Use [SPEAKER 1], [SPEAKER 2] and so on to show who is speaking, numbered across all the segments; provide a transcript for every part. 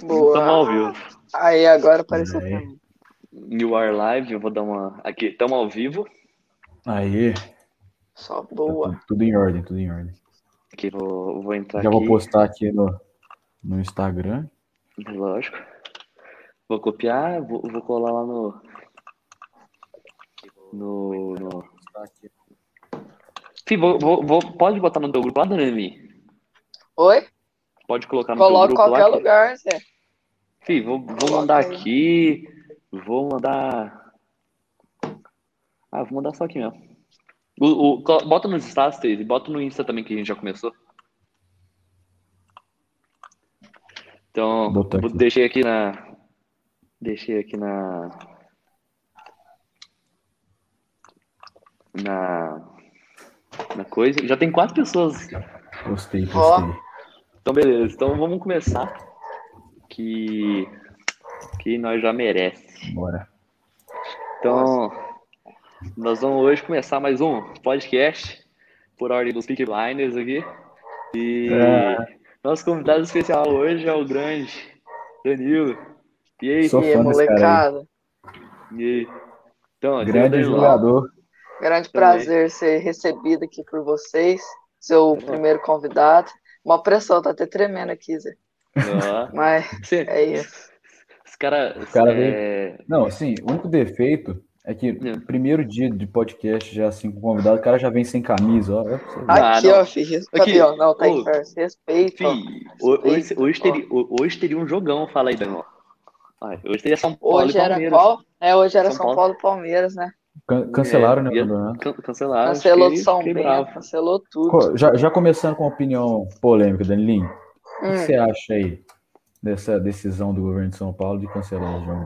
[SPEAKER 1] Boa.
[SPEAKER 2] Tamo ao vivo.
[SPEAKER 1] Aí agora apareceu pra mim.
[SPEAKER 2] You are live, eu vou dar uma. Aqui, tamo ao vivo.
[SPEAKER 3] Aí, tá
[SPEAKER 1] Só boa. Tá
[SPEAKER 3] tudo, tudo em ordem, tudo em ordem.
[SPEAKER 2] Aqui, vou, vou entrar
[SPEAKER 3] Já
[SPEAKER 2] aqui.
[SPEAKER 3] vou postar aqui no, no Instagram.
[SPEAKER 2] Lógico. Vou copiar, vou, vou colar lá no. No. no... Fih, vou, vou, vou- pode botar no teu grupo lá, Dani?
[SPEAKER 1] Oi?
[SPEAKER 2] Pode colocar Tá no
[SPEAKER 1] Coloca
[SPEAKER 2] teu grupo
[SPEAKER 1] qualquer
[SPEAKER 2] lá. que-
[SPEAKER 1] lugar, Zé.
[SPEAKER 2] Fih, vou, vou
[SPEAKER 1] Coloca
[SPEAKER 2] mandar
[SPEAKER 1] aí.
[SPEAKER 2] aqui. Vou mandar. Ah, vou mandar só aqui mesmo. O, o- co- bota nos status, Thaís, e bota no Insta também que a gente já começou. Então,
[SPEAKER 3] Botar
[SPEAKER 2] vou-
[SPEAKER 3] aqui.
[SPEAKER 2] deixei aqui na. Deixei aqui na. Na. Na coisa. Já tem quatro pessoas
[SPEAKER 3] Postei,
[SPEAKER 1] Ó.
[SPEAKER 3] postei.
[SPEAKER 2] então, beleza. Então, vamos começar. Que, que nós já merece.
[SPEAKER 3] Bora.
[SPEAKER 2] Então, nós vamos hoje começar mais um podcast por ordem dos Peak Blinders aqui. E
[SPEAKER 3] É.
[SPEAKER 2] nosso convidado especial hoje é o grande Danilo. E aí,
[SPEAKER 3] Sou
[SPEAKER 1] E
[SPEAKER 3] fã desse cara
[SPEAKER 1] molecada.
[SPEAKER 2] e aí? Então, aqui é o
[SPEAKER 3] Grande
[SPEAKER 2] Danilo.
[SPEAKER 3] jogador.
[SPEAKER 1] Grande
[SPEAKER 2] Também.
[SPEAKER 1] prazer ser recebido aqui por vocês. Seu primeiro convidado. Uma pressão, tá até tremendo aqui, Zé.
[SPEAKER 2] Ó.
[SPEAKER 1] Mas
[SPEAKER 2] Cê-
[SPEAKER 1] é isso.
[SPEAKER 2] Os caras.
[SPEAKER 3] Os cara
[SPEAKER 2] é,
[SPEAKER 3] Não, assim, o único defeito é que
[SPEAKER 2] É.
[SPEAKER 3] primeiro dia de podcast, já assim, com convidado, o cara já vem sem camisa, ó. É pra você ver.
[SPEAKER 2] Ah,
[SPEAKER 1] Aqui,
[SPEAKER 2] não.
[SPEAKER 1] ó, filho.
[SPEAKER 2] Aqui.
[SPEAKER 1] Aqui. Não, tá
[SPEAKER 2] Ô.
[SPEAKER 1] em verso. Respeito. ó.
[SPEAKER 2] Fih, hoje, hoje, teria, hoje teria um jogão, fala aí, Danilo. Ai, Hoje teria São Paulo
[SPEAKER 1] Hoje
[SPEAKER 2] e
[SPEAKER 1] era
[SPEAKER 2] Palmeiras.
[SPEAKER 1] qual? É, hoje era
[SPEAKER 2] São
[SPEAKER 1] São
[SPEAKER 2] Paulo.
[SPEAKER 1] Paulo e Palmeiras, né?
[SPEAKER 3] Can- cancelaram, né,
[SPEAKER 2] é,
[SPEAKER 3] o campeonato.
[SPEAKER 2] Can- Cancelaram.
[SPEAKER 1] Cancelou
[SPEAKER 2] fiquei-
[SPEAKER 1] São
[SPEAKER 2] fiquei
[SPEAKER 1] Bento,
[SPEAKER 2] bravo.
[SPEAKER 1] cancelou tudo.
[SPEAKER 3] Co- Já, já começando com a opinião polêmica, Danilinho. O que
[SPEAKER 1] Hum.
[SPEAKER 3] você acha aí dessa decisão do governo de São Paulo de cancelar o jogo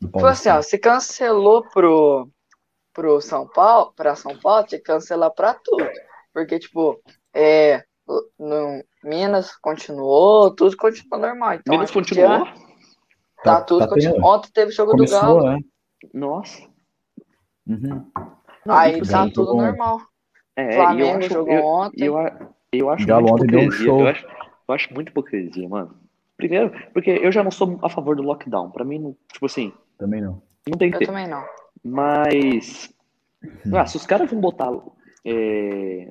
[SPEAKER 3] do
[SPEAKER 1] Tipo assim, ó,
[SPEAKER 3] Paulista?
[SPEAKER 1] se cancelou pro, pro São Paulo, pra São Paulo, tinha que cancelar pra tudo. Porque, tipo, é, no, Minas continuou, tudo continua normal. Então,
[SPEAKER 2] Minas
[SPEAKER 1] acho que
[SPEAKER 2] continuou?
[SPEAKER 1] tinha- Tá, tudo
[SPEAKER 3] tá tendo-
[SPEAKER 1] continua. Ontem teve jogo do
[SPEAKER 3] Começou,
[SPEAKER 1] Galo.
[SPEAKER 3] né?
[SPEAKER 2] Nossa.
[SPEAKER 3] Uhum.
[SPEAKER 1] é. aí
[SPEAKER 3] tudo
[SPEAKER 1] tá
[SPEAKER 3] bem,
[SPEAKER 1] tudo
[SPEAKER 3] jogou ontem.
[SPEAKER 1] normal.
[SPEAKER 2] É, e eu
[SPEAKER 1] Flamengo
[SPEAKER 2] acho,
[SPEAKER 1] jogou
[SPEAKER 2] eu,
[SPEAKER 1] ontem.
[SPEAKER 2] eu, a- eu acho
[SPEAKER 3] Galo
[SPEAKER 2] muito
[SPEAKER 3] ontem deu um
[SPEAKER 2] hipocrisia.
[SPEAKER 3] show.
[SPEAKER 2] Eu acho, eu acho muito hipocrisia, mano. Primeiro, porque eu já não sou a favor do lockdown. Pra mim, não- tipo assim,
[SPEAKER 3] Também não.
[SPEAKER 2] não tem que
[SPEAKER 1] Eu
[SPEAKER 2] ter.
[SPEAKER 1] também não.
[SPEAKER 2] Mas.
[SPEAKER 3] Hum.
[SPEAKER 2] Ah, se os caras vão botar. é,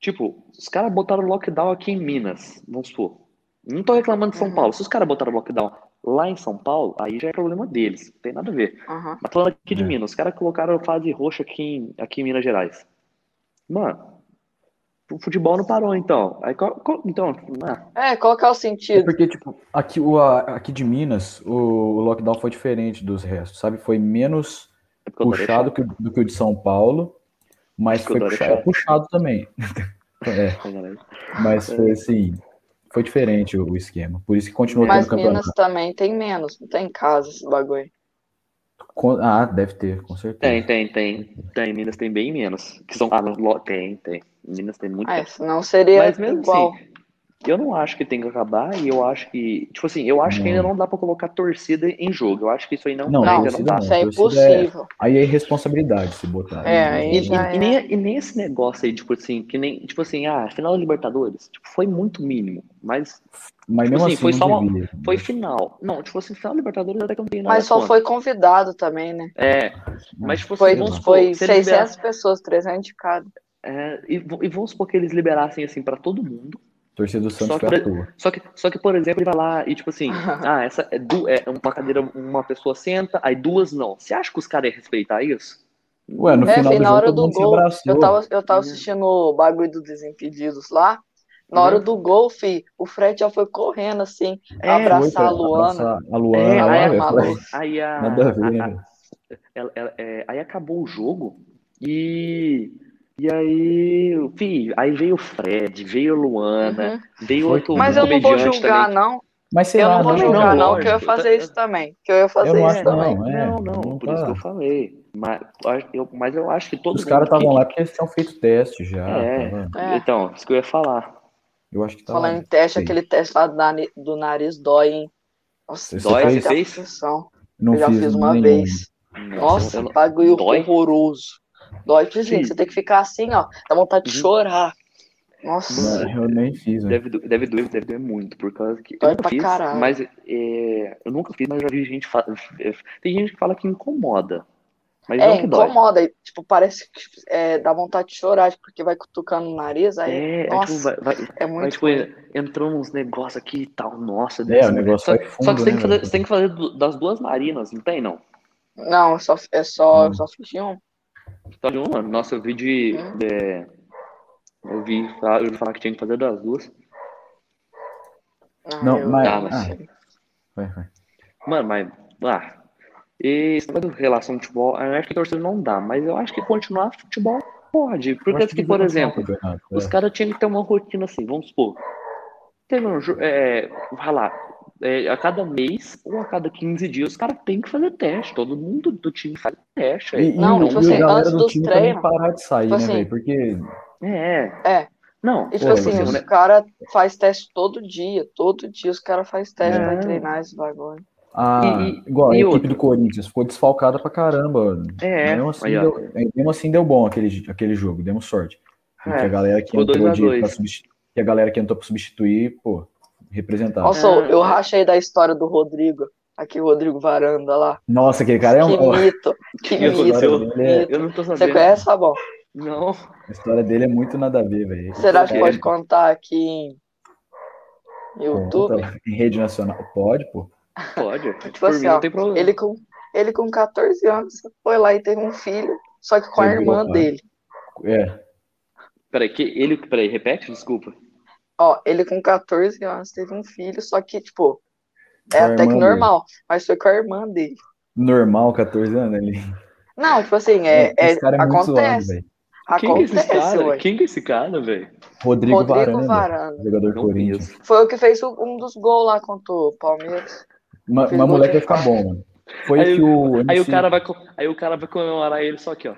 [SPEAKER 2] Tipo, os caras botaram lockdown aqui em Minas, vamos supor. Não tô reclamando de São
[SPEAKER 1] Uhum.
[SPEAKER 2] Paulo. Se os caras botaram lockdown lá em São Paulo, aí já é problema deles. Não tem nada a ver.
[SPEAKER 1] Aham.
[SPEAKER 2] Mas falando aqui de
[SPEAKER 3] É.
[SPEAKER 2] Minas, os caras colocaram a fase roxa aqui em, aqui em Minas Gerais. Mano, o futebol não parou então. Aí, qual- qual- então, ah,
[SPEAKER 1] É, qual que é o
[SPEAKER 3] É
[SPEAKER 1] sentido?
[SPEAKER 3] porque, tipo, aqui, o, a- aqui de Minas, o, o lockdown foi diferente dos restos, sabe? Foi menos
[SPEAKER 2] é porque eu tô
[SPEAKER 3] puxado que o- do que o de São Paulo, mas
[SPEAKER 2] Acho que
[SPEAKER 3] foi
[SPEAKER 2] eu tô
[SPEAKER 3] puxa-
[SPEAKER 2] deixando.
[SPEAKER 3] é puxado também. É,
[SPEAKER 2] deixando, né? galera.
[SPEAKER 3] mas foi assim, foi diferente o, o esquema. Por isso que tá continuou
[SPEAKER 1] Mas
[SPEAKER 3] tendo campeonato.
[SPEAKER 1] Minas também tem menos, não tem em casa esse bagulho.
[SPEAKER 3] Com- Ah, deve ter, com certeza.
[SPEAKER 2] Tem, tem, tem. Tem, Minas tem bem menos. Que são, ah, não, lo- tem, tem. Minas tem muito
[SPEAKER 1] Ah,
[SPEAKER 2] menos.
[SPEAKER 1] é, senão seria
[SPEAKER 2] Mas mesmo
[SPEAKER 1] igual.
[SPEAKER 2] assim, eu não acho que tem que acabar e eu acho que, tipo assim, eu acho que ainda não dá pra colocar torcida em jogo. Eu acho que isso aí não,
[SPEAKER 3] Não,
[SPEAKER 2] ainda
[SPEAKER 1] torcida
[SPEAKER 2] dá.
[SPEAKER 3] não.
[SPEAKER 1] Isso é
[SPEAKER 3] torcida é-
[SPEAKER 1] impossível.
[SPEAKER 3] Aí é irresponsabilidade se botar.
[SPEAKER 1] É, aí
[SPEAKER 2] E,
[SPEAKER 3] Não,
[SPEAKER 1] já
[SPEAKER 2] e- e nem, e nem esse negócio aí, tipo assim, que nem, tipo assim, ah, final da Libertadores, tipo, foi muito mínimo, mas
[SPEAKER 3] Mas
[SPEAKER 2] tipo
[SPEAKER 3] mesmo
[SPEAKER 2] assim,
[SPEAKER 3] assim,
[SPEAKER 2] foi
[SPEAKER 3] não
[SPEAKER 2] só uma-
[SPEAKER 3] devia.
[SPEAKER 2] foi final. Não, tipo assim, final da Libertadores até que eu não tenho nada
[SPEAKER 1] Mas só
[SPEAKER 2] contra.
[SPEAKER 1] foi convidado também, né?
[SPEAKER 2] É,
[SPEAKER 3] ah,
[SPEAKER 2] mas tipo
[SPEAKER 1] Foi,
[SPEAKER 2] assim, vamos supor,
[SPEAKER 1] foi
[SPEAKER 2] se eles
[SPEAKER 1] 600
[SPEAKER 2] liberassem-
[SPEAKER 1] pessoas, 300 de cada.
[SPEAKER 2] é, e, v- e vamos supor que eles liberassem assim pra todo mundo,
[SPEAKER 3] Torcida do Santos
[SPEAKER 2] Só que-
[SPEAKER 3] foi à toa.
[SPEAKER 2] só que, só que, por exemplo, ele vai lá e tipo assim, ah, essa é, du é uma cadeira, uma pessoa senta, aí duas não. Você acha que os caras iam respeitar isso?
[SPEAKER 3] Ué, no
[SPEAKER 1] é,
[SPEAKER 3] final
[SPEAKER 1] fi,
[SPEAKER 3] do
[SPEAKER 1] na
[SPEAKER 3] jogo,
[SPEAKER 1] hora
[SPEAKER 3] todo
[SPEAKER 1] do
[SPEAKER 3] mundo se
[SPEAKER 1] gol,
[SPEAKER 3] abraçou.
[SPEAKER 1] eu tava, eu tava
[SPEAKER 2] Uhum.
[SPEAKER 1] assistindo o bagulho do Desimpedidos lá. Na hora
[SPEAKER 2] Uhum.
[SPEAKER 1] do gol, fi, o Fred já foi correndo assim,
[SPEAKER 2] É,
[SPEAKER 1] abraçar
[SPEAKER 3] Foi pra
[SPEAKER 1] a Luana.
[SPEAKER 3] abraçar a Luana
[SPEAKER 2] É,
[SPEAKER 3] lá,
[SPEAKER 2] aí é
[SPEAKER 3] eu falei,
[SPEAKER 1] maluco.
[SPEAKER 2] Aí a,
[SPEAKER 3] Nada a ver,
[SPEAKER 2] a- a-
[SPEAKER 3] né?
[SPEAKER 2] ela- ela- é, aí acabou o jogo e e aí, fi, aí veio o Fred, veio a Luana,
[SPEAKER 1] Uhum.
[SPEAKER 2] veio
[SPEAKER 3] Foi
[SPEAKER 2] outro
[SPEAKER 3] tudo.
[SPEAKER 1] Mas eu não vou
[SPEAKER 2] comediante
[SPEAKER 1] julgar,
[SPEAKER 2] também.
[SPEAKER 1] não.
[SPEAKER 3] Mas sei
[SPEAKER 1] Eu
[SPEAKER 3] lá,
[SPEAKER 1] não vou
[SPEAKER 2] não,
[SPEAKER 1] julgar,
[SPEAKER 2] não,
[SPEAKER 1] não, que eu ia
[SPEAKER 2] lógico.
[SPEAKER 1] fazer isso também. Que eu ia fazer
[SPEAKER 3] Eu não
[SPEAKER 1] isso
[SPEAKER 3] acho,
[SPEAKER 1] também.
[SPEAKER 3] não, é,
[SPEAKER 2] não, não,
[SPEAKER 3] não
[SPEAKER 2] por
[SPEAKER 3] tá.
[SPEAKER 2] isso que eu falei. Mas eu, mas eu acho que todos
[SPEAKER 3] Os caras estavam lá porque eles tinham feito teste já.
[SPEAKER 2] É.
[SPEAKER 3] tava-
[SPEAKER 1] É.
[SPEAKER 2] Então, isso que eu ia falar.
[SPEAKER 3] Eu acho que
[SPEAKER 2] tá
[SPEAKER 3] tava.
[SPEAKER 1] Falando em teste,
[SPEAKER 3] Sim.
[SPEAKER 1] aquele teste lá do nari- do nariz dói, hein? Nossa,
[SPEAKER 3] Você
[SPEAKER 2] fez?
[SPEAKER 1] até a
[SPEAKER 2] Fez?
[SPEAKER 1] função.
[SPEAKER 3] Não
[SPEAKER 1] eu já fiz uma
[SPEAKER 3] nenhum.
[SPEAKER 1] vez.
[SPEAKER 2] eu
[SPEAKER 1] Nossa,
[SPEAKER 3] É.
[SPEAKER 2] não-
[SPEAKER 1] bagulho
[SPEAKER 2] Dói?
[SPEAKER 1] horroroso. Dói, tipo gente,
[SPEAKER 2] Sim.
[SPEAKER 1] você tem que ficar assim, ó. assim, Dá vontade de
[SPEAKER 2] Uhum.
[SPEAKER 1] chorar. Nossa.
[SPEAKER 3] É, eu nem fiz, né? velho.
[SPEAKER 2] Deve, do- deve doer, deve doer muito, por causa que.
[SPEAKER 1] Dói
[SPEAKER 2] eu nunca
[SPEAKER 1] pra
[SPEAKER 2] fiz,
[SPEAKER 1] caralho.
[SPEAKER 2] mas é, eu nunca fiz, mas eu já vi gente fa- é, Tem gente que fala que incomoda. Mas
[SPEAKER 1] É,
[SPEAKER 2] não um que dói.
[SPEAKER 1] incomoda. e, Tipo, parece que é, dá vontade de chorar, tipo, porque vai cutucando o nariz, aí
[SPEAKER 2] É, é
[SPEAKER 1] Nossa.
[SPEAKER 2] tipo, vai, vai,
[SPEAKER 1] é
[SPEAKER 2] vai,
[SPEAKER 1] muito
[SPEAKER 2] tipo, entrou uns negócios aqui e tal. Nossa,
[SPEAKER 3] É, o
[SPEAKER 2] Deus.
[SPEAKER 3] negócio
[SPEAKER 2] só,
[SPEAKER 3] vai fundo,
[SPEAKER 2] só que você tem
[SPEAKER 3] né,
[SPEAKER 2] que, fazer,
[SPEAKER 3] velho?
[SPEAKER 2] você tem que fazer do- das duas marinas, não tem, não?
[SPEAKER 1] Não, eu só, é só, eu
[SPEAKER 3] Hum.
[SPEAKER 1] só fiz um.
[SPEAKER 2] Só de uma? um, Nossa, eu vi de.
[SPEAKER 1] Hum.
[SPEAKER 2] é, eu, vi, falar- eu vi falar que tinha que fazer das duas.
[SPEAKER 1] Ah,
[SPEAKER 3] Não,
[SPEAKER 1] eu-
[SPEAKER 3] mas-
[SPEAKER 1] ah,
[SPEAKER 3] ah.
[SPEAKER 1] sei.
[SPEAKER 3] Vai, vai.
[SPEAKER 2] Mano, mas. Ah, e esse negócio de relação ao futebol, eu acho que torcida não dá, mas eu acho que continuar futebol pode.
[SPEAKER 3] Eu
[SPEAKER 2] Porque,
[SPEAKER 3] acho
[SPEAKER 2] que,
[SPEAKER 3] devia
[SPEAKER 2] por
[SPEAKER 3] continuar o
[SPEAKER 2] exemplo,
[SPEAKER 3] campeonato,
[SPEAKER 2] os
[SPEAKER 3] é.
[SPEAKER 2] caras tinham que ter uma rotina assim, vamos supor. Teve um jogo. É, vai lá, é, a cada mês ou a cada 15 dias, os caras têm que fazer teste. Todo mundo do time faz teste.
[SPEAKER 3] E,
[SPEAKER 2] aí.
[SPEAKER 3] e,
[SPEAKER 1] Não,
[SPEAKER 3] e
[SPEAKER 1] tipo
[SPEAKER 3] a
[SPEAKER 1] assim,
[SPEAKER 3] galera
[SPEAKER 1] antes
[SPEAKER 3] do
[SPEAKER 1] dos
[SPEAKER 3] time
[SPEAKER 1] treinos-
[SPEAKER 3] também parar de sair,
[SPEAKER 1] tipo
[SPEAKER 3] né,
[SPEAKER 1] assim,
[SPEAKER 3] velho? Porque
[SPEAKER 2] É.
[SPEAKER 1] É.
[SPEAKER 2] Não.
[SPEAKER 1] E, tipo
[SPEAKER 3] Pô,
[SPEAKER 1] assim,
[SPEAKER 3] mas
[SPEAKER 1] os
[SPEAKER 3] eu-
[SPEAKER 1] caras faz teste todo dia. Todo dia os caras fazem teste
[SPEAKER 2] É.
[SPEAKER 1] pra treinar esse bagulho.
[SPEAKER 3] a,
[SPEAKER 2] E- e-
[SPEAKER 3] ah, igual, a
[SPEAKER 2] e
[SPEAKER 3] equipe
[SPEAKER 2] outra?
[SPEAKER 3] do Corinthians ficou desfalcada pra caramba.
[SPEAKER 2] É,
[SPEAKER 3] Mesmo assim,
[SPEAKER 2] aí, ó.
[SPEAKER 3] deu, mesmo assim deu bom aquele, aquele jogo, demos sorte. Porque
[SPEAKER 2] É,
[SPEAKER 3] a galera que
[SPEAKER 2] ficou dois
[SPEAKER 3] entrou
[SPEAKER 2] a
[SPEAKER 3] de,
[SPEAKER 2] dois.
[SPEAKER 3] pra substituir, a galera que entrou pra substituir, pô, representava. Nossa,
[SPEAKER 1] Nossa,
[SPEAKER 2] É.
[SPEAKER 1] eu rachei da história do Rodrigo. Aqui, Rodrigo Varanda lá.
[SPEAKER 3] aquele cara é um.
[SPEAKER 1] que
[SPEAKER 3] ó,
[SPEAKER 1] mito. Que
[SPEAKER 2] Eu sou
[SPEAKER 1] mito.
[SPEAKER 2] seu.
[SPEAKER 1] que
[SPEAKER 3] É.
[SPEAKER 1] mito.
[SPEAKER 2] Eu não tô sabendo.
[SPEAKER 1] Você conhece, Rabão?
[SPEAKER 2] Não.
[SPEAKER 3] a história dele é muito nada a ver, velho.
[SPEAKER 1] Será que
[SPEAKER 2] É.
[SPEAKER 1] pode contar aqui em
[SPEAKER 3] Conta
[SPEAKER 1] YouTube?
[SPEAKER 3] lá, Em rede nacional. Pode, pô.
[SPEAKER 2] Pode.
[SPEAKER 1] Tipo
[SPEAKER 2] Por
[SPEAKER 1] assim,
[SPEAKER 2] mim,
[SPEAKER 1] ó,
[SPEAKER 2] não tem
[SPEAKER 3] É.
[SPEAKER 2] problema.
[SPEAKER 1] Ele com, ele com 14 anos foi lá e teve um filho, só que com a
[SPEAKER 3] Você
[SPEAKER 1] irmã
[SPEAKER 3] viu, um pai?
[SPEAKER 1] dele.
[SPEAKER 3] É.
[SPEAKER 2] Peraí, que ele. Peraí, repete, desculpa.
[SPEAKER 1] Ó, ele com 14 anos teve um filho, só que, tipo, é
[SPEAKER 3] Com a
[SPEAKER 1] até que
[SPEAKER 3] irmã
[SPEAKER 1] normal, mas foi com a irmã dele.
[SPEAKER 3] Normal, 14 anos ali.
[SPEAKER 1] Não, tipo assim, é, é,
[SPEAKER 3] Esse cara é muito zoado,
[SPEAKER 1] acontece.
[SPEAKER 3] velho.
[SPEAKER 2] Quem que é esse
[SPEAKER 1] Tá acontece,
[SPEAKER 2] cara?
[SPEAKER 1] ué.
[SPEAKER 2] Quem que é esse cara, velho?
[SPEAKER 3] Rodrigo, né?
[SPEAKER 1] Rodrigo
[SPEAKER 3] Varanda,
[SPEAKER 1] Varanda.
[SPEAKER 3] jogador do
[SPEAKER 2] Não
[SPEAKER 3] Corinthians.
[SPEAKER 2] conheço.
[SPEAKER 1] Foi o que fez o- um dos gols lá contra o Palmeiras.
[SPEAKER 3] Ma-
[SPEAKER 1] Fez
[SPEAKER 3] Mas
[SPEAKER 1] gol
[SPEAKER 3] moleque
[SPEAKER 1] de-
[SPEAKER 3] vai ficar bom, mano. Foi
[SPEAKER 2] Aí
[SPEAKER 3] que o.
[SPEAKER 2] Aí o
[SPEAKER 3] MC
[SPEAKER 2] cara vai, co- aí o cara vai comemorar ele só aqui, ó.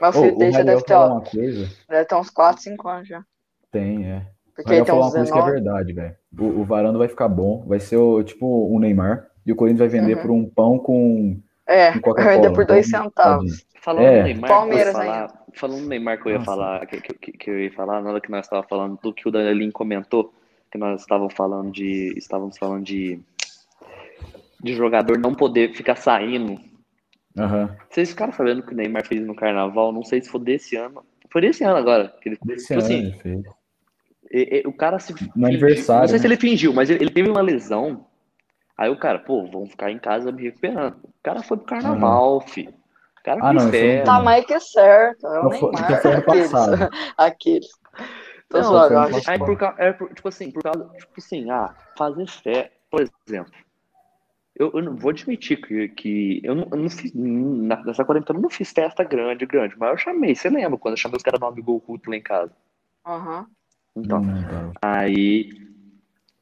[SPEAKER 1] Mas o
[SPEAKER 3] Ô,
[SPEAKER 1] filho dele já
[SPEAKER 3] Raniel
[SPEAKER 1] deve ter, um
[SPEAKER 3] falou
[SPEAKER 1] ó,
[SPEAKER 3] uma coisa.
[SPEAKER 1] deve ter uns 4, 5 anos já.
[SPEAKER 3] Tem, é. O
[SPEAKER 1] Porque ele
[SPEAKER 3] Raniel
[SPEAKER 1] tem
[SPEAKER 3] falou
[SPEAKER 1] uns
[SPEAKER 3] uma coisa que
[SPEAKER 1] 19.
[SPEAKER 3] é verdade, velho. O, o Varanda vai ficar bom. Vai ser o, tipo um Neymar. E o Corinthians vai vender
[SPEAKER 1] Uhum.
[SPEAKER 3] por um pão com,
[SPEAKER 1] É,
[SPEAKER 3] com
[SPEAKER 1] vai
[SPEAKER 3] Coca-Cola.
[SPEAKER 1] vender por 2
[SPEAKER 3] Então,
[SPEAKER 1] centavos.
[SPEAKER 2] Falando
[SPEAKER 3] É.
[SPEAKER 2] do Neymar,
[SPEAKER 1] Palmeiras
[SPEAKER 2] que eu ia falar, falando do Neymar que eu ia
[SPEAKER 3] Nossa.
[SPEAKER 2] falar, que, que, que eu ia falar, na hora que nós estávamos falando do que o Danelin comentou, que nós estávamos falando de. Estávamos falando de. De jogador não poder ficar saindo.
[SPEAKER 3] Aham.
[SPEAKER 2] Vocês ficaram sabendo que o Neymar fez no carnaval? Não sei se foi desse ano. Foi desse ano agora. Que ele,
[SPEAKER 3] Desse
[SPEAKER 2] Tipo
[SPEAKER 3] ano
[SPEAKER 2] assim,
[SPEAKER 3] ele fez.
[SPEAKER 1] Então,
[SPEAKER 2] e- e- o cara se.
[SPEAKER 3] No
[SPEAKER 2] Não
[SPEAKER 3] aniversário.
[SPEAKER 2] sei se
[SPEAKER 3] né?
[SPEAKER 2] ele fingiu, mas ele, ele teve uma lesão. Aí o cara, pô, vamos ficar em casa me recuperando. O cara foi pro carnaval, filho. O cara
[SPEAKER 3] Ah,
[SPEAKER 2] fez
[SPEAKER 3] não, eu fui-
[SPEAKER 2] festa.
[SPEAKER 1] Tá mais que certo. É o
[SPEAKER 3] Então foi-
[SPEAKER 1] Neymar.
[SPEAKER 3] então foi ano
[SPEAKER 1] Aqueles.
[SPEAKER 3] passado.
[SPEAKER 1] Aqueles. Tô
[SPEAKER 2] Não,
[SPEAKER 1] zoando, eu
[SPEAKER 3] foi ano
[SPEAKER 1] acho.
[SPEAKER 2] Aí
[SPEAKER 3] Bom.
[SPEAKER 2] por causa, é por- tipo assim, por causa, tipo assim, ah, fazer fé, por exemplo. Eu, eu não vou admitir que, que eu, não, eu não fiz, na- nessa quarentena eu não fiz festa grande, grande, mas eu chamei, você lembra quando eu chamei os caras do amigo oculto lá em casa?
[SPEAKER 1] Aham.
[SPEAKER 2] Então,
[SPEAKER 3] Não, cara.
[SPEAKER 2] aí,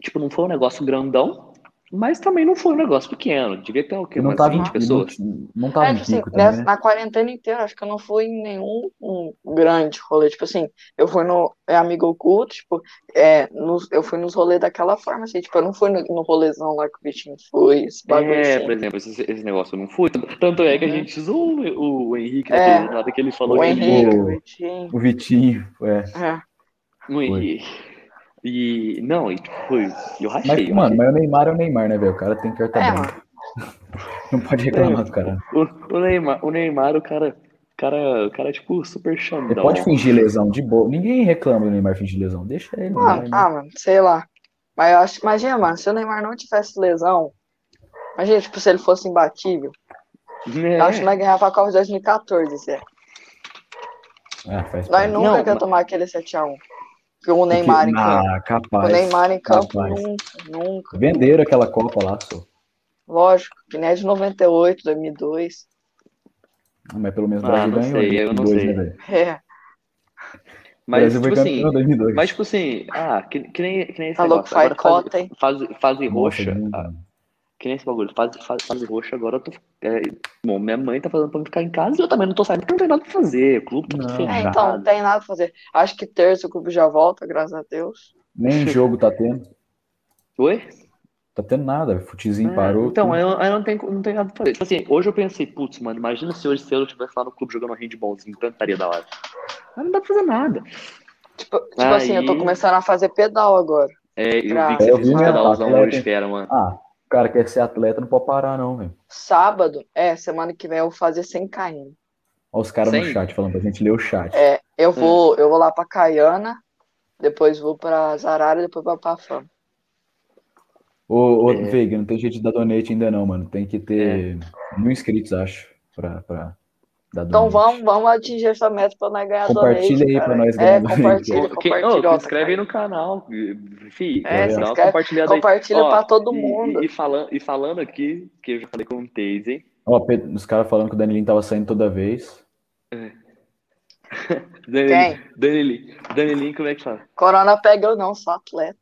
[SPEAKER 2] tipo, não foi um negócio grandão, mas também não foi um negócio pequeno, devia ter o quê,
[SPEAKER 3] E não
[SPEAKER 2] umas
[SPEAKER 3] tava,
[SPEAKER 2] 20
[SPEAKER 3] em-
[SPEAKER 2] pessoas?
[SPEAKER 3] não, não
[SPEAKER 1] É,
[SPEAKER 3] tava em
[SPEAKER 1] tipo assim,
[SPEAKER 3] pico
[SPEAKER 1] nessa-
[SPEAKER 3] também, né?
[SPEAKER 1] na quarentena inteira, acho que eu não fui em nenhum um grande rolê. Tipo assim, eu fui no é, Amigo Oculto, tipo, é, nos- eu fui nos rolês daquela forma, assim, tipo, eu não fui no, no rolezão lá que o Vitinho foi, esse
[SPEAKER 3] um
[SPEAKER 1] bagulho
[SPEAKER 2] É,
[SPEAKER 1] assim.
[SPEAKER 2] por exemplo, esse, esse negócio eu não fui, tanto é que a
[SPEAKER 1] Uhum.
[SPEAKER 2] gente zoou o, o Henrique,
[SPEAKER 1] É.
[SPEAKER 2] naquele- na hora que ele falou
[SPEAKER 1] O
[SPEAKER 2] que ele-
[SPEAKER 1] Henrique,
[SPEAKER 3] Pô.
[SPEAKER 1] o Vitinho.
[SPEAKER 3] O Vitinho, é.
[SPEAKER 1] É.
[SPEAKER 2] Não, e, e- Não, e tipo, foi. Eu rachei.
[SPEAKER 3] Mas,
[SPEAKER 2] eu
[SPEAKER 3] mano,
[SPEAKER 2] rachei.
[SPEAKER 3] mas o Neymar é o Neymar, né, velho? O cara tem carta
[SPEAKER 1] É,
[SPEAKER 3] branca.
[SPEAKER 1] mano.
[SPEAKER 3] Não pode reclamar do cara.
[SPEAKER 2] O, o Neymar, o Neymar, o cara. o Cara, o cara é tipo super
[SPEAKER 3] Ele
[SPEAKER 2] xandão.
[SPEAKER 3] pode fingir lesão, de boa. Ninguém reclama do Neymar fingir lesão. Deixa ele.
[SPEAKER 1] Mano,
[SPEAKER 3] vai, né?
[SPEAKER 1] ah, mano, sei lá. Mas eu acho, imagina, mano, se o Neymar não tivesse lesão, imagina, tipo, se ele fosse imbatível.
[SPEAKER 2] Né?
[SPEAKER 3] É.
[SPEAKER 1] Eu acho que nós ganhava a Copa de 2014, Zé.
[SPEAKER 3] Ah,
[SPEAKER 1] Nós
[SPEAKER 3] faz parte.
[SPEAKER 1] nunca
[SPEAKER 2] Não,
[SPEAKER 1] quer
[SPEAKER 2] mas-
[SPEAKER 1] tomar aquele 7x1. Porque o Neymar em campo.
[SPEAKER 3] Ah,
[SPEAKER 1] O
[SPEAKER 3] capaz.
[SPEAKER 1] Neymar em campo
[SPEAKER 3] Capaz.
[SPEAKER 1] nunca, nunca.
[SPEAKER 3] Venderam aquela Copa lá, só.
[SPEAKER 1] Lógico, que nem é de 98, 2002.
[SPEAKER 3] Ah, Mas pelo menos o
[SPEAKER 2] Ah,
[SPEAKER 3] Brasil
[SPEAKER 2] não
[SPEAKER 3] ganhou.
[SPEAKER 2] sei,
[SPEAKER 3] em
[SPEAKER 2] eu não
[SPEAKER 3] 2002,
[SPEAKER 2] sei.
[SPEAKER 3] né, velho?
[SPEAKER 1] É,
[SPEAKER 3] o
[SPEAKER 2] mas,
[SPEAKER 3] Brasil
[SPEAKER 2] tipo
[SPEAKER 3] foi campeão
[SPEAKER 2] assim,
[SPEAKER 3] em 2002.
[SPEAKER 2] mas, tipo assim, ah, que, que nem, que nem esse
[SPEAKER 1] tá louco,
[SPEAKER 2] negócio.
[SPEAKER 1] faz
[SPEAKER 2] Agora fase-
[SPEAKER 1] cota, hein?
[SPEAKER 2] fase, fase
[SPEAKER 3] Nossa,
[SPEAKER 2] roxa.
[SPEAKER 3] gente,
[SPEAKER 2] ah,
[SPEAKER 3] mano.
[SPEAKER 2] que nem esse bagulho. Fase, fase, fase roxa, agora eu tô. é, bom, minha mãe tá falando pra eu ficar em casa e eu também não tô saindo porque não tem nada pra fazer. O clube tá tudo
[SPEAKER 3] Não.
[SPEAKER 1] É,
[SPEAKER 2] fechado.
[SPEAKER 1] então, não tem nada a fazer. Acho que terça o clube já volta, graças a Deus.
[SPEAKER 3] Nem jogo tá tendo.
[SPEAKER 2] Oi?
[SPEAKER 3] Tá tendo nada, futezinho parou.
[SPEAKER 2] Então,
[SPEAKER 3] tudo.
[SPEAKER 2] aí eu, aí eu não, tenho, não tenho nada pra fazer. Tipo assim, hoje eu pensei, putz, mano, imagina se hoje se eu estivesse lá no clube jogando um handballzinho, tanto estaria da hora. Mas não dá pra fazer nada.
[SPEAKER 1] Tipo, tipo assim, eu tô
[SPEAKER 2] Aí-
[SPEAKER 1] começando a fazer pedal agora.
[SPEAKER 2] É, eu vi
[SPEAKER 1] Pra-
[SPEAKER 2] que
[SPEAKER 3] Eu
[SPEAKER 2] você fez
[SPEAKER 3] vi,
[SPEAKER 2] um
[SPEAKER 3] né,
[SPEAKER 2] pedalzão
[SPEAKER 3] atleta.
[SPEAKER 2] hoje, fera, mano.
[SPEAKER 3] Ah, o cara quer ser atleta, não pode parar, não, velho.
[SPEAKER 1] Sábado, é, semana que vem eu vou fazer 100 km.
[SPEAKER 3] Olha os caras no
[SPEAKER 2] Sim.
[SPEAKER 3] chat falando pra gente ler o chat.
[SPEAKER 1] É,
[SPEAKER 3] Hum.
[SPEAKER 1] eu vou, eu vou lá pra Caiana, depois vou pra Zarara, depois pra Pafama.
[SPEAKER 3] Ô, ô
[SPEAKER 2] É.
[SPEAKER 3] Veiga, não tem jeito de dar donate ainda não, mano. Tem que ter mil inscritos, acho, pra, pra dar
[SPEAKER 1] É. Então
[SPEAKER 3] donate.
[SPEAKER 1] vamos, vamos atingir essa meta pra nós ganhar
[SPEAKER 3] Hum. Compartilha
[SPEAKER 1] donate,
[SPEAKER 3] aí pra
[SPEAKER 1] cara.
[SPEAKER 3] nós
[SPEAKER 1] É,
[SPEAKER 3] ganhar donate.
[SPEAKER 1] compartilha,
[SPEAKER 2] Quem,
[SPEAKER 1] compartilha.
[SPEAKER 2] ô, se
[SPEAKER 1] ó, tá
[SPEAKER 2] inscreve aí no canal, fi.
[SPEAKER 1] É,
[SPEAKER 2] dá
[SPEAKER 3] se
[SPEAKER 2] uma
[SPEAKER 1] inscreve-
[SPEAKER 2] compartilhada aí.
[SPEAKER 1] Compartilha
[SPEAKER 2] Ó,
[SPEAKER 1] pra todo
[SPEAKER 2] e-
[SPEAKER 1] mundo.
[SPEAKER 2] E, e falando, e falando aqui, que eu já falei com o Taze,
[SPEAKER 3] Ó, Pe- os caras falando que o Danilinho tava saindo toda vez.
[SPEAKER 1] Quem?
[SPEAKER 2] Danili, Danilin, como é que fala?
[SPEAKER 1] Corona pega eu não, sou atleta.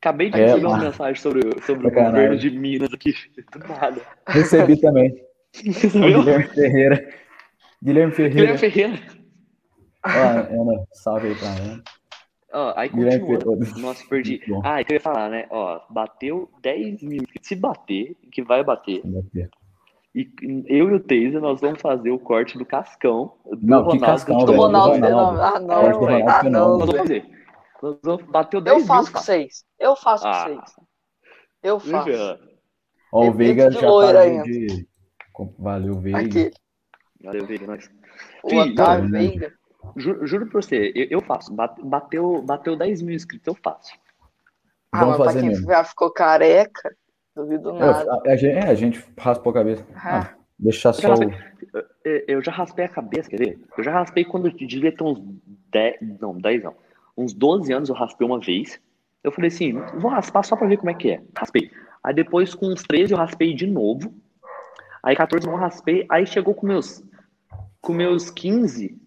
[SPEAKER 2] Acabei de
[SPEAKER 3] É,
[SPEAKER 2] receber uma
[SPEAKER 3] mano.
[SPEAKER 2] mensagem sobre, sobre o
[SPEAKER 3] Sacanagem.
[SPEAKER 2] governo de Minas aqui. Do nada.
[SPEAKER 3] Recebi também. O
[SPEAKER 2] Viu?
[SPEAKER 3] Guilherme Ferreira. Guilherme Ferreira.
[SPEAKER 2] Guilherme Ferreira.
[SPEAKER 3] Ó, Ana, salve aí pra Ana.
[SPEAKER 2] Ó, aí
[SPEAKER 3] Guilherme
[SPEAKER 2] continua.
[SPEAKER 3] Ferreira.
[SPEAKER 2] Nossa, perdi.
[SPEAKER 3] Muito bom.
[SPEAKER 2] Ah, é que eu ia falar, né? Ó, bateu 10 mil. Se bater, que vai bater. E eu e o Teisa, nós vamos fazer o corte do Cascão. Do
[SPEAKER 3] Não, que
[SPEAKER 2] Ronaldo,
[SPEAKER 3] Cascão,
[SPEAKER 2] do
[SPEAKER 1] Do
[SPEAKER 3] velho, né?
[SPEAKER 1] Ronaldo,
[SPEAKER 3] do Ronaldo.
[SPEAKER 1] Fenômeno. Ah, não,
[SPEAKER 2] Pode do
[SPEAKER 1] velho,
[SPEAKER 3] Ronaldo
[SPEAKER 1] ah,
[SPEAKER 3] Fenômeno.
[SPEAKER 1] não,
[SPEAKER 2] Nós vamos
[SPEAKER 1] velho.
[SPEAKER 2] fazer. Nós vamos bateu 10
[SPEAKER 1] Eu
[SPEAKER 2] mil.
[SPEAKER 1] faço com
[SPEAKER 2] cara.
[SPEAKER 1] vocês. Eu faço com
[SPEAKER 2] Ah.
[SPEAKER 1] vocês. Eu
[SPEAKER 2] Né,
[SPEAKER 1] faço.
[SPEAKER 2] Veja.
[SPEAKER 3] Ó, o
[SPEAKER 1] Tem
[SPEAKER 3] Veiga
[SPEAKER 1] peito
[SPEAKER 3] já
[SPEAKER 1] de loira
[SPEAKER 3] parou
[SPEAKER 1] ainda.
[SPEAKER 3] de... Valeu, Veiga.
[SPEAKER 1] Aqui,
[SPEAKER 2] Valeu, Veiga, nós.
[SPEAKER 1] o
[SPEAKER 2] Filho,
[SPEAKER 1] Otávio
[SPEAKER 3] né?
[SPEAKER 1] Veiga.
[SPEAKER 2] Ju- Juro pra você, eu, eu faço. Bate- Bateu, bateu 10 mil inscritos, eu faço.
[SPEAKER 1] Ah,
[SPEAKER 3] Vamos
[SPEAKER 1] mas pra
[SPEAKER 3] fazer
[SPEAKER 1] quem
[SPEAKER 3] mesmo.
[SPEAKER 1] já ficou careca, duvido
[SPEAKER 3] É,
[SPEAKER 1] nada.
[SPEAKER 3] a, a gente, é, a gente raspou a cabeça.
[SPEAKER 1] Ah.
[SPEAKER 3] Ah, deixar só o...
[SPEAKER 2] É, Eu já raspei a cabeça, quer ver? Eu já raspei quando eu devia ter uns 10, não, 10 não. Uns 12 anos eu raspei uma vez. Eu falei assim, vou raspar só pra ver como é que é. Raspei. Aí depois com uns 13 eu raspei de novo. Aí 14 eu não raspei. Aí chegou com meus, com meus 15,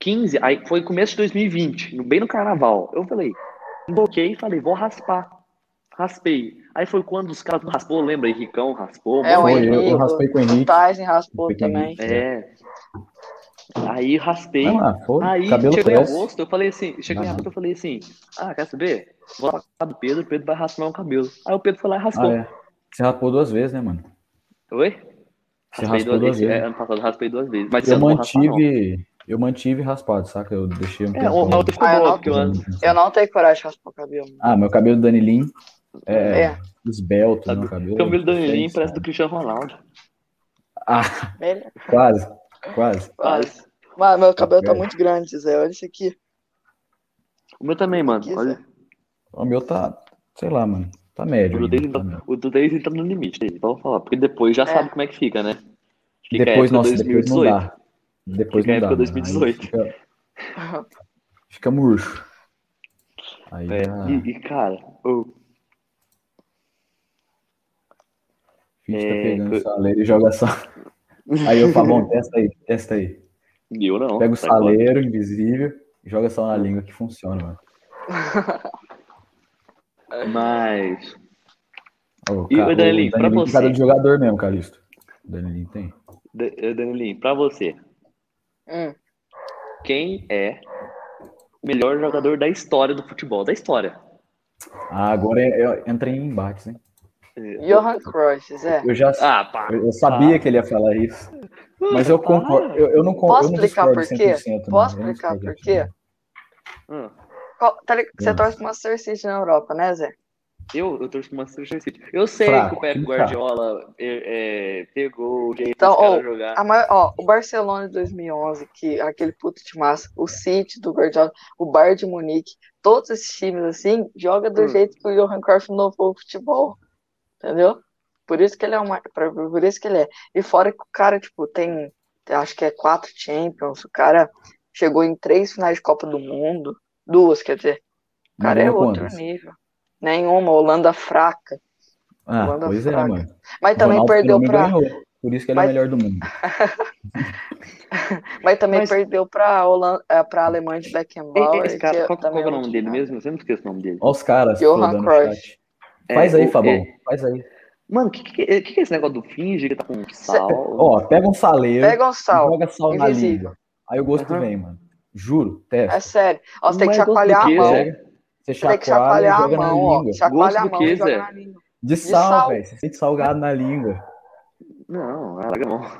[SPEAKER 2] 15, aí foi começo de 2020, no- bem no carnaval. Eu falei, bloqueei e falei, vou raspar. Raspei. Aí foi quando os caras não raspou, lembra aí, Ricão raspou. né?
[SPEAKER 1] É, o
[SPEAKER 3] Foi, eu,
[SPEAKER 1] Henrique,
[SPEAKER 3] eu raspei com o
[SPEAKER 1] O
[SPEAKER 3] Henrique.
[SPEAKER 1] Tyson raspou
[SPEAKER 3] Foi com o
[SPEAKER 1] também.
[SPEAKER 3] Henrique.
[SPEAKER 2] É. Aí raspei.
[SPEAKER 3] Vai lá, foi.
[SPEAKER 2] Aí
[SPEAKER 3] Cabelo
[SPEAKER 2] chegou em
[SPEAKER 3] cresce.
[SPEAKER 2] agosto, eu falei assim, chegou em
[SPEAKER 3] Não.
[SPEAKER 2] agosto, eu falei assim, ah, quer saber? Vou lá pra casa do Pedro, o Pedro vai raspar um cabelo. Aí o Pedro foi lá e raspou.
[SPEAKER 3] Ah, é. Você raspou duas vezes, né, mano?
[SPEAKER 2] Oi?
[SPEAKER 3] Você raspou duas
[SPEAKER 2] É,
[SPEAKER 3] vezes.
[SPEAKER 2] ano passado eu raspei duas vezes. Mas
[SPEAKER 3] Eu
[SPEAKER 2] eu não vou raspar, não.
[SPEAKER 3] mantive, eu mantive raspado, saca? Eu deixei um
[SPEAKER 2] É,
[SPEAKER 3] tempo.
[SPEAKER 2] uma outra ficou
[SPEAKER 1] Ah, eu
[SPEAKER 2] boa,
[SPEAKER 1] não-
[SPEAKER 2] porque eu ando.
[SPEAKER 1] Eu não tenho coragem de raspar o cabelo.
[SPEAKER 3] Ah, meu cabelo do Danilinho é,
[SPEAKER 1] É,
[SPEAKER 3] esbelto,
[SPEAKER 2] Sabe,
[SPEAKER 3] meu cabelo.
[SPEAKER 2] O cabelo do Danilinho
[SPEAKER 3] Fez,
[SPEAKER 2] parece do
[SPEAKER 3] cara.
[SPEAKER 2] Cristiano Ronaldo.
[SPEAKER 3] Ah,
[SPEAKER 1] melhor.
[SPEAKER 3] quase, quase.
[SPEAKER 2] Quase.
[SPEAKER 1] Mas meu cabelo tá
[SPEAKER 3] Velho.
[SPEAKER 1] muito grande, Zé. Olha isso aqui.
[SPEAKER 2] O meu também, mano.
[SPEAKER 1] Quiser.
[SPEAKER 2] Olha, o
[SPEAKER 3] O meu tá, sei lá, mano. Tá médio.
[SPEAKER 2] do
[SPEAKER 3] ainda,
[SPEAKER 2] Daisy
[SPEAKER 3] tá
[SPEAKER 2] tá-
[SPEAKER 3] médio.
[SPEAKER 2] o do Daisy tá no limite, Daisy, vamos falar. Porque depois já
[SPEAKER 1] É.
[SPEAKER 2] sabe como é que fica, né? Fica
[SPEAKER 3] Depois,
[SPEAKER 2] época
[SPEAKER 3] nossa, depois não dá. Depois
[SPEAKER 2] Fica
[SPEAKER 3] não
[SPEAKER 2] a
[SPEAKER 3] dá.
[SPEAKER 2] época
[SPEAKER 3] mano. Aí
[SPEAKER 2] 2018.
[SPEAKER 3] Fica, fica murcho. Aí tá,
[SPEAKER 2] É,
[SPEAKER 3] já-
[SPEAKER 2] e, e, cara, o
[SPEAKER 3] Finge tá
[SPEAKER 2] É,
[SPEAKER 3] pegando
[SPEAKER 2] eu-
[SPEAKER 3] o saleiro e joga só. Aí eu falo, bom, testa aí, testa aí.
[SPEAKER 2] eu não.
[SPEAKER 3] Pega o
[SPEAKER 2] sabe qual é?
[SPEAKER 3] saleiro invisível, joga só na língua que funciona, mano.
[SPEAKER 2] Mas.
[SPEAKER 3] Ó,
[SPEAKER 2] E,
[SPEAKER 3] ca-
[SPEAKER 2] ô, Danilinho, pra
[SPEAKER 3] Danilinho tem
[SPEAKER 2] você-
[SPEAKER 3] cara de jogador mesmo, Calixto. O Danilinho tem.
[SPEAKER 2] Da- Danilinho, eh, pra você,
[SPEAKER 1] Hum,
[SPEAKER 2] quem é o melhor jogador da história do futebol? Da história.
[SPEAKER 3] Ah, agora eu, eu entrei em embates, hein?
[SPEAKER 1] Johan Cruyff, Zé.
[SPEAKER 3] Eu já
[SPEAKER 2] Ah, pá.
[SPEAKER 3] eu, eu sabia
[SPEAKER 2] Ah.
[SPEAKER 3] que ele ia falar isso, mas eu concordo. Eu, eu não con-
[SPEAKER 1] Posso
[SPEAKER 3] eu não
[SPEAKER 1] explicar
[SPEAKER 3] discordo
[SPEAKER 1] por quê?
[SPEAKER 3] 100%, não.
[SPEAKER 1] Posso
[SPEAKER 3] Eu não
[SPEAKER 1] explicar
[SPEAKER 3] discordo
[SPEAKER 1] por quê?
[SPEAKER 3] 100%.
[SPEAKER 2] Ah,
[SPEAKER 1] Qual- tá ligado que Você
[SPEAKER 3] Hum.
[SPEAKER 1] torce pro Manchester City na Europa, né, Zé?
[SPEAKER 2] eu, eu torço pro Manchester City. Eu sei
[SPEAKER 3] Fraco,
[SPEAKER 2] que o Pep
[SPEAKER 3] fraco.
[SPEAKER 2] Guardiola é, é, pegou o jeito
[SPEAKER 1] Então,
[SPEAKER 2] dos caras
[SPEAKER 1] ó,
[SPEAKER 2] jogar.
[SPEAKER 1] A maior- ó, o Barcelona de 2011, que é aquele puto de massa, o City do Guardiola, o Bayern de Munique, todos esses times assim, joga do
[SPEAKER 2] Hum.
[SPEAKER 1] jeito que o Johan Cruyff inovou o futebol, entendeu? Por isso que ele é uma, pra- por isso que ele é. E fora que o cara tipo tem, tem- acho que é quatro Champions, o cara chegou em três finais de Copa do Mundo, duas, quer dizer, o
[SPEAKER 3] Mas
[SPEAKER 1] cara é
[SPEAKER 3] ganhou
[SPEAKER 1] outro
[SPEAKER 3] quantas?
[SPEAKER 1] nível. Nenhuma, Holanda fraca.
[SPEAKER 3] Ah,
[SPEAKER 1] Holanda
[SPEAKER 3] pois é,
[SPEAKER 1] fraca.
[SPEAKER 3] mano.
[SPEAKER 1] Mas também
[SPEAKER 3] Ronaldo
[SPEAKER 1] perdeu
[SPEAKER 3] Fenômeno
[SPEAKER 1] pra
[SPEAKER 3] ganhou, por isso que ele é o
[SPEAKER 1] Mas-
[SPEAKER 3] melhor do mundo.
[SPEAKER 1] Mas também
[SPEAKER 2] Mas-
[SPEAKER 1] perdeu pra, Holan- eh, pra Alemanha de
[SPEAKER 2] Ei,
[SPEAKER 1] Beckenbauer.
[SPEAKER 2] ei, Esse cara,
[SPEAKER 1] que tá
[SPEAKER 2] qual, qual
[SPEAKER 1] também
[SPEAKER 2] é o
[SPEAKER 1] não
[SPEAKER 2] nome
[SPEAKER 1] tinha
[SPEAKER 2] dele
[SPEAKER 1] nada.
[SPEAKER 2] mesmo? Eu sempre esqueço o nome dele.
[SPEAKER 3] Olha os caras
[SPEAKER 1] Johan
[SPEAKER 3] flodando o
[SPEAKER 1] Cruyff.
[SPEAKER 3] chat. Faz
[SPEAKER 2] É,
[SPEAKER 3] aí,
[SPEAKER 2] o-
[SPEAKER 3] Fabão,
[SPEAKER 2] é-
[SPEAKER 3] faz aí.
[SPEAKER 2] mano, o que, que, que que é esse negócio do finge que tá com sal?
[SPEAKER 3] Ó, pega um saleiro,
[SPEAKER 1] Pega um sal.
[SPEAKER 3] joga sal na
[SPEAKER 1] invisível.
[SPEAKER 3] língua. Aí o gosto
[SPEAKER 1] Uhum.
[SPEAKER 2] Aham.
[SPEAKER 3] vem, mano. Juro,
[SPEAKER 1] É
[SPEAKER 3] testa.
[SPEAKER 1] sério. Ó,
[SPEAKER 3] é
[SPEAKER 1] você tem que
[SPEAKER 2] Mas gosto do
[SPEAKER 1] chacoalhar a
[SPEAKER 2] quê,
[SPEAKER 1] mão.
[SPEAKER 2] Zé?
[SPEAKER 3] Você
[SPEAKER 1] Você tem é que
[SPEAKER 3] chacoalha e
[SPEAKER 1] chacoalhar a
[SPEAKER 3] joga na
[SPEAKER 1] mão, ó.
[SPEAKER 3] língua.
[SPEAKER 1] Chacoalha a
[SPEAKER 2] Gosto do
[SPEAKER 1] mão
[SPEAKER 2] quê,
[SPEAKER 1] e joga
[SPEAKER 2] Zé?
[SPEAKER 1] na língua.
[SPEAKER 3] De
[SPEAKER 1] sal.
[SPEAKER 3] sal, velho. Você sente salgado na língua.
[SPEAKER 2] Não, ah, larga a mão.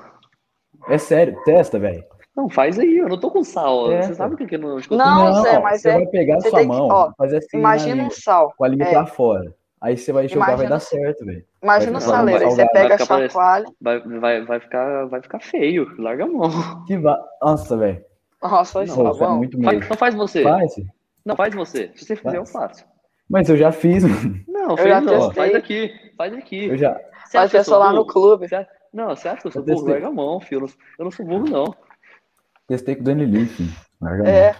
[SPEAKER 3] É sério, testa, velho.
[SPEAKER 2] Não, faz aí, eu não tô com sal.
[SPEAKER 3] É.
[SPEAKER 2] Você sabe o que que eu não. acho que eu tô
[SPEAKER 1] Não,
[SPEAKER 2] com sal.
[SPEAKER 1] Zé, mas
[SPEAKER 3] você
[SPEAKER 1] é-
[SPEAKER 3] vai pegar a
[SPEAKER 1] você
[SPEAKER 3] sua
[SPEAKER 1] tem que-
[SPEAKER 3] mão,
[SPEAKER 1] ó,
[SPEAKER 3] fazer assim na
[SPEAKER 1] Imagina um
[SPEAKER 3] língua,
[SPEAKER 1] sal.
[SPEAKER 3] com a língua
[SPEAKER 1] é.
[SPEAKER 3] pra fora. Aí você vai jogar, vai
[SPEAKER 1] Imagina-
[SPEAKER 3] dar certo, velho.
[SPEAKER 1] Imagina um
[SPEAKER 3] Vai
[SPEAKER 1] saleiro. Aí você
[SPEAKER 3] salgado.
[SPEAKER 2] Vai
[SPEAKER 1] pega a
[SPEAKER 2] ficar parecendo-
[SPEAKER 1] chacoalha.
[SPEAKER 2] Vai, vai, vai, ficar, vai ficar feio, larga a mão.
[SPEAKER 3] Que va... Nossa, velho.
[SPEAKER 1] Nossa,
[SPEAKER 2] Não,
[SPEAKER 1] isso
[SPEAKER 3] Pô,
[SPEAKER 1] tá
[SPEAKER 3] tá
[SPEAKER 1] bom.
[SPEAKER 3] muito
[SPEAKER 2] Faz-
[SPEAKER 3] medo.
[SPEAKER 2] não faz você.
[SPEAKER 3] Faz?
[SPEAKER 2] Não, faz você. Se você fizer, eu faço.
[SPEAKER 3] Mas eu já fiz, mano.
[SPEAKER 2] Não,
[SPEAKER 1] Eu
[SPEAKER 2] fez
[SPEAKER 1] já
[SPEAKER 2] não.
[SPEAKER 1] testei.
[SPEAKER 2] Faz aqui. Faz aqui.
[SPEAKER 3] Eu já.
[SPEAKER 2] Você
[SPEAKER 1] Mas
[SPEAKER 2] acha que eu
[SPEAKER 1] é
[SPEAKER 2] sou
[SPEAKER 1] só lá no
[SPEAKER 2] burro?
[SPEAKER 1] clube.
[SPEAKER 2] Você acha- Não, você acha que eu sou
[SPEAKER 3] Eu
[SPEAKER 2] burro?
[SPEAKER 3] testei.
[SPEAKER 2] Larga a mão, filho. Eu não, eu não sou burro, não.
[SPEAKER 3] Testei com o Dani Lee, filho. Larga a mão.
[SPEAKER 1] É,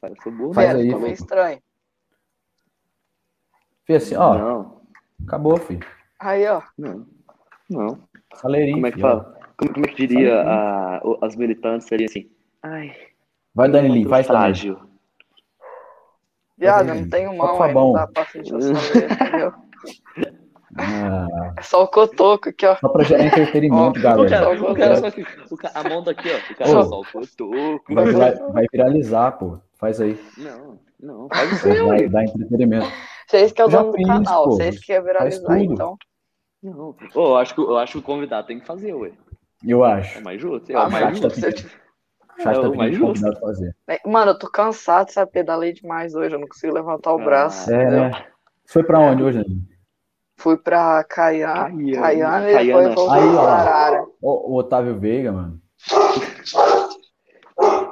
[SPEAKER 2] Cara, Eu sou burro,
[SPEAKER 3] Faz
[SPEAKER 2] não.
[SPEAKER 1] é,
[SPEAKER 3] aí,
[SPEAKER 2] Tá
[SPEAKER 1] foi
[SPEAKER 2] louco?
[SPEAKER 1] estranho.
[SPEAKER 3] Fih, assim, ó.
[SPEAKER 2] Não,
[SPEAKER 3] Acabou, filho.
[SPEAKER 1] Aí, ó.
[SPEAKER 2] não. Não.
[SPEAKER 3] Saleirinho,
[SPEAKER 2] Como é que
[SPEAKER 3] filho, ó.
[SPEAKER 2] fala? Como, como é que diria a, o- as militantes? Seria assim. Ai,
[SPEAKER 3] Vai, Dani Lee,
[SPEAKER 2] muito
[SPEAKER 3] vai, Dani Lee.
[SPEAKER 2] frágil.
[SPEAKER 1] Viado,
[SPEAKER 3] aí,
[SPEAKER 1] eu não tenho
[SPEAKER 3] só
[SPEAKER 1] mão
[SPEAKER 3] com a
[SPEAKER 1] aí, não
[SPEAKER 3] mão.
[SPEAKER 1] dá pra fingir o saleiro, entendeu?
[SPEAKER 3] Ah,
[SPEAKER 1] É só o cotoco aqui, ó.
[SPEAKER 3] só pra gerar entretenimento,
[SPEAKER 1] Ó,
[SPEAKER 2] O
[SPEAKER 3] galera.
[SPEAKER 2] cara,
[SPEAKER 1] Eu
[SPEAKER 2] o cara
[SPEAKER 1] gosto.
[SPEAKER 2] só que. o ca- A mão daqui, ó. O cara
[SPEAKER 3] Ô.
[SPEAKER 2] só o cotoco.
[SPEAKER 3] Vai, virar- vai viralizar, pô. Faz aí.
[SPEAKER 2] Não, não. Faz o seu,
[SPEAKER 3] Vai
[SPEAKER 2] aí.
[SPEAKER 3] dar entretenimento.
[SPEAKER 1] Vocês que é o
[SPEAKER 3] Já
[SPEAKER 1] dono do
[SPEAKER 3] fiz,
[SPEAKER 1] canal,
[SPEAKER 3] pô.
[SPEAKER 1] vocês que querem viralizar,
[SPEAKER 3] tudo.
[SPEAKER 1] então.
[SPEAKER 2] Não. Ô, eu, acho que, eu acho que o convidado tem que fazer, ué.
[SPEAKER 3] Eu
[SPEAKER 2] É
[SPEAKER 3] acho.
[SPEAKER 2] mais justo. É
[SPEAKER 1] Ah,
[SPEAKER 2] o
[SPEAKER 1] mas
[SPEAKER 2] mais
[SPEAKER 3] Chato tá
[SPEAKER 2] justo.
[SPEAKER 1] se eu
[SPEAKER 3] pedindo.
[SPEAKER 1] te-
[SPEAKER 3] Chato
[SPEAKER 2] É
[SPEAKER 3] tá
[SPEAKER 2] o mais justo.
[SPEAKER 3] pedindo convidado pra fazer.
[SPEAKER 1] É, Mano, eu tô cansado, sabe? Pedalei demais hoje, eu não consigo levantar o
[SPEAKER 2] Ah,
[SPEAKER 1] braço.
[SPEAKER 3] É,
[SPEAKER 1] entendeu?
[SPEAKER 3] né? Você foi pra onde hoje, Dani?
[SPEAKER 1] Fui pra Caiana,
[SPEAKER 2] Caiana.
[SPEAKER 1] Caiana e
[SPEAKER 2] Caiana.
[SPEAKER 1] depois voltei
[SPEAKER 3] Aí, ó.
[SPEAKER 1] pra Arara.
[SPEAKER 3] Ó, o Otávio Veiga, mano.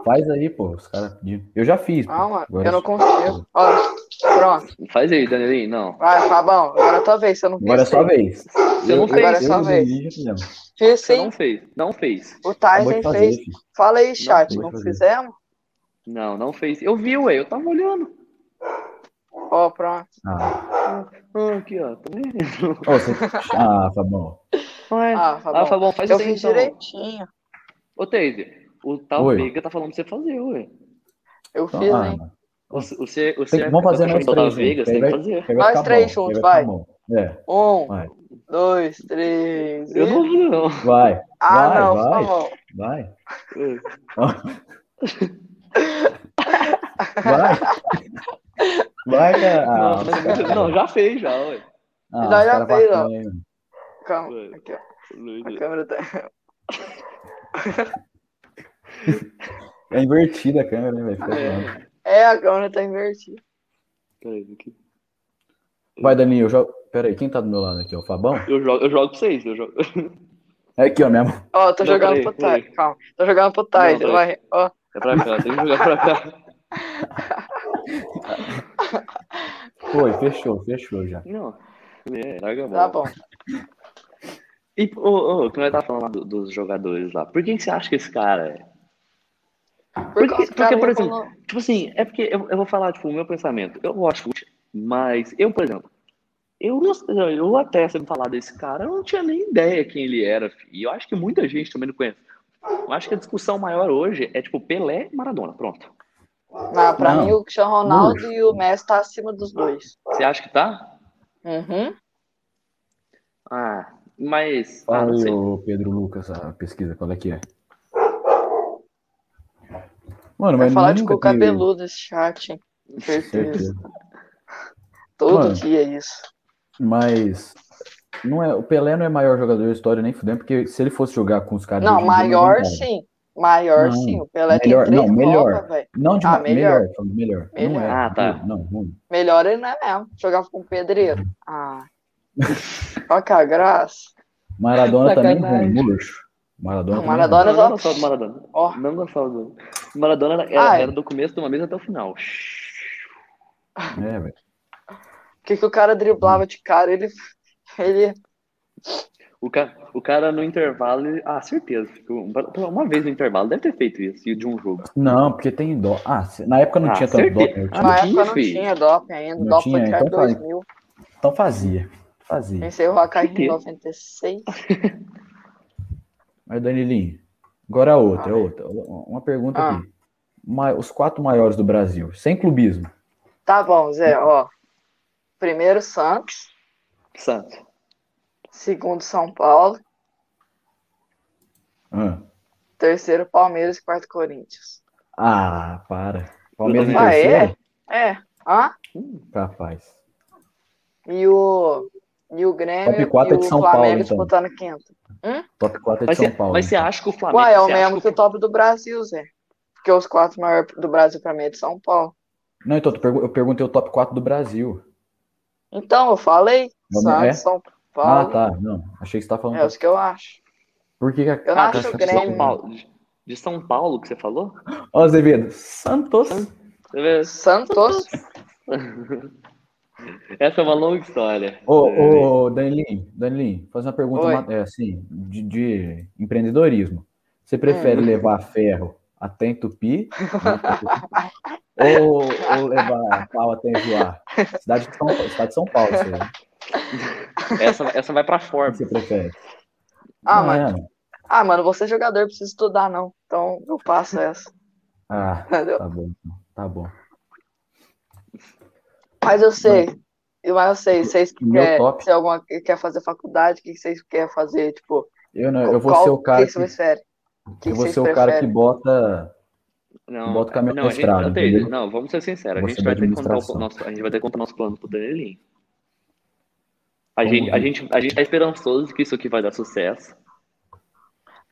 [SPEAKER 3] Faz aí, pô. Os caras pediram. Eu já fiz. pô.
[SPEAKER 1] Não, mano,
[SPEAKER 3] Agora-
[SPEAKER 1] eu não consigo. Ó, pronto.
[SPEAKER 2] Faz aí, Danielinho. Não.
[SPEAKER 1] Vai, Fabão, agora é tua vez, você não
[SPEAKER 3] Agora é
[SPEAKER 1] fez.
[SPEAKER 3] só a vez.
[SPEAKER 2] Você não
[SPEAKER 3] Eu-
[SPEAKER 2] fez.
[SPEAKER 1] Agora é só a
[SPEAKER 3] eu e o
[SPEAKER 1] vez.
[SPEAKER 3] Dani já fizemos.
[SPEAKER 1] Fiz
[SPEAKER 2] Você
[SPEAKER 1] sim,
[SPEAKER 2] não fez. Não fez.
[SPEAKER 1] o
[SPEAKER 3] Acabou
[SPEAKER 1] Tyson
[SPEAKER 3] de fazer,
[SPEAKER 1] fez.
[SPEAKER 3] filho.
[SPEAKER 1] Fala aí, chat,
[SPEAKER 3] acabou de
[SPEAKER 1] não
[SPEAKER 3] fazer.
[SPEAKER 1] fizemos?
[SPEAKER 2] Não, não fez. Eu vi, ué. Eu tava olhando.
[SPEAKER 1] Ó, pronto.
[SPEAKER 3] Ah,
[SPEAKER 2] Ah, aqui, ó. Tá vendo?
[SPEAKER 3] ô, você... ah, tá bom.
[SPEAKER 2] Ué.
[SPEAKER 1] Ah,
[SPEAKER 2] Ah,
[SPEAKER 1] Fabão.
[SPEAKER 2] Fabão, faz
[SPEAKER 1] Eu
[SPEAKER 2] o seguinte,
[SPEAKER 1] fiz
[SPEAKER 2] então.
[SPEAKER 1] direitinho.
[SPEAKER 2] Ô, Teide, o tal
[SPEAKER 3] Oi.
[SPEAKER 2] Veiga tá falando pra você fazer, ué.
[SPEAKER 1] Eu
[SPEAKER 3] Então,
[SPEAKER 1] fiz,
[SPEAKER 3] ah,
[SPEAKER 1] hein?
[SPEAKER 2] O- o- é Você, você
[SPEAKER 3] Tem- vamos fazer nós
[SPEAKER 2] o tal
[SPEAKER 3] três
[SPEAKER 2] Veiga, você
[SPEAKER 3] juntos,
[SPEAKER 2] tem
[SPEAKER 3] vai-
[SPEAKER 2] que fazer.
[SPEAKER 3] Aí vai
[SPEAKER 1] Nós
[SPEAKER 3] ficar
[SPEAKER 1] três
[SPEAKER 3] bom,
[SPEAKER 1] juntos,
[SPEAKER 3] aí ficar
[SPEAKER 1] vai.
[SPEAKER 3] bom. É,
[SPEAKER 1] Um,
[SPEAKER 3] Vai.
[SPEAKER 1] dois, três.
[SPEAKER 2] Eu
[SPEAKER 1] e-
[SPEAKER 2] não vi, não.
[SPEAKER 3] vai,
[SPEAKER 1] Ah,
[SPEAKER 3] vai,
[SPEAKER 1] não,
[SPEAKER 3] vai.
[SPEAKER 1] Fabão.
[SPEAKER 3] vai,
[SPEAKER 2] É.
[SPEAKER 3] vai. Vai, cara. Ah,
[SPEAKER 2] Não,
[SPEAKER 3] os
[SPEAKER 2] mas-
[SPEAKER 3] caras-
[SPEAKER 2] não, já fez, já, ué.
[SPEAKER 3] ah, os
[SPEAKER 1] já
[SPEAKER 3] caras
[SPEAKER 1] fez, ó.
[SPEAKER 3] bacanas, hein, mano.
[SPEAKER 1] Calma,
[SPEAKER 2] Vai.
[SPEAKER 1] aqui, ó. A câmera tá.
[SPEAKER 3] É invertida a câmera, né, velho? Fica zoando.
[SPEAKER 2] É.
[SPEAKER 1] É, a câmera tá invertida.
[SPEAKER 2] Peraí, aqui.
[SPEAKER 3] Vai, Dani, eu jogo. Pera aí, quem tá do meu lado aqui? ó, O Fabão?
[SPEAKER 2] Eu jogo, eu jogo pra vocês. Eu jogo.
[SPEAKER 3] É aqui, ó, minha mão.
[SPEAKER 1] Ó, eu tô
[SPEAKER 2] Não,
[SPEAKER 1] jogando
[SPEAKER 2] peraí,
[SPEAKER 1] pro
[SPEAKER 2] peraí.
[SPEAKER 1] Tyson, calma. Tô jogando pro Tyson,
[SPEAKER 2] peraí.
[SPEAKER 1] vai. Ó,
[SPEAKER 2] É pra cá, tem que jogar pra cá.
[SPEAKER 3] Foi, fechou, fechou já.
[SPEAKER 2] Não. É, larga a
[SPEAKER 1] tá
[SPEAKER 2] bola.
[SPEAKER 1] bom.
[SPEAKER 2] E ô, ô, que nós tá falando lá do- dos jogadores lá. Por que, que você acha que esse cara é?
[SPEAKER 1] Por
[SPEAKER 2] Porque-
[SPEAKER 1] causa que
[SPEAKER 2] porque,
[SPEAKER 1] cara
[SPEAKER 2] por
[SPEAKER 1] me
[SPEAKER 2] exemplo,
[SPEAKER 1] falou-
[SPEAKER 2] Tipo assim, é porque eu, eu vou falar, tipo, o meu pensamento. Eu gosto de futebol, mas eu, por exemplo, eu, não- eu até você me falar desse cara, eu não tinha nem ideia quem ele era. fi. E eu acho que muita gente também não conhece. Eu acho que a discussão maior hoje é tipo Pelé e Maradona, pronto.
[SPEAKER 1] Não, pra
[SPEAKER 3] Não.
[SPEAKER 1] mim o Cristiano Ronaldo e o Messi tá acima dos dois.
[SPEAKER 2] Você acha que tá?
[SPEAKER 1] Uhum.
[SPEAKER 2] Ah, mas. Ah,
[SPEAKER 3] Fala
[SPEAKER 2] não
[SPEAKER 3] aí,
[SPEAKER 2] sei.
[SPEAKER 3] ô Pedro Lucas, a pesquisa, qual é que é? Mano,
[SPEAKER 1] Vai
[SPEAKER 3] mas
[SPEAKER 1] falar de
[SPEAKER 3] nunca
[SPEAKER 1] cu
[SPEAKER 3] teve-
[SPEAKER 1] cabeludo esse chat, hein? Certeza.
[SPEAKER 3] Certeza.
[SPEAKER 1] Todo
[SPEAKER 3] Mano.
[SPEAKER 1] dia é isso.
[SPEAKER 3] Mas não é, o Pelé não é maior jogador da história nem fudendo, porque se ele fosse jogar com os caras.
[SPEAKER 1] Não,
[SPEAKER 3] hoje em dia,
[SPEAKER 1] maior
[SPEAKER 3] tá não,
[SPEAKER 1] sim. Maior
[SPEAKER 3] Não.
[SPEAKER 1] sim. O Pelé
[SPEAKER 3] Melhor-
[SPEAKER 1] tem três
[SPEAKER 3] não, melhor.
[SPEAKER 1] Copas, velho.
[SPEAKER 3] Não, de
[SPEAKER 1] Ah,
[SPEAKER 3] uma,
[SPEAKER 1] melhor.
[SPEAKER 3] melhor. falando melhor. Não é.
[SPEAKER 2] Ah, tá.
[SPEAKER 3] Não, não.
[SPEAKER 1] Melhor ele não é mesmo. Jogava com o pedreiro. Ah. Qual que é a graça?
[SPEAKER 3] Maradona também é
[SPEAKER 2] Sacanagem.
[SPEAKER 3] ruim, murcho. Maradona
[SPEAKER 1] Não, Ah,
[SPEAKER 3] também é
[SPEAKER 1] Maradona- Olha
[SPEAKER 2] Não,
[SPEAKER 1] só.
[SPEAKER 2] eu não gostava do Maradona.
[SPEAKER 1] Ó.
[SPEAKER 2] Não gostava do. Maradona era, era-
[SPEAKER 1] Ah, é.
[SPEAKER 2] era do começo de uma mesa até o final.
[SPEAKER 3] ruim. É, velho.
[SPEAKER 1] O que, que o cara driblava de cara? Ele. Ele.
[SPEAKER 2] O, ca... o cara no intervalo. ele- Ah, certeza. ficou- Uma uma vez no intervalo deve ter feito isso de um jogo.
[SPEAKER 3] Não, porque tem dó. Ah, se- na época não
[SPEAKER 2] Ah,
[SPEAKER 3] tinha tanto
[SPEAKER 2] certeza.
[SPEAKER 3] dó. né? Eu
[SPEAKER 2] Ah,
[SPEAKER 1] Na
[SPEAKER 3] tinha-
[SPEAKER 2] não
[SPEAKER 1] época
[SPEAKER 2] tinha,
[SPEAKER 1] não
[SPEAKER 2] filho.
[SPEAKER 1] tinha DOP ainda.
[SPEAKER 3] Não
[SPEAKER 1] DOP
[SPEAKER 3] tinha,
[SPEAKER 1] foi criado em
[SPEAKER 3] então faz.
[SPEAKER 1] 2000.
[SPEAKER 3] Então fazia. Fazia.
[SPEAKER 1] Encerrou a carreira em
[SPEAKER 2] Certeza.
[SPEAKER 1] 96.
[SPEAKER 3] Mas, Danilinho, agora a outra, a outra. Uma pergunta
[SPEAKER 1] Ah.
[SPEAKER 3] aqui. Ma- Os quatro maiores do Brasil, sem clubismo.
[SPEAKER 1] Tá bom, Zé, ó. Primeiro Santos,
[SPEAKER 3] É
[SPEAKER 2] Santos.
[SPEAKER 1] segundo São Paulo,
[SPEAKER 3] Ah,
[SPEAKER 1] terceiro Palmeiras e quarto Corinthians.
[SPEAKER 3] ah para. Palmeiras em
[SPEAKER 2] Ah,
[SPEAKER 1] é?
[SPEAKER 3] terceiro?
[SPEAKER 1] É. Hã?
[SPEAKER 3] Capaz.
[SPEAKER 1] E o E o Grêmio
[SPEAKER 3] Top quatro
[SPEAKER 1] e
[SPEAKER 3] é
[SPEAKER 1] o
[SPEAKER 3] de São Paulo,
[SPEAKER 1] Flamengo
[SPEAKER 3] então.
[SPEAKER 1] disputando quinto.
[SPEAKER 3] Top 4 é de
[SPEAKER 2] Mas,
[SPEAKER 3] São
[SPEAKER 2] você,
[SPEAKER 3] Paulo.
[SPEAKER 2] mas você
[SPEAKER 3] então.
[SPEAKER 2] acha que o Flamengo.
[SPEAKER 1] Uai, é o
[SPEAKER 2] você acha
[SPEAKER 1] mesmo que
[SPEAKER 2] que
[SPEAKER 1] o top do Brasil, Zé. Porque os quatro maiores do Brasil pra mim é de São Paulo.
[SPEAKER 3] Não, então, tu pergu- eu perguntei o top 4 do Brasil.
[SPEAKER 1] Então, eu falei,
[SPEAKER 3] Não,
[SPEAKER 1] Santos,
[SPEAKER 3] é?
[SPEAKER 1] São
[SPEAKER 3] Ah,
[SPEAKER 1] Paulo.
[SPEAKER 3] tá. Não, achei que você tá falando.
[SPEAKER 1] É os que eu acho.
[SPEAKER 3] Por que que a-
[SPEAKER 1] Eu não
[SPEAKER 3] Ah,
[SPEAKER 1] acho
[SPEAKER 3] tá,
[SPEAKER 1] é o
[SPEAKER 3] tá,
[SPEAKER 2] de São
[SPEAKER 1] Grêmio.
[SPEAKER 2] Paulo. De São Paulo que você falou?
[SPEAKER 3] Ó, Azevedo. Santos.
[SPEAKER 2] Você vê?
[SPEAKER 1] Santos,
[SPEAKER 2] Essa é uma longa história.
[SPEAKER 3] Ô, ô, Danilin, Danilin, fazer uma pergunta
[SPEAKER 1] Oi.
[SPEAKER 3] ma- é, assim, de, de empreendedorismo. Você prefere
[SPEAKER 1] É.
[SPEAKER 3] levar ferro até entupir ou, ou levar pau até enjoar? Cidade de São, cidade de São Paulo, você,
[SPEAKER 2] Essa, essa vai pra Forbes.
[SPEAKER 3] você prefere.
[SPEAKER 1] Ah,
[SPEAKER 3] Não,
[SPEAKER 1] mano.
[SPEAKER 3] é.
[SPEAKER 1] Ah, mano, você é jogador, eu preciso estudar, não. Então eu passo essa.
[SPEAKER 3] Ah,
[SPEAKER 1] Entendeu?
[SPEAKER 3] tá bom, então, tá bom.
[SPEAKER 1] Mas eu sei. Mas eu sei, vocês que
[SPEAKER 3] Meu
[SPEAKER 1] quer,
[SPEAKER 3] top.
[SPEAKER 1] se alguma que quer fazer faculdade, o que vocês querem fazer? Tipo,
[SPEAKER 3] Eu, não- eu vou
[SPEAKER 1] qual-
[SPEAKER 3] ser o cara
[SPEAKER 1] que,
[SPEAKER 3] que,
[SPEAKER 1] vocês preferem? O que
[SPEAKER 3] eu vou
[SPEAKER 1] vocês
[SPEAKER 3] ser o cara que
[SPEAKER 1] preferem? bota
[SPEAKER 3] bota.
[SPEAKER 2] Não,
[SPEAKER 3] Bota o caminhão
[SPEAKER 2] não, a gente-
[SPEAKER 3] mostrado,
[SPEAKER 2] Alteir,
[SPEAKER 3] entendeu?
[SPEAKER 2] não, vamos ser sinceros. A
[SPEAKER 3] Vou
[SPEAKER 2] gente,
[SPEAKER 3] saber
[SPEAKER 2] vai ter que contar o
[SPEAKER 3] administração.
[SPEAKER 2] nosso, a gente vai ter que contar o nosso plano pro Danilin. A
[SPEAKER 3] Vamos
[SPEAKER 2] gente, a,
[SPEAKER 3] ver.
[SPEAKER 2] gente, a gente tá esperançoso que isso aqui vai dar sucesso.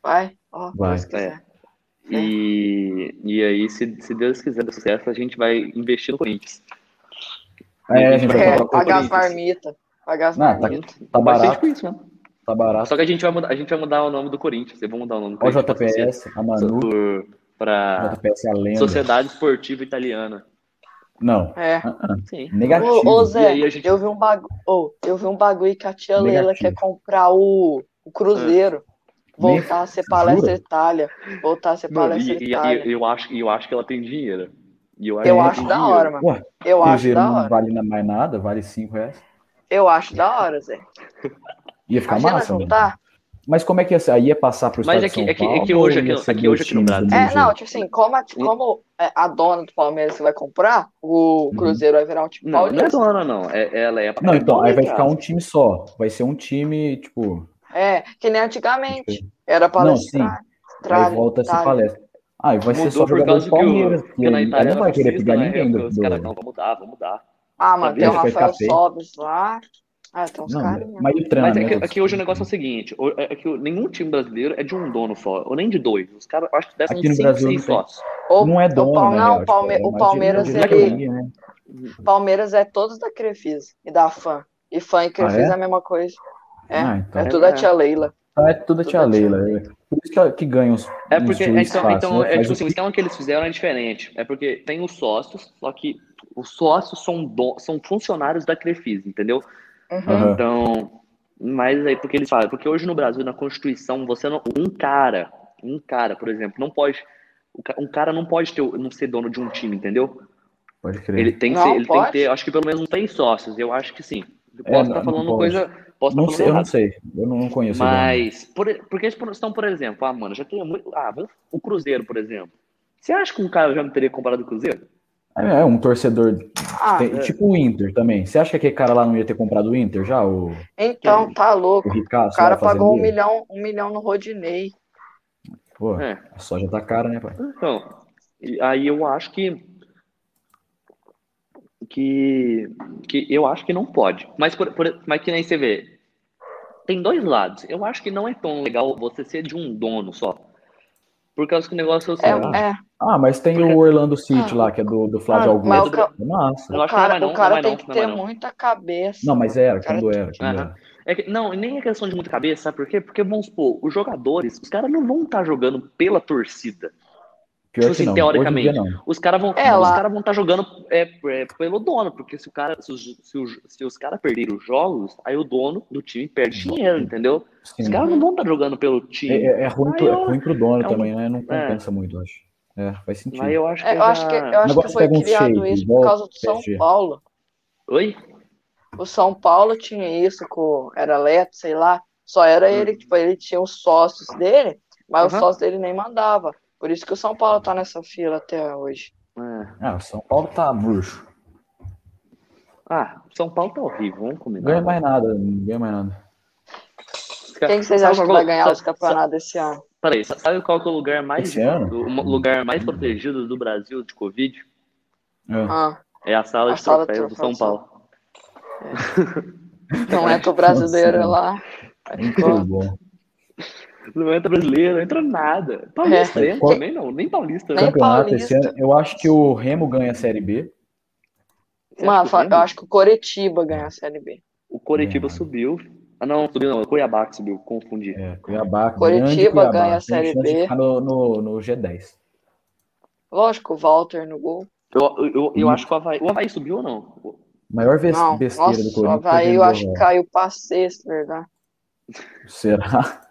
[SPEAKER 1] Vai, ó,
[SPEAKER 3] Vai.
[SPEAKER 1] Deus
[SPEAKER 2] É,
[SPEAKER 1] quiser.
[SPEAKER 3] É.
[SPEAKER 2] E, e aí, se, se Deus quiser dar sucesso, a gente vai investir no Corinthians.
[SPEAKER 3] É, a gente
[SPEAKER 2] É,
[SPEAKER 3] vai
[SPEAKER 1] Quer
[SPEAKER 3] comprar
[SPEAKER 2] a
[SPEAKER 1] pagar as
[SPEAKER 2] Corinthians.
[SPEAKER 1] marmitas. Pagar as
[SPEAKER 3] Não, tá-
[SPEAKER 1] marmitas.
[SPEAKER 3] tá
[SPEAKER 2] Vai ser
[SPEAKER 3] barato.
[SPEAKER 2] tipo isso mesmo.
[SPEAKER 3] tá barato.
[SPEAKER 2] Só que a gente, vai mudar, a gente vai mudar o nome do Corinthians. Eu vou mudar o nome do
[SPEAKER 3] Olha o
[SPEAKER 2] Corinthians. pra Sociedade-
[SPEAKER 3] JPS, a Manu,
[SPEAKER 2] Pra
[SPEAKER 3] JPS é a lenda.
[SPEAKER 2] Sociedade Esportiva Italiana.
[SPEAKER 3] Não,
[SPEAKER 1] É.
[SPEAKER 3] ah.
[SPEAKER 2] Sim.
[SPEAKER 3] negativo.
[SPEAKER 1] Ô, ô,
[SPEAKER 2] E
[SPEAKER 1] Zé,
[SPEAKER 2] aí a gente-
[SPEAKER 1] eu vi um bagulho. eu vi um bagulho que a tia Leila
[SPEAKER 3] Negativo.
[SPEAKER 1] quer comprar o, o Cruzeiro. Voltar a ser palestra
[SPEAKER 3] É. Jura?
[SPEAKER 1] Itália. Voltar a ser
[SPEAKER 2] Mano,
[SPEAKER 1] palestra
[SPEAKER 2] e, e-
[SPEAKER 1] Itália.
[SPEAKER 2] e eu acho, e eu acho que ela tem dinheiro. E eu acho,
[SPEAKER 1] eu
[SPEAKER 2] que ela
[SPEAKER 1] acho
[SPEAKER 2] tem
[SPEAKER 1] da
[SPEAKER 2] dinheiro.
[SPEAKER 1] hora, mano.
[SPEAKER 3] Ué,
[SPEAKER 1] Eu acho
[SPEAKER 3] Cruzeiro
[SPEAKER 1] da
[SPEAKER 3] não
[SPEAKER 1] hora.
[SPEAKER 3] vale na- mais nada, vale 5 reais.
[SPEAKER 1] Eu acho da hora, Zé.
[SPEAKER 3] Ia ficar
[SPEAKER 1] Imagina
[SPEAKER 3] massa, mano.
[SPEAKER 1] juntar.
[SPEAKER 3] Mas como é que ia ser? Aí ia passar pro
[SPEAKER 2] Mas
[SPEAKER 3] estado
[SPEAKER 2] é que-
[SPEAKER 3] de São
[SPEAKER 2] é que- é
[SPEAKER 3] Paulo
[SPEAKER 2] que hoje
[SPEAKER 3] ou ia
[SPEAKER 2] aqui-
[SPEAKER 3] ser
[SPEAKER 2] aqui
[SPEAKER 3] dois
[SPEAKER 2] hoje aqui no
[SPEAKER 3] times
[SPEAKER 2] Brasil-
[SPEAKER 3] do
[SPEAKER 1] É,
[SPEAKER 3] mesmo
[SPEAKER 1] não,
[SPEAKER 3] jeito?
[SPEAKER 1] tipo assim, como a, como é, a dona do Palmeiras que vai comprar,
[SPEAKER 3] Uhum.
[SPEAKER 1] o Cruzeiro vai virar um time
[SPEAKER 2] Não, não é
[SPEAKER 1] paulista.
[SPEAKER 2] dona, não. É, ela é.
[SPEAKER 3] Não,
[SPEAKER 2] é
[SPEAKER 3] então,
[SPEAKER 2] dona
[SPEAKER 3] aí
[SPEAKER 2] de
[SPEAKER 3] vai
[SPEAKER 2] casa.
[SPEAKER 3] ficar um time só. Vai ser um time, tipo,
[SPEAKER 1] É, que nem antigamente. Era palestra.
[SPEAKER 3] Não, aí volta essa
[SPEAKER 1] Itália.
[SPEAKER 3] palestra. Ah, e vai ser
[SPEAKER 2] Mudou
[SPEAKER 3] só
[SPEAKER 2] por
[SPEAKER 3] jogador
[SPEAKER 2] causa
[SPEAKER 3] do
[SPEAKER 2] que,
[SPEAKER 3] Palmeiras,
[SPEAKER 2] o, que
[SPEAKER 3] porque
[SPEAKER 2] na
[SPEAKER 3] aí
[SPEAKER 2] Itália
[SPEAKER 3] não vai querer pegar
[SPEAKER 2] na
[SPEAKER 3] ninguém né?
[SPEAKER 2] época,
[SPEAKER 3] do...
[SPEAKER 2] os caras,
[SPEAKER 3] do-
[SPEAKER 2] não, vamos mudar, vamos mudar.
[SPEAKER 1] Ah, mano, tem o
[SPEAKER 3] Sabia? Vai ficar
[SPEAKER 1] Rafael
[SPEAKER 3] feio.
[SPEAKER 1] Sobes lá. Ah, tem uns
[SPEAKER 3] Não, assim.
[SPEAKER 1] carinhos.
[SPEAKER 3] mas e o
[SPEAKER 2] Mas
[SPEAKER 3] treinamento?
[SPEAKER 2] é que,
[SPEAKER 3] dos
[SPEAKER 2] é que hoje o
[SPEAKER 3] times?
[SPEAKER 2] negócio é o seguinte: o- é que o- nenhum time brasileiro é de um dono só, ou nem de dois. Os caras, eu acho que devem
[SPEAKER 3] Aqui no
[SPEAKER 2] cinco,
[SPEAKER 3] Brasil
[SPEAKER 2] seis
[SPEAKER 3] não tem.
[SPEAKER 2] sócios.
[SPEAKER 1] Ou-
[SPEAKER 3] Não é
[SPEAKER 1] ou
[SPEAKER 3] dono,
[SPEAKER 1] Pal-
[SPEAKER 3] né?
[SPEAKER 1] não,
[SPEAKER 3] eu acho que
[SPEAKER 1] Palme-
[SPEAKER 3] é
[SPEAKER 1] o
[SPEAKER 3] mais
[SPEAKER 1] Palmeiras,
[SPEAKER 3] diretoria,
[SPEAKER 1] ele,
[SPEAKER 3] né?
[SPEAKER 1] Palmeiras é todos da Crefisa e da FAM. E FAM e Crefisa
[SPEAKER 3] Ah, é?
[SPEAKER 1] é a mesma coisa. É,
[SPEAKER 3] Ah, então.
[SPEAKER 1] é tudo a
[SPEAKER 2] É.
[SPEAKER 1] tia Leila.
[SPEAKER 3] Então é tudo a tia
[SPEAKER 1] Tudo a tia
[SPEAKER 3] Leila. é. Por isso que, ela- que ganha os.
[SPEAKER 2] É porque,
[SPEAKER 3] os
[SPEAKER 2] é,
[SPEAKER 3] juízes
[SPEAKER 2] então,
[SPEAKER 3] fácil,
[SPEAKER 2] então
[SPEAKER 3] né?
[SPEAKER 2] é
[SPEAKER 3] Faz
[SPEAKER 2] tipo assim,
[SPEAKER 3] o
[SPEAKER 2] o
[SPEAKER 3] que-
[SPEAKER 2] esquema que eles fizeram é diferente. É porque tem os sócios, só que os sócios são, do- são funcionários da Crefisa, entendeu?
[SPEAKER 1] Uhum.
[SPEAKER 3] Aham.
[SPEAKER 2] Então, mas aí porque eles falam, porque hoje no Brasil, na Constituição, você não. Um cara, um cara, por exemplo, não pode. o ca- Um cara não pode ter, o- não ser dono de um time, entendeu?
[SPEAKER 3] Pode crer.
[SPEAKER 2] Ele tem que,
[SPEAKER 1] Não,
[SPEAKER 2] ser- ele tem
[SPEAKER 1] pode.
[SPEAKER 2] que ter, acho que pelo menos uns três sócios. Eu acho que sim. Eu
[SPEAKER 3] É,
[SPEAKER 2] posso
[SPEAKER 3] não,
[SPEAKER 2] estar
[SPEAKER 3] não
[SPEAKER 2] falando
[SPEAKER 3] pode.
[SPEAKER 2] coisa. Posso
[SPEAKER 3] Não
[SPEAKER 2] estar falando
[SPEAKER 3] sei, eu não
[SPEAKER 2] errado.
[SPEAKER 3] sei. Eu não, não conheço. ele,
[SPEAKER 2] Mas, por, porque estão, por exemplo, ah, mano, já tem muito. Ah, vamos- o Cruzeiro, por exemplo. Você acha que um cara já não teria comprado o Cruzeiro?
[SPEAKER 3] não. É, é um torcedor.
[SPEAKER 1] Ah,
[SPEAKER 3] tem-
[SPEAKER 2] é.
[SPEAKER 3] Tipo o Inter também. Você acha que aquele cara lá não ia ter comprado o Inter já? O,
[SPEAKER 1] então, tá louco.
[SPEAKER 3] o
[SPEAKER 2] Ah,
[SPEAKER 1] O
[SPEAKER 3] Ricasso?
[SPEAKER 1] cara
[SPEAKER 3] lá, fazendeiro?
[SPEAKER 1] pagou um milhão, um milhão no Rodinei.
[SPEAKER 3] Pô,
[SPEAKER 2] É.
[SPEAKER 3] a soja tá cara, né, pai?
[SPEAKER 2] Então, e aí eu acho que. Que, que eu acho que não pode. Mas, por, por- mas que nem você vê. Tem dois lados. Eu acho que não é tão legal você ser de um dono só. Por causa que o negócio é o
[SPEAKER 1] É,
[SPEAKER 2] seguinte.
[SPEAKER 1] é.
[SPEAKER 3] Ah, mas tem
[SPEAKER 2] Porque-
[SPEAKER 3] o Orlando City
[SPEAKER 1] Ah.
[SPEAKER 3] lá, que é do, do Flávio
[SPEAKER 1] Ah, mas
[SPEAKER 3] Augusto.
[SPEAKER 1] o ca-
[SPEAKER 3] É massa.
[SPEAKER 2] Eu
[SPEAKER 1] O
[SPEAKER 2] acho que não
[SPEAKER 1] cara,
[SPEAKER 2] vai não,
[SPEAKER 1] o
[SPEAKER 2] não
[SPEAKER 1] cara
[SPEAKER 2] vai
[SPEAKER 1] tem
[SPEAKER 2] não,
[SPEAKER 1] que
[SPEAKER 2] não
[SPEAKER 1] ter
[SPEAKER 2] vai não.
[SPEAKER 1] muita cabeça.
[SPEAKER 3] Não, mas era,
[SPEAKER 1] Cara,
[SPEAKER 3] quando era. quando
[SPEAKER 2] Aham.
[SPEAKER 3] era.
[SPEAKER 2] É que- não, nem é questão de muita cabeça, sabe por quê? Porque, vamos supor, os jogadores, os caras não vão estar jogando pela torcida.
[SPEAKER 3] Pior
[SPEAKER 2] Tipo
[SPEAKER 3] que
[SPEAKER 2] assim,
[SPEAKER 3] não. Hoje em
[SPEAKER 2] teoricamente.
[SPEAKER 3] dia não.
[SPEAKER 2] Os caras vão
[SPEAKER 1] É,
[SPEAKER 2] os
[SPEAKER 1] lá-
[SPEAKER 2] cara vão estar jogando é, é, pelo dono, porque se, o cara, se, os, se os- se os caras perderem os jogos, aí o dono do time perde dinheiro, entendeu?
[SPEAKER 3] Sim.
[SPEAKER 2] Os caras não vão estar jogando pelo
[SPEAKER 3] É,
[SPEAKER 2] time.
[SPEAKER 3] é- é ruim,
[SPEAKER 2] Aí
[SPEAKER 3] pro, é
[SPEAKER 2] eu-
[SPEAKER 3] ruim pro dono
[SPEAKER 2] é um-
[SPEAKER 3] também, né? Não compensa muito, eu acho. É, faz sentido.
[SPEAKER 2] Mas eu acho que.
[SPEAKER 1] É, eu acho que,
[SPEAKER 2] já-
[SPEAKER 1] eu acho
[SPEAKER 3] Agora
[SPEAKER 1] que
[SPEAKER 3] você
[SPEAKER 1] foi
[SPEAKER 3] pega um
[SPEAKER 1] criado
[SPEAKER 3] shake,
[SPEAKER 1] isso por
[SPEAKER 3] igual
[SPEAKER 1] causa do São
[SPEAKER 3] PSG.
[SPEAKER 1] Paulo.
[SPEAKER 2] Oi?
[SPEAKER 1] O São Paulo tinha isso com era Leto, sei lá. Só era ele, tipo, ele tinha os sócios dele, mas os
[SPEAKER 2] Uhum.
[SPEAKER 1] sócios dele nem mandava. Por isso que o São Paulo tá nessa fila até hoje.
[SPEAKER 2] É.
[SPEAKER 3] Ah, o São Paulo tá murcho.
[SPEAKER 2] Ah, São Paulo tá horrível, vamos
[SPEAKER 3] Não
[SPEAKER 2] combinar.
[SPEAKER 3] ganha mais nada, não ganha mais nada.
[SPEAKER 1] Quem que vocês
[SPEAKER 2] Tá. Sabe
[SPEAKER 1] acham que
[SPEAKER 2] qual-
[SPEAKER 1] vai ganhar
[SPEAKER 2] sabe-
[SPEAKER 1] os campeonatos esse ano?
[SPEAKER 2] Peraí, sa- sabe qual que é o lugar mais,
[SPEAKER 3] Esse ano?
[SPEAKER 2] o mo- lugar mais protegido do Brasil de Covid?
[SPEAKER 3] É.
[SPEAKER 1] Ah,
[SPEAKER 2] É a sala
[SPEAKER 1] A
[SPEAKER 2] de
[SPEAKER 1] sala de
[SPEAKER 2] troféus do
[SPEAKER 1] troféus,
[SPEAKER 2] São Paulo.
[SPEAKER 1] Não entra então é o brasileiro
[SPEAKER 3] Nossa,
[SPEAKER 1] lá.
[SPEAKER 2] Ah.
[SPEAKER 3] Muito é bom.
[SPEAKER 2] Não entra brasileiro, não entra nada. Paulista
[SPEAKER 3] É.
[SPEAKER 2] entra também não, nem paulista.
[SPEAKER 1] Nem
[SPEAKER 2] né?
[SPEAKER 3] Campeonato
[SPEAKER 1] Paulista.
[SPEAKER 3] esse ano, eu acho que o Remo ganha a Série B.
[SPEAKER 2] Você
[SPEAKER 1] Mano,
[SPEAKER 2] acha que o Grêmio-
[SPEAKER 1] eu acho que o Coretiba ganha a Série B.
[SPEAKER 2] O Coritiba
[SPEAKER 3] É.
[SPEAKER 2] subiu. Ah, não, subiu não. O Cuiabá que subiu, confundi.
[SPEAKER 3] É, Cuiabá,
[SPEAKER 1] Coritiba
[SPEAKER 3] grande Cuiabá.
[SPEAKER 1] ganha a
[SPEAKER 3] Tem
[SPEAKER 1] Série
[SPEAKER 3] chance de
[SPEAKER 1] B.
[SPEAKER 3] ficar no, no, no G10.
[SPEAKER 1] Lógico, o Walter no gol.
[SPEAKER 2] Eu, eu, eu, eu
[SPEAKER 3] Hum.
[SPEAKER 2] acho que o Havaí, o Havaí subiu ou não?
[SPEAKER 3] Maior ves-
[SPEAKER 1] Não,
[SPEAKER 3] besteira
[SPEAKER 1] nossa,
[SPEAKER 3] do
[SPEAKER 1] o
[SPEAKER 3] Corinthians.
[SPEAKER 1] Havaí eu
[SPEAKER 3] vendeu,
[SPEAKER 1] acho que caiu pra sexto, verdade.
[SPEAKER 3] velho. Será?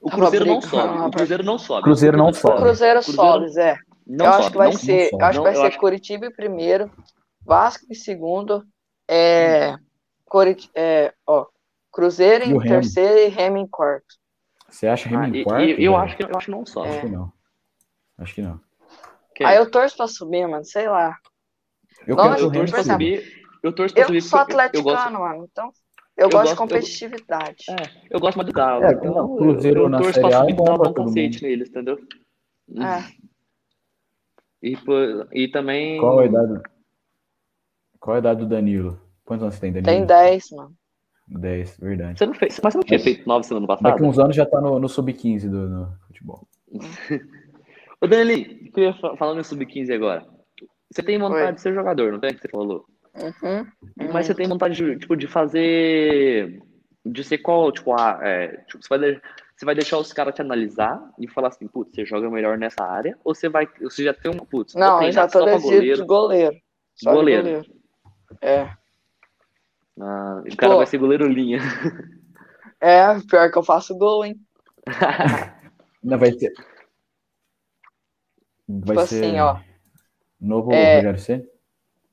[SPEAKER 2] O
[SPEAKER 1] Tava
[SPEAKER 2] Cruzeiro não
[SPEAKER 1] brigando,
[SPEAKER 2] sobe. O Cruzeiro não sobe.
[SPEAKER 3] Cruzeiro não
[SPEAKER 1] O
[SPEAKER 3] sobe.
[SPEAKER 1] Cruzeiro,
[SPEAKER 2] Cruzeiro-
[SPEAKER 1] sobe, Zé.
[SPEAKER 2] Não
[SPEAKER 1] eu
[SPEAKER 2] sobe,
[SPEAKER 1] acho que vai
[SPEAKER 2] não-
[SPEAKER 1] ser,
[SPEAKER 3] sobe.
[SPEAKER 1] eu acho que
[SPEAKER 2] Não,
[SPEAKER 1] vai
[SPEAKER 2] eu
[SPEAKER 1] ser
[SPEAKER 2] acho-
[SPEAKER 1] Curitiba em primeiro, Vasco em segundo, é, Corit, é, ó, Cruzeiro
[SPEAKER 3] E o
[SPEAKER 1] em
[SPEAKER 3] Remo?
[SPEAKER 1] terceiro e Remo em quarto.
[SPEAKER 3] Você acha Remo
[SPEAKER 2] Ah,
[SPEAKER 3] em
[SPEAKER 2] e-
[SPEAKER 3] quarto?
[SPEAKER 2] e- eu,
[SPEAKER 3] velho?
[SPEAKER 2] acho que, eu acho que não sobe.
[SPEAKER 1] É.
[SPEAKER 3] Acho que não. Acho que não.
[SPEAKER 2] Que- é.
[SPEAKER 1] Aí eu torço pra subir, mano, sei lá.
[SPEAKER 3] Eu
[SPEAKER 1] Nossa,
[SPEAKER 3] quero que o
[SPEAKER 2] eu
[SPEAKER 3] Remo
[SPEAKER 2] torço pra
[SPEAKER 1] exemplo.
[SPEAKER 3] suba.
[SPEAKER 2] subir. Eu torço pra
[SPEAKER 1] Eu
[SPEAKER 2] subir.
[SPEAKER 1] sou
[SPEAKER 2] porque eu- eu
[SPEAKER 1] atleticano,
[SPEAKER 2] gosto-
[SPEAKER 1] mano, então eu,
[SPEAKER 2] Eu
[SPEAKER 1] gosto de
[SPEAKER 2] gosto- É. eu-
[SPEAKER 1] competitividade.
[SPEAKER 2] Eu gosto mais do Galo.
[SPEAKER 3] É,
[SPEAKER 2] então,
[SPEAKER 3] não,
[SPEAKER 2] eu-
[SPEAKER 3] Cruzeiro
[SPEAKER 2] eu
[SPEAKER 3] na
[SPEAKER 2] torço
[SPEAKER 3] Série
[SPEAKER 2] pra
[SPEAKER 3] A
[SPEAKER 2] subir
[SPEAKER 3] é
[SPEAKER 2] e
[SPEAKER 3] bom
[SPEAKER 2] dar
[SPEAKER 3] pra
[SPEAKER 2] um
[SPEAKER 3] todo
[SPEAKER 2] cacete neles, entendeu? Uhum.
[SPEAKER 1] É.
[SPEAKER 2] E, pô, e também.
[SPEAKER 3] Qual é? a idade? Qual a idade do Danilo? Quantos anos você tem,
[SPEAKER 1] Tem
[SPEAKER 3] Danilo?
[SPEAKER 1] 10, mano.
[SPEAKER 3] 10, verdade.
[SPEAKER 2] Você não fez, mas você não tinha feito nove semanas
[SPEAKER 3] Daqui
[SPEAKER 2] passada?
[SPEAKER 3] uns anos já tá no, no sub-15 do no futebol.
[SPEAKER 2] Ô, Danieli, eu queria fa- falando em sub-15 agora. Você tem vontade
[SPEAKER 1] Oi.
[SPEAKER 2] de ser jogador, não tem? Que você falou.
[SPEAKER 1] Uhum.
[SPEAKER 2] Mas você tem vontade de, tipo, de fazer. De ser qual, tipo, a, é, tipo, você, vai, de- você vai deixar os caras te analisar e falar assim, putz, você joga melhor nessa área, ou você vai. Você já tem um putz, vou
[SPEAKER 1] Não, eu
[SPEAKER 2] treinar
[SPEAKER 1] já tô
[SPEAKER 2] só pra
[SPEAKER 1] decidido de
[SPEAKER 2] goleiro.
[SPEAKER 1] goleiro. Só de
[SPEAKER 2] Goleiro.
[SPEAKER 1] goleiro. É.
[SPEAKER 2] Ah, o cara
[SPEAKER 1] Pô.
[SPEAKER 2] vai ser goleiro linha.
[SPEAKER 1] É, pior que eu faço gol, hein?
[SPEAKER 3] Não, vai ser. Vai
[SPEAKER 1] Tipo
[SPEAKER 3] ser
[SPEAKER 1] assim, ó.
[SPEAKER 3] novo
[SPEAKER 1] É.
[SPEAKER 3] Rogério Ceni?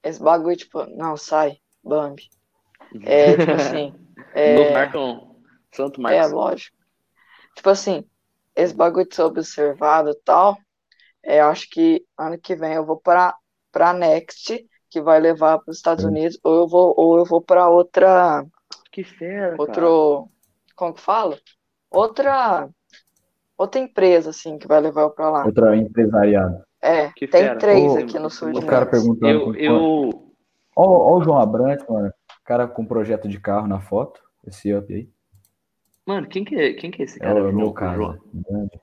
[SPEAKER 1] Esse bagulho, tipo, não, sai, Bambi. É, tipo assim. é,
[SPEAKER 2] Novo Marcão. Santo
[SPEAKER 1] É,
[SPEAKER 2] Marcos.
[SPEAKER 1] lógico. Tipo assim, esse bagulho de ser observado e tal, é, eu acho que ano que vem eu vou pra, pra Next, que vai levar pros Estados
[SPEAKER 3] Hum.
[SPEAKER 1] Unidos, ou eu vou, ou eu vou pra outra.
[SPEAKER 2] que fera. cara.
[SPEAKER 1] Outro. Como que fala? Outra. Outra empresa, assim, que vai levar eu pra lá.
[SPEAKER 3] Outra empresariada.
[SPEAKER 1] É,
[SPEAKER 2] Que
[SPEAKER 1] tem
[SPEAKER 2] fera.
[SPEAKER 1] três
[SPEAKER 3] Ô,
[SPEAKER 1] aqui no sul de
[SPEAKER 3] O cara
[SPEAKER 1] Minas.
[SPEAKER 2] é. Eu,
[SPEAKER 3] perguntando.
[SPEAKER 2] eu,
[SPEAKER 3] Ó, ó o João Abrantes, mano. O cara com projeto de carro na foto. Esse up aí.
[SPEAKER 2] Mano, quem que é, quem que é esse
[SPEAKER 3] É
[SPEAKER 2] cara?
[SPEAKER 3] o meu
[SPEAKER 2] João-
[SPEAKER 3] caso.
[SPEAKER 2] João-
[SPEAKER 3] Grande.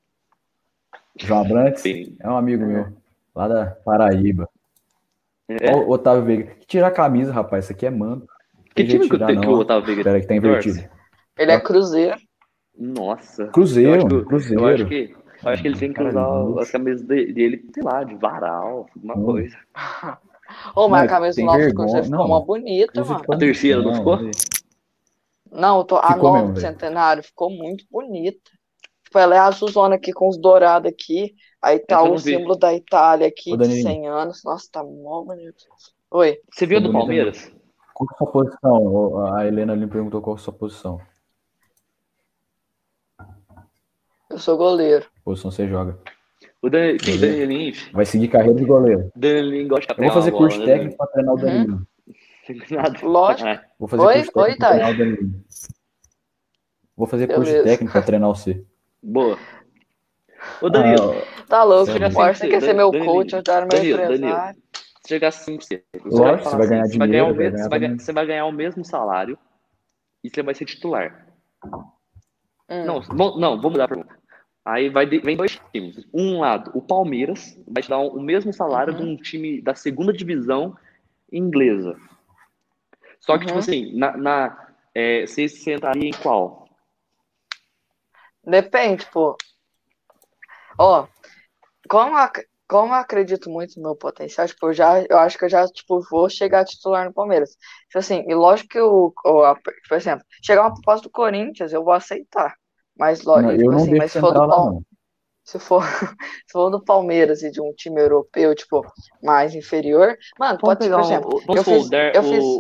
[SPEAKER 3] João Abrantes
[SPEAKER 2] Sim.
[SPEAKER 3] é um amigo meu. Lá da Paraíba.
[SPEAKER 2] É.
[SPEAKER 3] Ó o Otávio Veiga. Que tirar a camisa, rapaz. Isso aqui é mano.
[SPEAKER 2] Que
[SPEAKER 3] Tem jeito
[SPEAKER 2] time
[SPEAKER 3] de
[SPEAKER 2] que, o-
[SPEAKER 3] tirar,
[SPEAKER 2] que
[SPEAKER 3] não,
[SPEAKER 2] o
[SPEAKER 3] ó.
[SPEAKER 2] Otávio Veiga
[SPEAKER 3] Pera aí que tá invertido.
[SPEAKER 1] Ele é Cruzeiro.
[SPEAKER 2] Nossa. Eu
[SPEAKER 3] Cruzeiro,
[SPEAKER 2] acho que, eu
[SPEAKER 3] Cruzeiro.
[SPEAKER 2] acho que- eu acho que ele tem que
[SPEAKER 3] Cara,
[SPEAKER 2] usar
[SPEAKER 3] nossa.
[SPEAKER 2] as camisas de- dele, sei lá, de varal, alguma
[SPEAKER 3] Hum.
[SPEAKER 2] coisa.
[SPEAKER 1] Ô, mas a
[SPEAKER 3] Não,
[SPEAKER 1] camisa
[SPEAKER 3] tem
[SPEAKER 1] do Nova
[SPEAKER 3] vergonha.
[SPEAKER 1] Cruzeiro ficou
[SPEAKER 3] Não.
[SPEAKER 1] uma bonita,
[SPEAKER 3] Cruzeiro
[SPEAKER 1] mano.
[SPEAKER 3] ficou
[SPEAKER 2] A terceira, não
[SPEAKER 3] bonito,
[SPEAKER 2] ficou?
[SPEAKER 3] velho.
[SPEAKER 1] Não, eu tô, a
[SPEAKER 3] Ficou
[SPEAKER 1] nova
[SPEAKER 3] mesmo,
[SPEAKER 1] do
[SPEAKER 3] velho.
[SPEAKER 1] centenário ficou muito bonita. Tipo, ela é azulzona aqui com os dourados aqui. Aí tá
[SPEAKER 2] Essa É, eu
[SPEAKER 1] o
[SPEAKER 2] não vi.
[SPEAKER 1] símbolo da Itália aqui
[SPEAKER 3] Ô,
[SPEAKER 1] de
[SPEAKER 3] Danilo.
[SPEAKER 1] 100 anos. Nossa, tá mó bonito. Oi,
[SPEAKER 2] Você viu a do
[SPEAKER 3] Bonito,
[SPEAKER 2] Palmeiras?
[SPEAKER 3] Qual que é a sua posição? Ô, A Helena lhe perguntou qual é a sua posição.
[SPEAKER 1] eu sou goleiro.
[SPEAKER 3] Que posição você joga?
[SPEAKER 2] O Dan- que
[SPEAKER 3] Goleiro.
[SPEAKER 2] Danilin.
[SPEAKER 3] Vai seguir carreira de goleiro.
[SPEAKER 2] Danilin gosta de
[SPEAKER 3] Eu vou fazer
[SPEAKER 2] pegar uma
[SPEAKER 3] curso
[SPEAKER 2] bola,
[SPEAKER 3] técnico pra treinar o Danilo.
[SPEAKER 2] né, Dan? Nada.
[SPEAKER 1] Lógico.
[SPEAKER 2] Ah,
[SPEAKER 3] Vou fazer
[SPEAKER 1] Oi?
[SPEAKER 3] curso
[SPEAKER 1] Oi,
[SPEAKER 3] técnico pra
[SPEAKER 1] Thay.
[SPEAKER 3] treinar o Danilo. Vou fazer curso
[SPEAKER 1] Beleza.
[SPEAKER 3] técnico pra treinar o C.
[SPEAKER 2] boa.
[SPEAKER 3] Ah,
[SPEAKER 2] Ô, Danilo,
[SPEAKER 1] Tá louco,
[SPEAKER 3] Você é
[SPEAKER 1] não
[SPEAKER 3] já
[SPEAKER 1] pode. Você
[SPEAKER 2] sente-
[SPEAKER 1] quer ser meu
[SPEAKER 2] Danilo,
[SPEAKER 1] coach, eu quero meu
[SPEAKER 2] Danilo, Danilo.
[SPEAKER 1] empresário.
[SPEAKER 2] se chegar assim, você
[SPEAKER 3] Lógico,
[SPEAKER 2] falar
[SPEAKER 3] você vai ganhar
[SPEAKER 2] assim, você vai
[SPEAKER 3] dinheiro,
[SPEAKER 2] ganhar o mesmo-
[SPEAKER 3] vai ganhar
[SPEAKER 2] você vai ganhar-
[SPEAKER 3] também.
[SPEAKER 2] você vai ganhar o mesmo salário e você vai ser titular.
[SPEAKER 1] Hum,
[SPEAKER 2] Não, bom, não, vou mudar a pergunta. Aí vai de- vem dois times. Um lado, o Palmeiras vai te dar o mesmo salário
[SPEAKER 1] Uhum.
[SPEAKER 2] de um time da segunda divisão inglesa. Só que, tipo
[SPEAKER 1] Uhum.
[SPEAKER 2] assim, na, na, é, você se sentaria em qual?
[SPEAKER 1] Depende, pô. Ó, como, eu ac- como eu acredito muito no meu potencial, tipo, eu já, eu acho que eu já, tipo, vou chegar titular no Palmeiras. Tipo assim, e lógico que o, o a- por exemplo, chegar uma proposta do Corinthians, eu vou aceitar. Mas lógico,
[SPEAKER 3] Ah, Não, eu
[SPEAKER 1] tipo
[SPEAKER 3] não
[SPEAKER 1] assim,
[SPEAKER 3] deixo
[SPEAKER 1] mas
[SPEAKER 3] você
[SPEAKER 1] se for
[SPEAKER 3] entrar
[SPEAKER 1] do
[SPEAKER 3] lá,
[SPEAKER 1] Palmeiras,
[SPEAKER 3] não.
[SPEAKER 1] se for, se for do Palmeiras e de um time europeu, tipo, mais inferior, mano, pode ser, por exemplo,
[SPEAKER 2] Tipo assim, o, vamos
[SPEAKER 1] eu
[SPEAKER 2] supor,
[SPEAKER 1] fiz-
[SPEAKER 2] o, Der-
[SPEAKER 1] eu fiz-
[SPEAKER 2] o,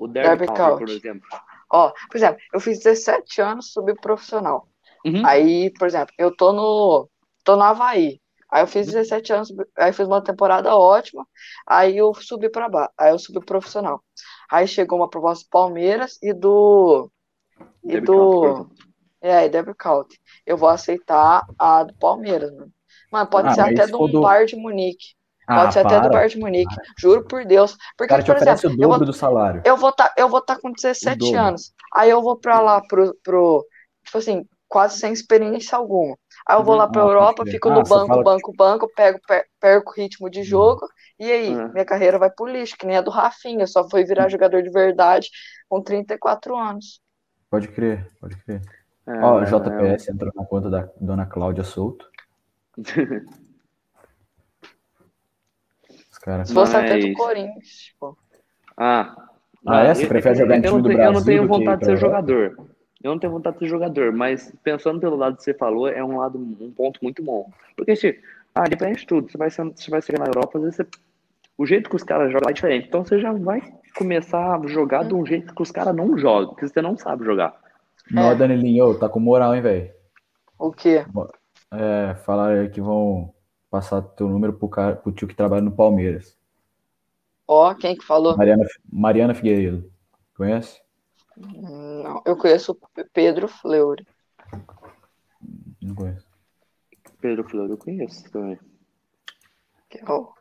[SPEAKER 2] o, o Derby
[SPEAKER 1] Derby
[SPEAKER 2] County,
[SPEAKER 1] County.
[SPEAKER 2] por exemplo.
[SPEAKER 1] ó, por exemplo, eu fiz 17 anos subprofissional.
[SPEAKER 2] Uhum.
[SPEAKER 1] Aí, por exemplo, eu tô no, tô no Havaí. Aí eu
[SPEAKER 3] Uhum.
[SPEAKER 1] fiz 17 anos, aí fiz uma temporada ótima, aí eu subi pra baixo, aí eu subi pro profissional. Aí chegou uma proposta do Palmeiras e do e
[SPEAKER 2] Derby County, por
[SPEAKER 1] do é, e Derby County. Eu vou aceitar a do Palmeiras, mano. Mano, pode
[SPEAKER 3] Ah,
[SPEAKER 1] ser
[SPEAKER 3] mas
[SPEAKER 1] até
[SPEAKER 3] se
[SPEAKER 1] do
[SPEAKER 3] for
[SPEAKER 1] um
[SPEAKER 3] do-
[SPEAKER 1] Bayern de Munique. Pode ser até do Bayern de Munique. Juro por Deus. Porque,
[SPEAKER 3] Ah, Cara, te
[SPEAKER 1] por
[SPEAKER 3] oferece
[SPEAKER 1] exemplo,
[SPEAKER 3] o
[SPEAKER 1] eu vou,
[SPEAKER 3] dobro do salário.
[SPEAKER 1] eu vou tá, eu vou estar com 17
[SPEAKER 3] dobro.
[SPEAKER 1] anos. Aí eu vou pra lá pro, pro tipo assim, quase sem experiência alguma. Aí eu vou lá pra
[SPEAKER 3] Ah, pode
[SPEAKER 1] Europa,
[SPEAKER 3] crer.
[SPEAKER 1] fico
[SPEAKER 3] Ah,
[SPEAKER 1] no
[SPEAKER 3] você
[SPEAKER 1] banco,
[SPEAKER 3] fala- Hum.
[SPEAKER 1] banco, banco, pego per- perco o ritmo de jogo. E aí,
[SPEAKER 2] Hum.
[SPEAKER 1] minha carreira vai pro lixo, que nem a do Rafinha, só foi
[SPEAKER 3] Hum.
[SPEAKER 1] virar jogador de verdade com 34 anos.
[SPEAKER 3] Pode crer, pode crer.
[SPEAKER 2] É,
[SPEAKER 3] Ó,
[SPEAKER 2] é,
[SPEAKER 3] JPS entrou na conta da dona Cláudia Souto. Os caras.
[SPEAKER 1] Se fosse até do
[SPEAKER 2] Mas-
[SPEAKER 1] Corinthians, tipo.
[SPEAKER 2] Ah,
[SPEAKER 3] Ah, é? Você
[SPEAKER 2] eu-
[SPEAKER 3] prefere
[SPEAKER 2] eu-
[SPEAKER 3] jogar em
[SPEAKER 2] eu
[SPEAKER 3] time
[SPEAKER 2] não
[SPEAKER 3] do
[SPEAKER 2] tenho- Eu não
[SPEAKER 3] Brasil
[SPEAKER 2] tenho
[SPEAKER 3] do que
[SPEAKER 2] vontade de
[SPEAKER 3] pra
[SPEAKER 2] ser
[SPEAKER 3] Europa?
[SPEAKER 2] jogador. Eu não tenho vontade de ser jogador, mas pensando pelo lado que você falou, é um lado, um ponto muito bom. Porque, assim, ah, depende de tudo. Você vai, sendo, você vai chegar na Europa, às vezes você- o jeito que os caras jogam é diferente. Então você já vai começar a jogar de um jeito que os caras não jogam, que você não sabe jogar.
[SPEAKER 3] Não, Danilinho, ô, tá com moral, hein, velho?
[SPEAKER 1] O quê?
[SPEAKER 3] É, falaram aí que vão passar teu número pro, cara, pro tio que trabalha no Palmeiras.
[SPEAKER 1] Ó, quem que falou?
[SPEAKER 3] Mariana, Mariana Figueiredo. Conhece?
[SPEAKER 1] Não, eu conheço o P- Pedro Fleury.
[SPEAKER 3] Não conheço.
[SPEAKER 2] Pedro Flor, eu conheço também.
[SPEAKER 1] que é o-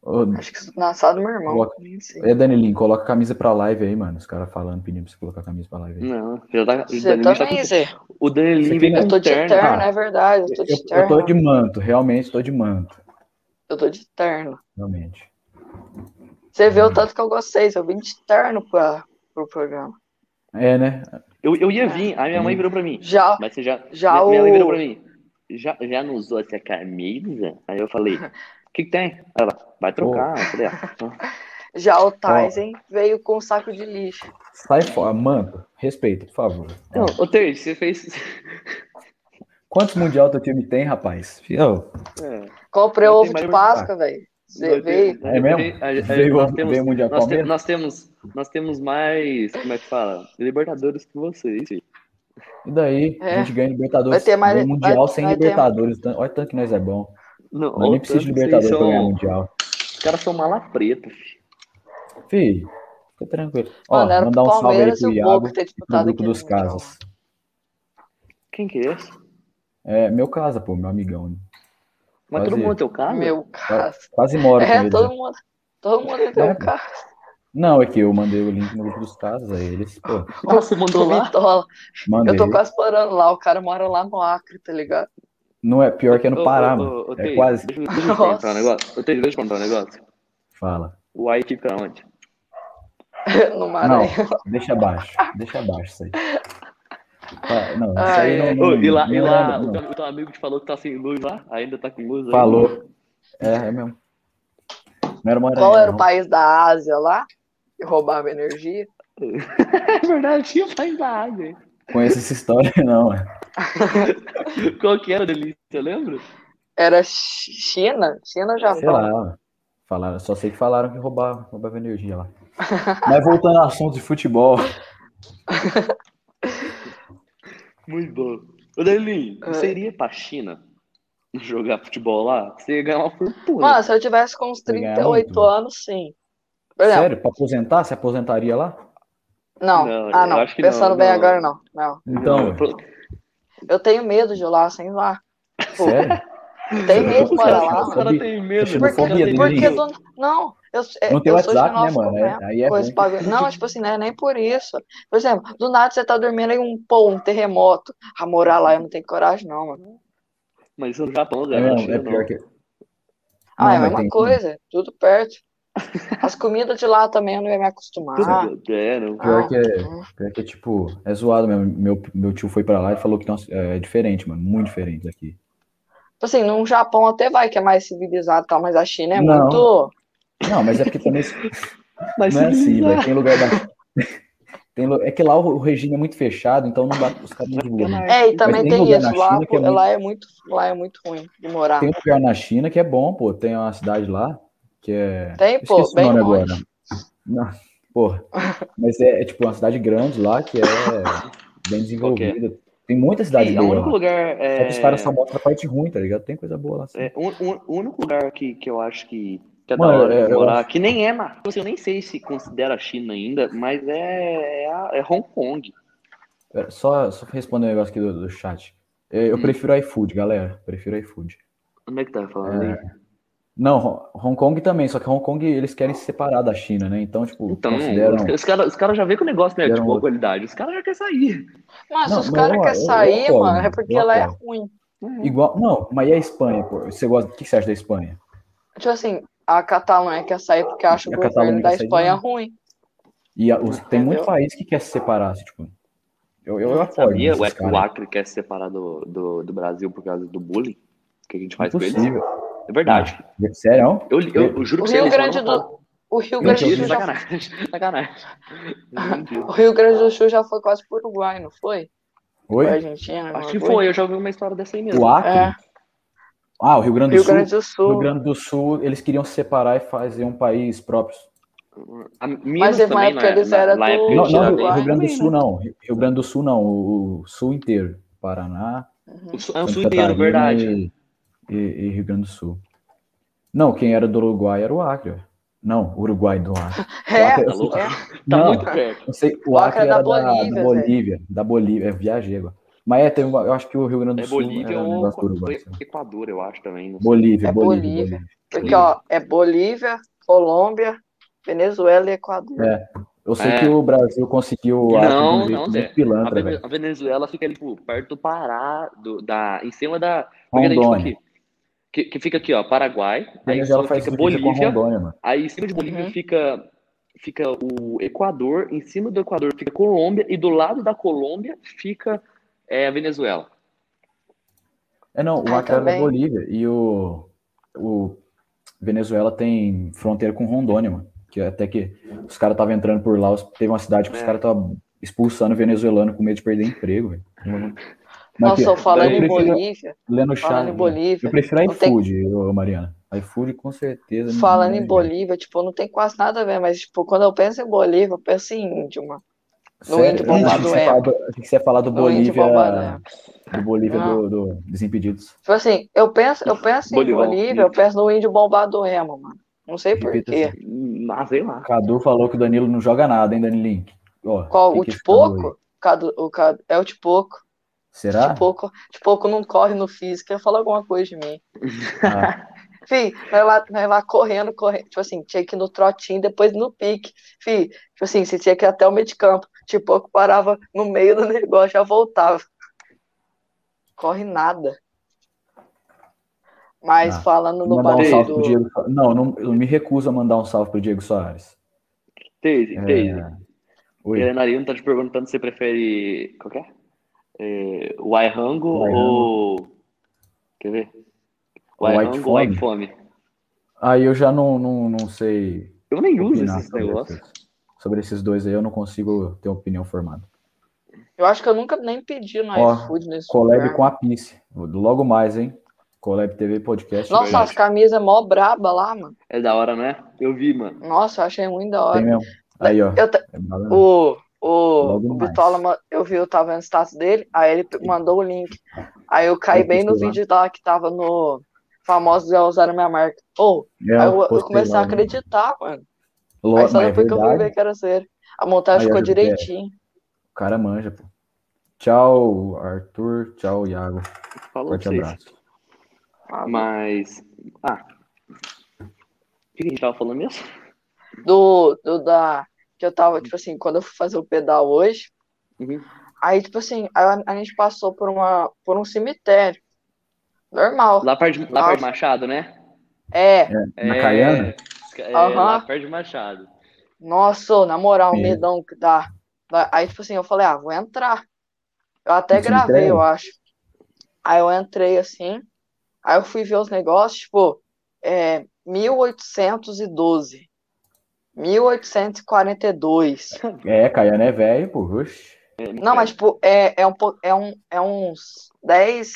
[SPEAKER 3] Ô,
[SPEAKER 1] acho que nasceu do meu irmão.
[SPEAKER 3] Coloca-
[SPEAKER 1] nem sei.
[SPEAKER 3] é, Danilinho, coloca a camisa pra live aí, mano. Os caras falando, pedindo pra você colocar a camisa pra live aí.
[SPEAKER 2] Não, já tá, o
[SPEAKER 1] Você
[SPEAKER 2] Danilo
[SPEAKER 1] também,
[SPEAKER 2] tá
[SPEAKER 1] Zé.
[SPEAKER 2] com, O Danilo
[SPEAKER 3] Você
[SPEAKER 2] vem
[SPEAKER 3] quer-
[SPEAKER 1] Eu
[SPEAKER 2] com
[SPEAKER 1] tô de
[SPEAKER 2] terno.
[SPEAKER 1] terno,
[SPEAKER 3] Ah,
[SPEAKER 1] é verdade. Eu tô
[SPEAKER 3] Eu,
[SPEAKER 1] de
[SPEAKER 3] eu tô
[SPEAKER 1] terno.
[SPEAKER 3] de manto, realmente tô de manto.
[SPEAKER 1] Eu tô de terno.
[SPEAKER 3] Realmente.
[SPEAKER 1] Você vê o tanto que eu gostei. Eu vim de terno pra, pro programa.
[SPEAKER 3] É, né?
[SPEAKER 2] Eu, eu ia
[SPEAKER 1] Ah.
[SPEAKER 2] vir, aí minha mãe virou pra mim.
[SPEAKER 1] Já,
[SPEAKER 2] Mas você já.
[SPEAKER 1] Já
[SPEAKER 2] minha, minha mãe
[SPEAKER 1] o-
[SPEAKER 2] virou pra mim. Já, já não usou essa camisa? Aí eu falei, o que, que tem? Ela, vai trocar. Eu falei, ah,
[SPEAKER 1] já o Tyson veio com um saco de lixo.
[SPEAKER 3] Sai fora. Manto, respeito, por favor.
[SPEAKER 2] não, então,
[SPEAKER 1] Então,
[SPEAKER 2] ô Terry, você fez.
[SPEAKER 3] Quantos mundial teu time tem, rapaz? Ô,
[SPEAKER 2] É,
[SPEAKER 1] Comprei
[SPEAKER 2] Não tem
[SPEAKER 1] ovo de
[SPEAKER 2] mais
[SPEAKER 1] Páscoa, velho. Você
[SPEAKER 2] eu
[SPEAKER 1] veio.
[SPEAKER 2] tenho-
[SPEAKER 3] É mesmo?
[SPEAKER 2] A- a-
[SPEAKER 3] Veio
[SPEAKER 2] nós
[SPEAKER 3] o-
[SPEAKER 2] temos-
[SPEAKER 3] veio o Mundial
[SPEAKER 2] nós, te,
[SPEAKER 3] Palmeiras?
[SPEAKER 2] nós temos Nós temos mais, como é que fala? Libertadores que vocês. filho.
[SPEAKER 3] E daí,
[SPEAKER 1] É.
[SPEAKER 3] a gente ganha Libertadores.
[SPEAKER 1] Vai ter mais-
[SPEAKER 3] ganha mundial
[SPEAKER 1] vai-
[SPEAKER 3] sem
[SPEAKER 1] vai ter-
[SPEAKER 3] Libertadores. Tan- Olha o tanto que nós é bom.
[SPEAKER 2] Não,
[SPEAKER 3] Nós nem
[SPEAKER 2] olha o
[SPEAKER 3] precisamos de
[SPEAKER 2] tanto que
[SPEAKER 3] Libertadores
[SPEAKER 2] vocês
[SPEAKER 3] pra ganhar
[SPEAKER 2] são-
[SPEAKER 3] mundial.
[SPEAKER 2] Os caras são mala preta, filho.
[SPEAKER 3] Filho, fica tranquilo. Ó,
[SPEAKER 1] Mano, era
[SPEAKER 3] mandar
[SPEAKER 1] pro
[SPEAKER 3] um salve aí
[SPEAKER 1] Palmeiras e
[SPEAKER 3] pro
[SPEAKER 1] o
[SPEAKER 3] Iago
[SPEAKER 1] Boca
[SPEAKER 3] e
[SPEAKER 1] ter
[SPEAKER 3] pro
[SPEAKER 1] disputado
[SPEAKER 3] grupo
[SPEAKER 1] aquele
[SPEAKER 3] dos
[SPEAKER 1] Mundial.
[SPEAKER 3] casas.
[SPEAKER 2] Quem que é esse?
[SPEAKER 3] É, meu casa, pô, meu amigão. né?
[SPEAKER 2] Mas
[SPEAKER 3] Quase-
[SPEAKER 2] todo mundo é teu cara?
[SPEAKER 1] Ah, Meu caso.
[SPEAKER 3] Quase moro com
[SPEAKER 1] É,
[SPEAKER 3] ele.
[SPEAKER 1] todo mundo. Todo mundo tem
[SPEAKER 3] É.
[SPEAKER 1] um carro.
[SPEAKER 3] Não, é que eu mandei o link no grupo dos casas, aí eles, pô,
[SPEAKER 2] Ah, você mandou
[SPEAKER 1] do
[SPEAKER 2] lá?
[SPEAKER 1] Vitola.
[SPEAKER 3] mandei.
[SPEAKER 1] Eu tô quase morando lá, o cara mora lá no Acre, tá ligado?
[SPEAKER 3] Não é pior que é
[SPEAKER 2] Ô,
[SPEAKER 3] no
[SPEAKER 2] ô,
[SPEAKER 3] Pará,
[SPEAKER 2] ô,
[SPEAKER 3] mano.
[SPEAKER 2] ô,
[SPEAKER 3] É
[SPEAKER 2] Terry,
[SPEAKER 3] quase.
[SPEAKER 2] Deixa, eu- deixa eu te
[SPEAKER 1] Nossa.
[SPEAKER 2] contar um negócio. Ô, Terry, deixa eu te contar um negócio.
[SPEAKER 3] Fala.
[SPEAKER 2] O Haiti fica onde?
[SPEAKER 1] No
[SPEAKER 3] Não,
[SPEAKER 1] Maranhão.
[SPEAKER 3] deixa abaixo. Deixa abaixo isso aí. Tá, Não, isso
[SPEAKER 1] Ai,
[SPEAKER 3] aí não.
[SPEAKER 1] ai.
[SPEAKER 3] não-
[SPEAKER 2] É, Ô, e lá,
[SPEAKER 3] não
[SPEAKER 2] e lá
[SPEAKER 3] anda,
[SPEAKER 2] o,
[SPEAKER 3] não.
[SPEAKER 2] teu, o teu amigo te falou que tá sem luz lá? Ainda tá com luz aí?
[SPEAKER 3] Falou. É, é mesmo. Não era Maranhão,
[SPEAKER 1] Qual era o
[SPEAKER 3] não.
[SPEAKER 1] país da Ásia lá? Que roubava energia?
[SPEAKER 2] É verdade, tinha mais da água. hein?
[SPEAKER 3] Conheço essa história, não. é,
[SPEAKER 2] Qual que era a delícia, lembra?
[SPEAKER 1] Era Chi- China? China ou
[SPEAKER 3] Sei
[SPEAKER 1] Japão?
[SPEAKER 3] lá. Falaram, só sei que falaram que roubava, roubava energia lá. Mas voltando ao assunto de futebol.
[SPEAKER 2] Muito bom. Ô, Danilin,
[SPEAKER 1] É.
[SPEAKER 2] você iria pra China jogar futebol lá? Você ia ganhar uma fortuna.
[SPEAKER 1] Mano, se eu tivesse com uns
[SPEAKER 3] Você ganha
[SPEAKER 1] 38
[SPEAKER 3] muito?
[SPEAKER 1] anos, sim. Por exemplo,
[SPEAKER 3] Sério, pra aposentar? Se aposentaria lá?
[SPEAKER 1] não.
[SPEAKER 2] Não,
[SPEAKER 1] Ah,
[SPEAKER 2] eu
[SPEAKER 1] não.
[SPEAKER 2] acho que
[SPEAKER 1] Pensando
[SPEAKER 2] não,
[SPEAKER 1] bem
[SPEAKER 2] não.
[SPEAKER 1] agora, não. Não.
[SPEAKER 3] Então,
[SPEAKER 2] Não, pro-
[SPEAKER 1] Eu tenho medo de ir lá, sem lá. Pô,
[SPEAKER 3] sério?
[SPEAKER 1] eu tenho medo de
[SPEAKER 2] o
[SPEAKER 1] morar
[SPEAKER 2] cara,
[SPEAKER 1] lá,
[SPEAKER 2] o
[SPEAKER 1] mano.
[SPEAKER 2] cara tem medo. né?
[SPEAKER 3] Xenofobia
[SPEAKER 2] o cara tem
[SPEAKER 3] dele,
[SPEAKER 1] Porque
[SPEAKER 3] hein?
[SPEAKER 2] medo.
[SPEAKER 1] do... Não, eu, é,
[SPEAKER 3] Não tem
[SPEAKER 1] eu
[SPEAKER 3] WhatsApp,
[SPEAKER 1] sou
[SPEAKER 3] né,
[SPEAKER 1] xenófobo
[SPEAKER 3] mano? É-
[SPEAKER 1] mesmo.
[SPEAKER 3] Aí é
[SPEAKER 1] com
[SPEAKER 3] bom.
[SPEAKER 1] esse bagulho. Não, tipo assim, não é nem por isso. Por exemplo, do nada você tá dormindo em um pô, um terremoto. A morar lá eu não tenho coragem, não, mano.
[SPEAKER 2] Mas no Japão,
[SPEAKER 3] É,
[SPEAKER 2] galera, na
[SPEAKER 3] mesmo,
[SPEAKER 2] China
[SPEAKER 3] é
[SPEAKER 2] não.
[SPEAKER 3] pior que.
[SPEAKER 1] né? Ah, é a
[SPEAKER 3] mas
[SPEAKER 1] mesma
[SPEAKER 3] tem-
[SPEAKER 1] coisa, tudo perto. As comidas de lá também eu não ia me acostumar.
[SPEAKER 2] Tudo- é, não.
[SPEAKER 1] Ah,
[SPEAKER 3] Pior que, é, pior que é, tipo, é zoado mesmo. Meu, meu tio foi pra lá e falou que nossa, é diferente, mano. Muito diferente daqui.
[SPEAKER 1] Tipo assim, no Japão até vai que é mais civilizado e tal, mas a China é
[SPEAKER 3] Não.
[SPEAKER 1] muito.
[SPEAKER 3] Não, mas é porque também
[SPEAKER 2] Mas
[SPEAKER 3] não é assim,
[SPEAKER 2] civilizado.
[SPEAKER 3] velho. Tem lugar da. Tem, lu- é que lá o, o regime é muito fechado, então não dá, os caras não divulgam.
[SPEAKER 2] né?
[SPEAKER 1] É, e também
[SPEAKER 3] tem
[SPEAKER 1] tem
[SPEAKER 3] lugar na
[SPEAKER 1] isso. Lá,
[SPEAKER 3] China que é muito-
[SPEAKER 1] lá, é muito, lá é muito ruim de morar.
[SPEAKER 3] Tem
[SPEAKER 1] Tem,
[SPEAKER 3] um lugar na China que é bom, pô. Tem uma cidade lá que é.
[SPEAKER 1] pô,
[SPEAKER 3] Esqueci
[SPEAKER 1] bem
[SPEAKER 3] o nome
[SPEAKER 1] longe.
[SPEAKER 3] agora. Não, porra. Mas é, é, tipo uma cidade grande lá que é bem desenvolvida. Tem muita cidade
[SPEAKER 2] Sim, é o
[SPEAKER 3] boa
[SPEAKER 2] único
[SPEAKER 3] lá.
[SPEAKER 2] lugar.
[SPEAKER 3] Só que
[SPEAKER 2] É,
[SPEAKER 3] os caras só mostram a parte ruim, tá ligado? Tem coisa boa lá. sim.
[SPEAKER 2] é, o, o- o único lugar que, que eu acho que, que é
[SPEAKER 3] Mano,
[SPEAKER 2] da hora
[SPEAKER 3] é,
[SPEAKER 2] de
[SPEAKER 3] eu
[SPEAKER 2] morar, que nem é na. tipo assim, Eu nem sei se considera a China ainda, mas é, é, a- é Hong Kong.
[SPEAKER 3] Pera, Só, só pra responder um negócio aqui do, do chat. É, Eu
[SPEAKER 2] Hum.
[SPEAKER 3] prefiro iFood, galera. Prefiro iFood.
[SPEAKER 2] Como é que tá falando aí?
[SPEAKER 3] Não, Hong Kong também, só que Hong Kong eles querem se separar da China, né? Então, tipo,
[SPEAKER 2] Então,
[SPEAKER 3] consideram.
[SPEAKER 2] os caras os cara já vê que o negócio não é de
[SPEAKER 3] Fizeram
[SPEAKER 2] boa
[SPEAKER 3] outro.
[SPEAKER 2] qualidade. Os caras já querem sair.
[SPEAKER 1] Mas
[SPEAKER 3] Não,
[SPEAKER 1] os
[SPEAKER 3] mas
[SPEAKER 1] caras
[SPEAKER 3] eu-
[SPEAKER 1] querem
[SPEAKER 3] eu- eu
[SPEAKER 1] sair,
[SPEAKER 3] apoio,
[SPEAKER 1] mano, é porque
[SPEAKER 3] eu
[SPEAKER 1] ela é
[SPEAKER 3] apoio.
[SPEAKER 1] ruim.
[SPEAKER 3] Igual. Não, mas e a Espanha, pô? Você gosta. O que você acha da Espanha?
[SPEAKER 1] Tipo assim, a Catalunha quer sair porque acha o
[SPEAKER 3] A
[SPEAKER 1] governo
[SPEAKER 3] Catalunha
[SPEAKER 1] da
[SPEAKER 3] quer sair
[SPEAKER 1] Espanha
[SPEAKER 3] demais.
[SPEAKER 1] ruim.
[SPEAKER 3] E a- os- tem muito
[SPEAKER 1] Entendeu?
[SPEAKER 3] país que quer se separar, assim, tipo. Eu, eu apoio.
[SPEAKER 2] Hum, Sabia?
[SPEAKER 3] esses
[SPEAKER 2] O,
[SPEAKER 3] caras.
[SPEAKER 2] o Acre quer se separar do, do, do Brasil por causa do bullying que a gente faz com eles.
[SPEAKER 3] Impossível.
[SPEAKER 2] É verdade.
[SPEAKER 3] Sério? não?
[SPEAKER 2] Eu, eu, eu juro
[SPEAKER 1] O
[SPEAKER 2] que
[SPEAKER 1] Rio
[SPEAKER 2] eles
[SPEAKER 1] Grande
[SPEAKER 2] vão
[SPEAKER 1] do-
[SPEAKER 2] notar.
[SPEAKER 1] O Rio Grande do
[SPEAKER 2] Mentira,
[SPEAKER 1] Sul já,
[SPEAKER 2] sacanagem. Sacanagem. Mentira.
[SPEAKER 1] o Rio Grande do Sul já foi quase pro Uruguai, não foi? Foi
[SPEAKER 3] Oi?
[SPEAKER 1] Argentina,
[SPEAKER 2] Acho
[SPEAKER 1] não
[SPEAKER 2] que foi, eu já ouvi uma história dessa aí mesmo.
[SPEAKER 3] O Acre?
[SPEAKER 1] É.
[SPEAKER 3] Ah, o Rio Grande do
[SPEAKER 1] Rio
[SPEAKER 3] Sul.
[SPEAKER 1] Grande do
[SPEAKER 3] No
[SPEAKER 1] Sul.
[SPEAKER 3] Rio Grande do Sul, eles queriam se separar e fazer um país próprio.
[SPEAKER 2] A
[SPEAKER 1] Mas
[SPEAKER 2] Minas
[SPEAKER 1] teve uma
[SPEAKER 2] também,
[SPEAKER 1] época
[SPEAKER 2] na-
[SPEAKER 1] eles
[SPEAKER 2] na-
[SPEAKER 1] eram
[SPEAKER 2] na
[SPEAKER 1] do-
[SPEAKER 2] época
[SPEAKER 3] Não,
[SPEAKER 2] eles
[SPEAKER 3] não,
[SPEAKER 2] tiraram
[SPEAKER 1] Uruguai
[SPEAKER 3] Rio, Rio Grande do
[SPEAKER 1] também,
[SPEAKER 3] Sul não. Rio Rio Grande do Sul não. O, o Sul inteiro. Paraná,
[SPEAKER 1] Uhum.
[SPEAKER 2] o- É um
[SPEAKER 3] Santa
[SPEAKER 2] sul inteiro,
[SPEAKER 3] Catarina
[SPEAKER 2] verdade.
[SPEAKER 3] E, e- e Rio Grande do Sul. Não, quem era do Uruguai era o Acre. ó. Não, Uruguai do Acre.
[SPEAKER 1] É,
[SPEAKER 2] Tá louco?
[SPEAKER 1] é.
[SPEAKER 2] Tá
[SPEAKER 3] Não,
[SPEAKER 2] muito perto.
[SPEAKER 3] não sei, o
[SPEAKER 1] O Acre
[SPEAKER 3] Acre
[SPEAKER 1] é da
[SPEAKER 3] era da da
[SPEAKER 1] Bolívia,
[SPEAKER 3] Bolívia. Da Bolívia, é, viajei agora. Mas é, teve uma- eu acho que o Rio Grande do
[SPEAKER 2] É
[SPEAKER 3] Sul
[SPEAKER 2] Bolívia
[SPEAKER 3] era um
[SPEAKER 2] ou
[SPEAKER 3] negócio do Uruguai. assim.
[SPEAKER 2] Equador, eu acho também. não sei.
[SPEAKER 3] Bolívia,
[SPEAKER 1] É
[SPEAKER 3] Bolívia,
[SPEAKER 1] Bolívia.
[SPEAKER 3] Bolívia.
[SPEAKER 1] porque ó, é Bolívia, Colômbia, Venezuela e Equador.
[SPEAKER 3] É. Eu sei
[SPEAKER 2] É.
[SPEAKER 3] que o Brasil conseguiu o Acre
[SPEAKER 2] Não,
[SPEAKER 3] de um jeito
[SPEAKER 2] não,
[SPEAKER 3] muito
[SPEAKER 2] Zé. A,
[SPEAKER 3] pilantra,
[SPEAKER 2] Vene-
[SPEAKER 3] velho.
[SPEAKER 2] a Venezuela fica ali tipo, perto do Pará, do, da, em cima da. Porque tem, tipo,
[SPEAKER 3] Rondônia.
[SPEAKER 2] aqui, que, que fica aqui, ó, Paraguai.
[SPEAKER 3] A
[SPEAKER 2] Aí em
[SPEAKER 3] Venezuela
[SPEAKER 2] cima
[SPEAKER 3] faz
[SPEAKER 2] fica
[SPEAKER 3] divisa com a
[SPEAKER 2] Bolívia.
[SPEAKER 3] Rondônia, mano.
[SPEAKER 2] Aí em cima de Bolívia
[SPEAKER 1] Uhum.
[SPEAKER 2] fica, fica o Equador. Em cima do Equador fica Colômbia. E do lado da Colômbia fica é, a Venezuela.
[SPEAKER 3] É, não, o
[SPEAKER 1] Ah,
[SPEAKER 3] Acre era da
[SPEAKER 1] também.
[SPEAKER 3] Bolívia e o, o Venezuela tem fronteira com Rondônia, mano. Que é até que os caras estavam entrando por lá, os- teve uma cidade que os
[SPEAKER 2] É.
[SPEAKER 3] caras estavam expulsando venezuelano com medo de perder emprego, velho. Mas
[SPEAKER 1] Nossa, eu
[SPEAKER 3] aqui,
[SPEAKER 1] falando
[SPEAKER 2] eu
[SPEAKER 1] em
[SPEAKER 3] prefiro-
[SPEAKER 1] Bolívia,
[SPEAKER 3] lendo o
[SPEAKER 1] falando
[SPEAKER 3] chat,
[SPEAKER 1] em
[SPEAKER 3] né?
[SPEAKER 1] Bolívia,
[SPEAKER 3] eu prefiro
[SPEAKER 1] não tem-
[SPEAKER 3] iFood, ô, Mariana. iFood com certeza. não-
[SPEAKER 1] falando
[SPEAKER 3] não é
[SPEAKER 1] em
[SPEAKER 3] jeito.
[SPEAKER 1] Bolívia, tipo, não tem quase nada a ver, mas tipo, quando eu penso em Bolívia, eu penso em índio, mano. no
[SPEAKER 3] Sério?
[SPEAKER 1] índio
[SPEAKER 3] Eu achei
[SPEAKER 1] bombado
[SPEAKER 3] que você ia
[SPEAKER 1] é.
[SPEAKER 3] falar do- achei que você ia falar do
[SPEAKER 1] No índio bombado é.
[SPEAKER 3] Bolívia, do Bolívia
[SPEAKER 1] Ah.
[SPEAKER 3] do, do Desimpedidos.
[SPEAKER 1] Tipo assim, eu penso, eu penso em
[SPEAKER 2] Bolivão.
[SPEAKER 1] Bolívia, eu penso no índio bombado do Remo, mano. Não sei por
[SPEAKER 3] Repita
[SPEAKER 1] quê.
[SPEAKER 3] assim.
[SPEAKER 2] Ah, sei lá.
[SPEAKER 3] Cadu falou que o Danilo não joga nada, hein, Danilinho? Ó,
[SPEAKER 1] Qual?
[SPEAKER 3] tem
[SPEAKER 1] O
[SPEAKER 3] que esse Cadu aí.
[SPEAKER 1] Tipoco? Cadu- o Cadu- é o Tipoco.
[SPEAKER 3] Será?
[SPEAKER 1] Tipoco, Tipoco não corre no físico, ele fala alguma coisa de mim.
[SPEAKER 3] Ah.
[SPEAKER 1] Fih, nós lá, nós lá correndo, correndo, tipo assim, tinha que ir no trotinho, depois no pique. Fih, tipo assim, você tinha que ir até o meio de campo. Tipoco parava no meio do negócio, já voltava. Corre nada. Mas
[SPEAKER 3] Ah,
[SPEAKER 1] falando no
[SPEAKER 3] mandar um
[SPEAKER 1] bagulho
[SPEAKER 3] salve pro
[SPEAKER 1] do.
[SPEAKER 3] Diego Soares. Não, não, eu me recuso a mandar um salve pro Diego Soares. É.
[SPEAKER 2] Teve, teve.
[SPEAKER 3] Oi.
[SPEAKER 2] Helena Arino tá te perguntando se você prefere. Qual que é? É, o iRango
[SPEAKER 3] Wairango.
[SPEAKER 2] ou. Quer ver? O
[SPEAKER 3] O
[SPEAKER 2] iRango ou o
[SPEAKER 3] White
[SPEAKER 2] iFome?
[SPEAKER 3] Aí eu já não, não, não sei
[SPEAKER 2] Eu nem uso
[SPEAKER 3] opinar
[SPEAKER 2] esses
[SPEAKER 3] sobre
[SPEAKER 2] negócios.
[SPEAKER 3] esses- sobre esses dois aí, eu não consigo ter opinião formada.
[SPEAKER 1] Eu acho que eu nunca nem pedi no
[SPEAKER 3] Ó,
[SPEAKER 1] iFood nesse
[SPEAKER 3] Collab
[SPEAKER 1] lugar.
[SPEAKER 3] com a Pisse. Logo mais, hein? Collab TV Podcast.
[SPEAKER 1] Nossa,
[SPEAKER 2] verdade.
[SPEAKER 1] as camisas mó braba lá, mano.
[SPEAKER 2] É da hora, né? Eu vi, mano.
[SPEAKER 1] Nossa, eu achei muito da hora.
[SPEAKER 3] Tem mesmo. Aí, ó.
[SPEAKER 1] Eu, ta-
[SPEAKER 3] É brabo, né?
[SPEAKER 1] o o,
[SPEAKER 3] Logo
[SPEAKER 1] o
[SPEAKER 3] mais.
[SPEAKER 1] Bitola, ma- eu vi, eu tava vendo o status dele, aí ele pe- mandou o link. Aí eu caí
[SPEAKER 3] Eu
[SPEAKER 1] bem no
[SPEAKER 3] postei lá.
[SPEAKER 1] vídeo lá que tava no famoso já usaram minha marca. Ou,
[SPEAKER 3] É,
[SPEAKER 1] aí eu, eu
[SPEAKER 3] postei
[SPEAKER 1] comecei a
[SPEAKER 3] logo.
[SPEAKER 1] acreditar, mano.
[SPEAKER 3] Lo-
[SPEAKER 1] Aí só
[SPEAKER 3] mas é
[SPEAKER 1] depois que eu fui
[SPEAKER 3] verdade,
[SPEAKER 1] ver que era sério. A montagem
[SPEAKER 3] Aí
[SPEAKER 1] ficou
[SPEAKER 3] ajuda, é.
[SPEAKER 1] direitinho.
[SPEAKER 3] O cara manja, pô. Tchau, Arthur. Tchau, Iago.
[SPEAKER 2] Falou pra
[SPEAKER 3] Forte
[SPEAKER 2] vocês.
[SPEAKER 3] abraço.
[SPEAKER 1] Ah,
[SPEAKER 2] Mas. Ah. O que a gente tava falando mesmo?
[SPEAKER 1] Do, do da. Que eu tava, tipo assim, quando eu fui fazer o pedal hoje.
[SPEAKER 2] Uhum.
[SPEAKER 1] Aí, tipo assim, a, a gente passou por, uma, por um cemitério. Normal.
[SPEAKER 2] Lá perto de, lá perto de
[SPEAKER 1] Ah.
[SPEAKER 2] Machado, né?
[SPEAKER 1] É,
[SPEAKER 3] Na Caiana?
[SPEAKER 2] É,
[SPEAKER 1] Aham.
[SPEAKER 2] lá perto de Machado.
[SPEAKER 1] nossa, na moral, o
[SPEAKER 3] Sim.
[SPEAKER 1] medão que dá. Dá- Aí, tipo assim, eu falei, ah, vou entrar. Eu até
[SPEAKER 3] No
[SPEAKER 1] gravei,
[SPEAKER 3] cemitério?
[SPEAKER 1] eu acho. Aí eu entrei assim, aí eu fui ver os negócios, tipo, é, 1812, 1842.
[SPEAKER 3] É, Caiana é velho, pô. Oxi.
[SPEAKER 1] Não, mas tipo, é, é, um, po- é, um, é uns 10,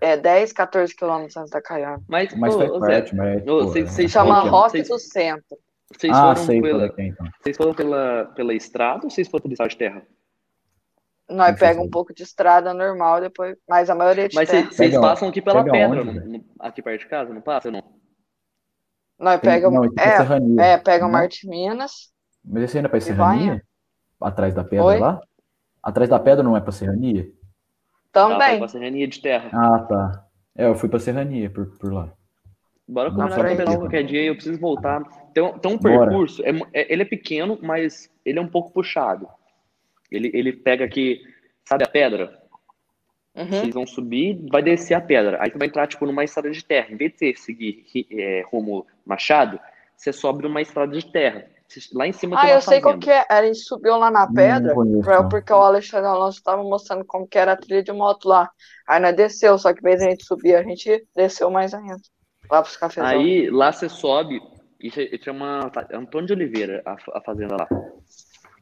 [SPEAKER 1] é, 10, 14 quilômetros antes da Caiana.
[SPEAKER 2] Mas,
[SPEAKER 3] Mas
[SPEAKER 2] ô,
[SPEAKER 3] faz
[SPEAKER 2] ô, Zé,
[SPEAKER 3] parte, mas.
[SPEAKER 2] Ô,
[SPEAKER 3] pô,
[SPEAKER 2] vocês-
[SPEAKER 3] é-
[SPEAKER 2] vocês
[SPEAKER 1] Chama
[SPEAKER 2] Qual que é?
[SPEAKER 1] Rock
[SPEAKER 2] Vocês-
[SPEAKER 1] do Centro.
[SPEAKER 2] vocês
[SPEAKER 3] Ah,
[SPEAKER 2] foram
[SPEAKER 3] sei qual
[SPEAKER 2] pela,
[SPEAKER 3] é que é, então.
[SPEAKER 2] vocês foram pela, pela estrada ou vocês foram pela estrada de terra?
[SPEAKER 1] Nós
[SPEAKER 3] Não sei
[SPEAKER 1] pega
[SPEAKER 3] se-
[SPEAKER 1] um pouco de estrada normal, depois. Mas a maioria é de
[SPEAKER 2] Mas
[SPEAKER 1] terra.
[SPEAKER 2] vocês- vocês
[SPEAKER 3] Pega-
[SPEAKER 2] passam aqui pela
[SPEAKER 3] pega
[SPEAKER 2] pedra,
[SPEAKER 3] onde,
[SPEAKER 2] não-
[SPEAKER 3] velho?
[SPEAKER 2] não- aqui perto de casa, não passa? Não.
[SPEAKER 1] Então Nós
[SPEAKER 3] Tem-
[SPEAKER 1] pega.
[SPEAKER 3] não, isso é,
[SPEAKER 1] é,
[SPEAKER 3] Serrania.
[SPEAKER 1] é, pega o
[SPEAKER 3] Não?
[SPEAKER 1] Marte Minas.
[SPEAKER 3] Mas esse ainda é pra
[SPEAKER 1] vai, né?
[SPEAKER 3] Serrania? Atrás da pedra
[SPEAKER 1] Oi?
[SPEAKER 3] lá? Atrás da pedra não é pra Serrania?
[SPEAKER 2] Tá,
[SPEAKER 1] Também.
[SPEAKER 2] passa a de terra.
[SPEAKER 3] Ah, tá. É, eu fui pra Serrania por, por lá.
[SPEAKER 2] Bora
[SPEAKER 3] Na
[SPEAKER 2] combinar
[SPEAKER 3] frente.
[SPEAKER 2] de conversar qualquer dia, eu preciso voltar. Tem um, tem um
[SPEAKER 3] Bora.
[SPEAKER 2] percurso, é mu- é- ele é pequeno, mas ele é um pouco puxado. Ele, ele pega aqui, sabe a pedra?
[SPEAKER 1] Uhum.
[SPEAKER 2] Vocês vão subir, vai descer a pedra. Aí você vai entrar, tipo, numa estrada de terra. Em vez de você seguir ri- é, rumo Machado, você sobe numa estrada de terra. Lá em cima
[SPEAKER 1] Ah,
[SPEAKER 2] tem uma
[SPEAKER 1] eu sei qual
[SPEAKER 2] fazenda.
[SPEAKER 1] que é. A gente subiu lá
[SPEAKER 3] Hum,
[SPEAKER 1] na pedra,
[SPEAKER 3] Não conheço,
[SPEAKER 1] pra-
[SPEAKER 3] não.
[SPEAKER 1] porque o Alexandre Alonso tava mostrando como que era a trilha de moto lá. Aí nós desceu, só que em vez de a gente subir, a gente desceu mais ainda. Lá pros cafezão.
[SPEAKER 2] Aí lá você sobe e você chama Antônio de Oliveira, a, fa- a fazenda lá.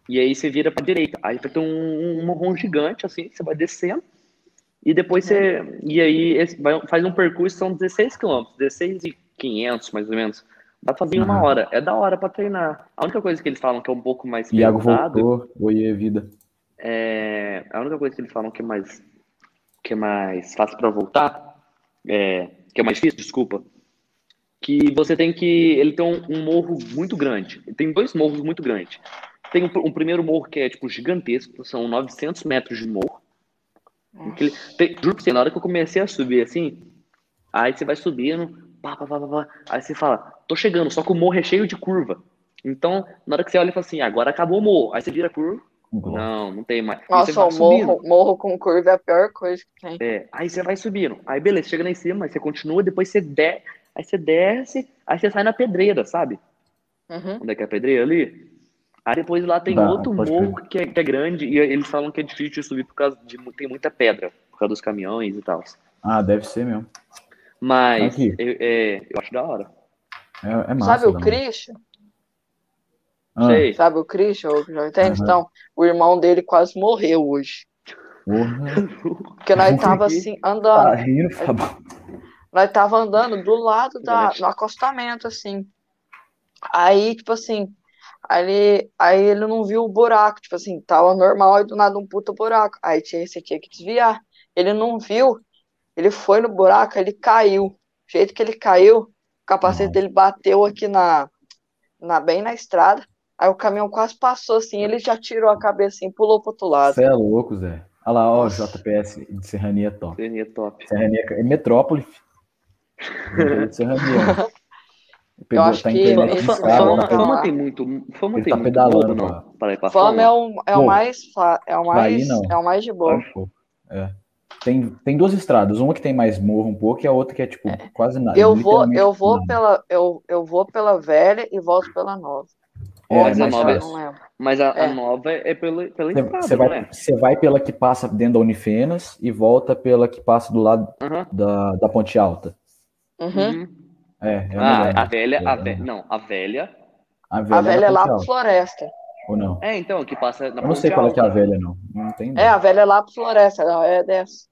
[SPEAKER 2] E aí você vira pra direita. Aí vai ter um, um morrão gigante, assim, que você vai descendo. E depois você. E aí esse vai- faz um percurso, são 16 quilômetros, 16 e 500 mais ou menos. Dá pra fazer em uma
[SPEAKER 3] Aham.
[SPEAKER 2] hora. É da hora pra treinar. A única coisa que eles falam que é um pouco mais
[SPEAKER 3] Iago
[SPEAKER 2] pesado
[SPEAKER 3] voltou. Oiê, vida.
[SPEAKER 2] é, a única coisa que eles falam que é mais, que é mais fácil para voltar, é, que é mais difícil, desculpa, que você tem que. Ele tem um, um morro muito grande. Tem dois morros muito grandes. Tem um, pr- um primeiro morro que é tipo gigantesco, são 900 metros de morro. Em que ele- tem- juro pra você, na hora que eu comecei a subir assim, aí você vai subindo, pá, pá, pá, pá, pá, aí você fala, tô chegando, só que o morro é cheio de curva. Então, na hora que você olha e fala assim, agora acabou o morro. Aí você vira a curva, não, não tem mais. E
[SPEAKER 1] Nossa,
[SPEAKER 2] você vai
[SPEAKER 1] o morro,
[SPEAKER 2] subindo.
[SPEAKER 1] morro com curva é a pior coisa que tem.
[SPEAKER 2] É, aí você vai subindo. Aí beleza, chega lá em cima, aí você continua, depois você desce, aí você desce, aí você sai na pedreira, sabe?
[SPEAKER 1] Uhum.
[SPEAKER 2] Onde é que é a pedreira ali? Aí depois lá tem
[SPEAKER 3] Tá,
[SPEAKER 2] outro
[SPEAKER 3] pode
[SPEAKER 2] morro que é, que é grande e eles falam que é difícil de subir por causa de mu- tem muita pedra, por causa dos caminhões e tal.
[SPEAKER 3] Ah, deve ser mesmo.
[SPEAKER 2] Mas
[SPEAKER 3] Aqui.
[SPEAKER 2] eu, é, eu acho da hora.
[SPEAKER 3] É, é massa.
[SPEAKER 1] Sabe o
[SPEAKER 3] também.
[SPEAKER 1] Christian?
[SPEAKER 3] Ah,
[SPEAKER 2] Sei.
[SPEAKER 1] Sabe o Christian, o Jovem Nerd?
[SPEAKER 3] Aham.
[SPEAKER 1] Então, o irmão dele quase morreu hoje.
[SPEAKER 3] porra.
[SPEAKER 1] Porque nós
[SPEAKER 3] Por
[SPEAKER 1] tava
[SPEAKER 2] quê?
[SPEAKER 1] assim,
[SPEAKER 3] Tá
[SPEAKER 1] andando.
[SPEAKER 3] rindo, Fabão.
[SPEAKER 1] Nós tava andando do lado da,
[SPEAKER 2] Verdade.
[SPEAKER 1] do acostamento, assim. Aí, tipo assim, aí ele, aí ele não viu o buraco, tipo assim, tava normal, aí do nada um puta buraco. Aí tinha esse aqui que desviar. Ele não viu, ele foi no buraco, aí ele caiu. Do jeito que ele caiu, o capacete
[SPEAKER 3] Não.
[SPEAKER 1] dele bateu aqui na, na, bem na estrada. Aí o caminhão quase passou assim, ele já tirou a cabeça assim, pulou pro outro lado.
[SPEAKER 3] Você é louco, Zé. Olha lá, ó,
[SPEAKER 1] Nossa.
[SPEAKER 3] JPS de Serrania é top.
[SPEAKER 2] Seria top.
[SPEAKER 3] Serrania é metrópole. filho. Vendeu de Serrania. tá
[SPEAKER 1] Eu acho que-
[SPEAKER 2] Fama,
[SPEAKER 1] Esse
[SPEAKER 2] fama-
[SPEAKER 1] cara
[SPEAKER 2] fama-
[SPEAKER 1] lá.
[SPEAKER 2] fama tem muito. Fama
[SPEAKER 3] né? Ele
[SPEAKER 2] tem
[SPEAKER 3] tá
[SPEAKER 2] muito
[SPEAKER 3] pedalando,
[SPEAKER 2] bobo,
[SPEAKER 3] cara.
[SPEAKER 2] não. Para ir pra
[SPEAKER 1] Fama é
[SPEAKER 2] fama.
[SPEAKER 1] o, é o
[SPEAKER 3] Pô,
[SPEAKER 1] mais, fa- é o
[SPEAKER 3] pra ir,
[SPEAKER 1] mais,
[SPEAKER 3] não.
[SPEAKER 1] é o mais de boa.
[SPEAKER 3] É. Tem, tem duas estradas, uma que tem mais morro um pouco e a outra que é tipo quase nada.
[SPEAKER 1] Eu vou, eu
[SPEAKER 3] literalmente
[SPEAKER 1] vou
[SPEAKER 3] nada.
[SPEAKER 1] pela, eu, eu vou pela velha e volto pela nova.
[SPEAKER 3] É,
[SPEAKER 1] Ou
[SPEAKER 2] mas a
[SPEAKER 1] essa,
[SPEAKER 2] nova
[SPEAKER 1] eu
[SPEAKER 2] é-
[SPEAKER 1] não lembro.
[SPEAKER 2] Mas a, a
[SPEAKER 1] É.
[SPEAKER 2] nova é pela, pela
[SPEAKER 3] Você-
[SPEAKER 2] estrada,
[SPEAKER 3] Você
[SPEAKER 2] não
[SPEAKER 3] vai,
[SPEAKER 2] é?
[SPEAKER 3] você vai pela que passa dentro da Unifenas e volta pela que passa do lado
[SPEAKER 2] Aham.
[SPEAKER 3] da, da Ponte Alta.
[SPEAKER 1] Uhum.
[SPEAKER 2] Uhum.
[SPEAKER 3] É, é a
[SPEAKER 2] Ah,
[SPEAKER 3] melhor.
[SPEAKER 2] a velha, a
[SPEAKER 3] É,
[SPEAKER 2] velha, não, a velha.
[SPEAKER 1] A velha
[SPEAKER 3] é
[SPEAKER 1] é
[SPEAKER 3] na
[SPEAKER 1] lá
[SPEAKER 3] Ponte
[SPEAKER 1] pro
[SPEAKER 3] Alta,
[SPEAKER 1] floresta.
[SPEAKER 3] ou não?
[SPEAKER 2] É, então, que passa na
[SPEAKER 3] Eu não sei
[SPEAKER 2] Ponte
[SPEAKER 3] qual é que é a
[SPEAKER 2] Alta.
[SPEAKER 3] velha, não. Não tem
[SPEAKER 1] Tá É,
[SPEAKER 3] ideia.
[SPEAKER 1] a velha é lá pro floresta, não, é dessa.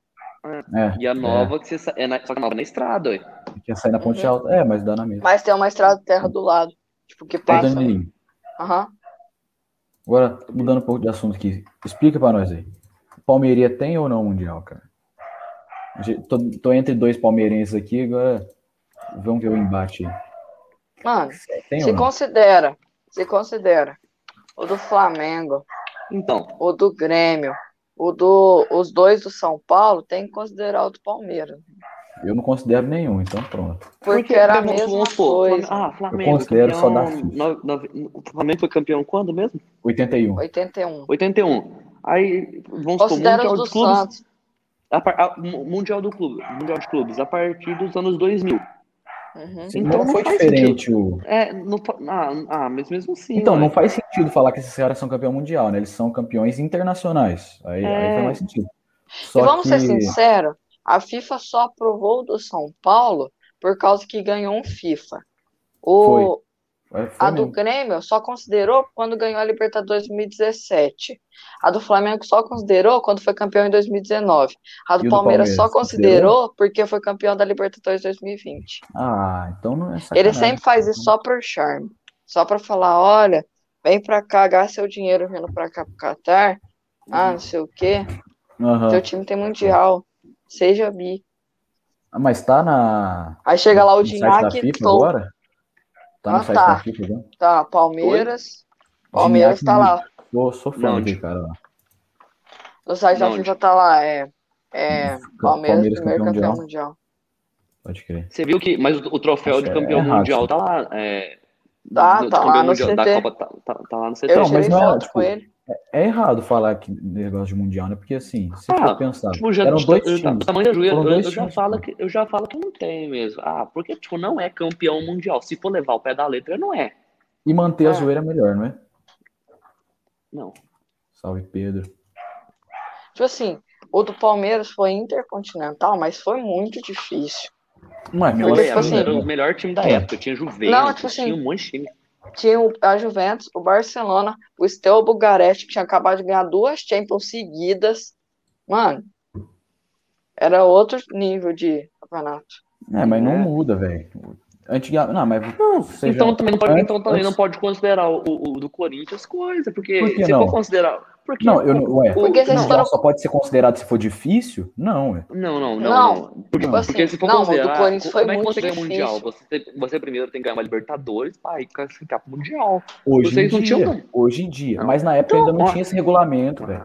[SPEAKER 2] E a nova que você sa... é na... só que a nova é na estrada, ué.
[SPEAKER 3] É, que sai na Ponte
[SPEAKER 1] Uhum.
[SPEAKER 3] Alta. É, mas dá na mesma.
[SPEAKER 1] Mas tem uma estrada de terra do lado, tipo, que
[SPEAKER 3] Ô,
[SPEAKER 1] passa.
[SPEAKER 3] Danilinho,
[SPEAKER 1] Aham.
[SPEAKER 3] agora mudando um pouco de assunto aqui, explica pra nós aí. Palmeirinha tem ou não Mundial, cara? A gente- Tô, tô entre dois palmeirenses aqui, agora vamos ver o embate aí.
[SPEAKER 1] Mano,
[SPEAKER 3] Tem
[SPEAKER 1] se
[SPEAKER 3] ou não?
[SPEAKER 1] considera, se considera o do Flamengo,
[SPEAKER 2] Então,
[SPEAKER 1] o do Grêmio, o do, os dois do São Paulo, tem que considerar o do Palmeiras.
[SPEAKER 3] Eu não considero nenhum, então pronto.
[SPEAKER 1] Porque era a
[SPEAKER 2] vamos-
[SPEAKER 1] mesma
[SPEAKER 2] vamos supor,
[SPEAKER 1] coisa.
[SPEAKER 2] Flamengo- Ah, Flamengo.
[SPEAKER 3] Eu considero só da
[SPEAKER 2] campeão-
[SPEAKER 3] FIFA.
[SPEAKER 2] no- no- O Flamengo foi campeão quando mesmo?
[SPEAKER 3] 81.
[SPEAKER 1] 81.
[SPEAKER 2] 81. Aí, vamos supor,
[SPEAKER 1] Considera
[SPEAKER 2] Mundial
[SPEAKER 1] os do
[SPEAKER 2] dos Clubes.
[SPEAKER 1] Santos.
[SPEAKER 2] a par- a- mu- mundial do clube, Mundial de Clubes, a partir dos anos 2000.
[SPEAKER 1] Uhum.
[SPEAKER 2] Então
[SPEAKER 3] não
[SPEAKER 2] não
[SPEAKER 3] foi
[SPEAKER 2] faz
[SPEAKER 3] diferente o.
[SPEAKER 2] É, não fa- ah, ah, mas mesmo assim.
[SPEAKER 3] Então,
[SPEAKER 2] ué.
[SPEAKER 3] não faz sentido falar que esses caras são campeão mundial, né? Eles são campeões internacionais. Aí,
[SPEAKER 2] É.
[SPEAKER 3] aí faz mais sentido.
[SPEAKER 1] E
[SPEAKER 3] Só
[SPEAKER 1] vamos
[SPEAKER 3] que
[SPEAKER 1] ser sinceros, a FIFA só aprovou o do São Paulo por causa que ganhou um FIFA. O,
[SPEAKER 3] é, foi
[SPEAKER 1] a do
[SPEAKER 3] mesmo.
[SPEAKER 1] Grêmio só considerou quando ganhou a Libertadores 2017. A do Flamengo só considerou quando foi campeão em 2019. A do,
[SPEAKER 3] E o do
[SPEAKER 1] Palmeiras, só
[SPEAKER 3] Palmeiras,
[SPEAKER 1] considerou
[SPEAKER 3] considerou?
[SPEAKER 1] porque foi campeão da Libertadores 2020.
[SPEAKER 3] Ah, então não é
[SPEAKER 1] Ele
[SPEAKER 3] sacanagem.
[SPEAKER 1] sempre faz isso só por charme. Só pra falar, olha, vem pra cá, gasta seu dinheiro vindo pra cá pro Catar.
[SPEAKER 3] Uhum.
[SPEAKER 1] Ah, não sei o quê.
[SPEAKER 3] Aham.
[SPEAKER 1] Seu time tem mundial. Seja bi.
[SPEAKER 3] Ah, Mas tá na.
[SPEAKER 1] Aí chega lá o
[SPEAKER 3] no site da
[SPEAKER 1] Dinhaque
[SPEAKER 3] FIFA
[SPEAKER 1] Tou-
[SPEAKER 3] agora? Tá no
[SPEAKER 1] Ah,
[SPEAKER 3] site
[SPEAKER 1] tá.
[SPEAKER 3] da FIFA agora?
[SPEAKER 1] Tá, Palmeiras. Palmeiras tá lá.
[SPEAKER 3] Tô sofrendo
[SPEAKER 2] Não,
[SPEAKER 3] aqui,
[SPEAKER 2] tipo,
[SPEAKER 3] cara.
[SPEAKER 1] No site da
[SPEAKER 2] Não,
[SPEAKER 1] é, FIFA tá lá. É, é Palmeiras, primeiro campeão mundial.
[SPEAKER 3] Pode crer.
[SPEAKER 2] Você viu que. Mas o, o troféu
[SPEAKER 3] Nossa,
[SPEAKER 2] de
[SPEAKER 3] é
[SPEAKER 2] campeão
[SPEAKER 3] errado.
[SPEAKER 2] mundial tá lá. É,
[SPEAKER 1] Tá,
[SPEAKER 2] do-
[SPEAKER 1] tá
[SPEAKER 2] do
[SPEAKER 1] lá
[SPEAKER 2] campeão
[SPEAKER 1] no
[SPEAKER 2] mundial da
[SPEAKER 1] CT.
[SPEAKER 2] Copa, tá, tá- tá lá no CT.
[SPEAKER 1] Eu
[SPEAKER 3] mas
[SPEAKER 1] tirei
[SPEAKER 3] não é,
[SPEAKER 1] foto
[SPEAKER 3] tipo,
[SPEAKER 1] com ele.
[SPEAKER 3] É errado falar que negócio de mundial, né? Porque assim, se você
[SPEAKER 2] Ah,
[SPEAKER 3] for pensar,
[SPEAKER 2] Tipo, já,
[SPEAKER 3] eram
[SPEAKER 2] já-
[SPEAKER 3] dois
[SPEAKER 2] já-
[SPEAKER 3] times.
[SPEAKER 2] o tamanho da joelha,
[SPEAKER 3] Foram
[SPEAKER 2] eu,
[SPEAKER 3] dois
[SPEAKER 2] eu já
[SPEAKER 3] times, né?
[SPEAKER 2] falo
[SPEAKER 3] pô.
[SPEAKER 2] que, eu já falo que não tem mesmo. Ah, porque tipo, não é campeão mundial. Se for levar o pé da letra, não é.
[SPEAKER 3] E manter
[SPEAKER 1] Ah.
[SPEAKER 3] a zoeira é melhor, não é?
[SPEAKER 2] Não.
[SPEAKER 3] Salve, Pedro.
[SPEAKER 1] Tipo assim, o do Palmeiras foi intercontinental, mas foi muito difícil.
[SPEAKER 3] Mas,
[SPEAKER 1] Porque,
[SPEAKER 2] Não,
[SPEAKER 1] tipo
[SPEAKER 2] era,
[SPEAKER 1] assim,
[SPEAKER 2] era o melhor time da
[SPEAKER 3] É.
[SPEAKER 2] época. Tinha Juventus,
[SPEAKER 1] Não, tipo assim,
[SPEAKER 2] tinha um monte de time.
[SPEAKER 1] Tinha o- a Juventus, o Barcelona, o Steaua Bucareste, que tinha acabado de ganhar duas Champions seguidas. Mano, era outro nível de campeonato.
[SPEAKER 3] é, mas não
[SPEAKER 2] É.
[SPEAKER 3] muda, velho. Antigamente. Não, mas. seja-
[SPEAKER 2] Então também, não pode,
[SPEAKER 3] antes-
[SPEAKER 2] então também não
[SPEAKER 3] antes-
[SPEAKER 2] pode considerar o, o- o do Corinthians coisa, porque
[SPEAKER 3] Por que
[SPEAKER 2] se
[SPEAKER 3] não?
[SPEAKER 2] for considerar. Porque,
[SPEAKER 3] Não, eu não. Ué,
[SPEAKER 2] o-
[SPEAKER 1] Porque
[SPEAKER 3] o
[SPEAKER 1] vocês
[SPEAKER 3] mundial
[SPEAKER 1] foram.
[SPEAKER 3] só pode ser considerado se for difícil? Não, ué.
[SPEAKER 2] Não, não, não.
[SPEAKER 1] Não,
[SPEAKER 2] não. Porque,
[SPEAKER 3] tipo
[SPEAKER 1] assim,
[SPEAKER 2] porque se for
[SPEAKER 1] não, o do
[SPEAKER 2] considerar,
[SPEAKER 1] Corinthians foi
[SPEAKER 2] como é que
[SPEAKER 1] muito
[SPEAKER 2] você ganha o
[SPEAKER 1] difícil.
[SPEAKER 2] Mundial? Você, tem- você primeiro tem que ganhar uma Libertadores para classificar pro Mundial.
[SPEAKER 3] Hoje
[SPEAKER 2] Vocês
[SPEAKER 3] em
[SPEAKER 2] não
[SPEAKER 3] dia.
[SPEAKER 2] tinham, não?
[SPEAKER 3] Hoje em dia.
[SPEAKER 2] Não.
[SPEAKER 3] Mas na época
[SPEAKER 2] Então,
[SPEAKER 3] ainda não
[SPEAKER 2] ó.
[SPEAKER 3] tinha esse regulamento, velho.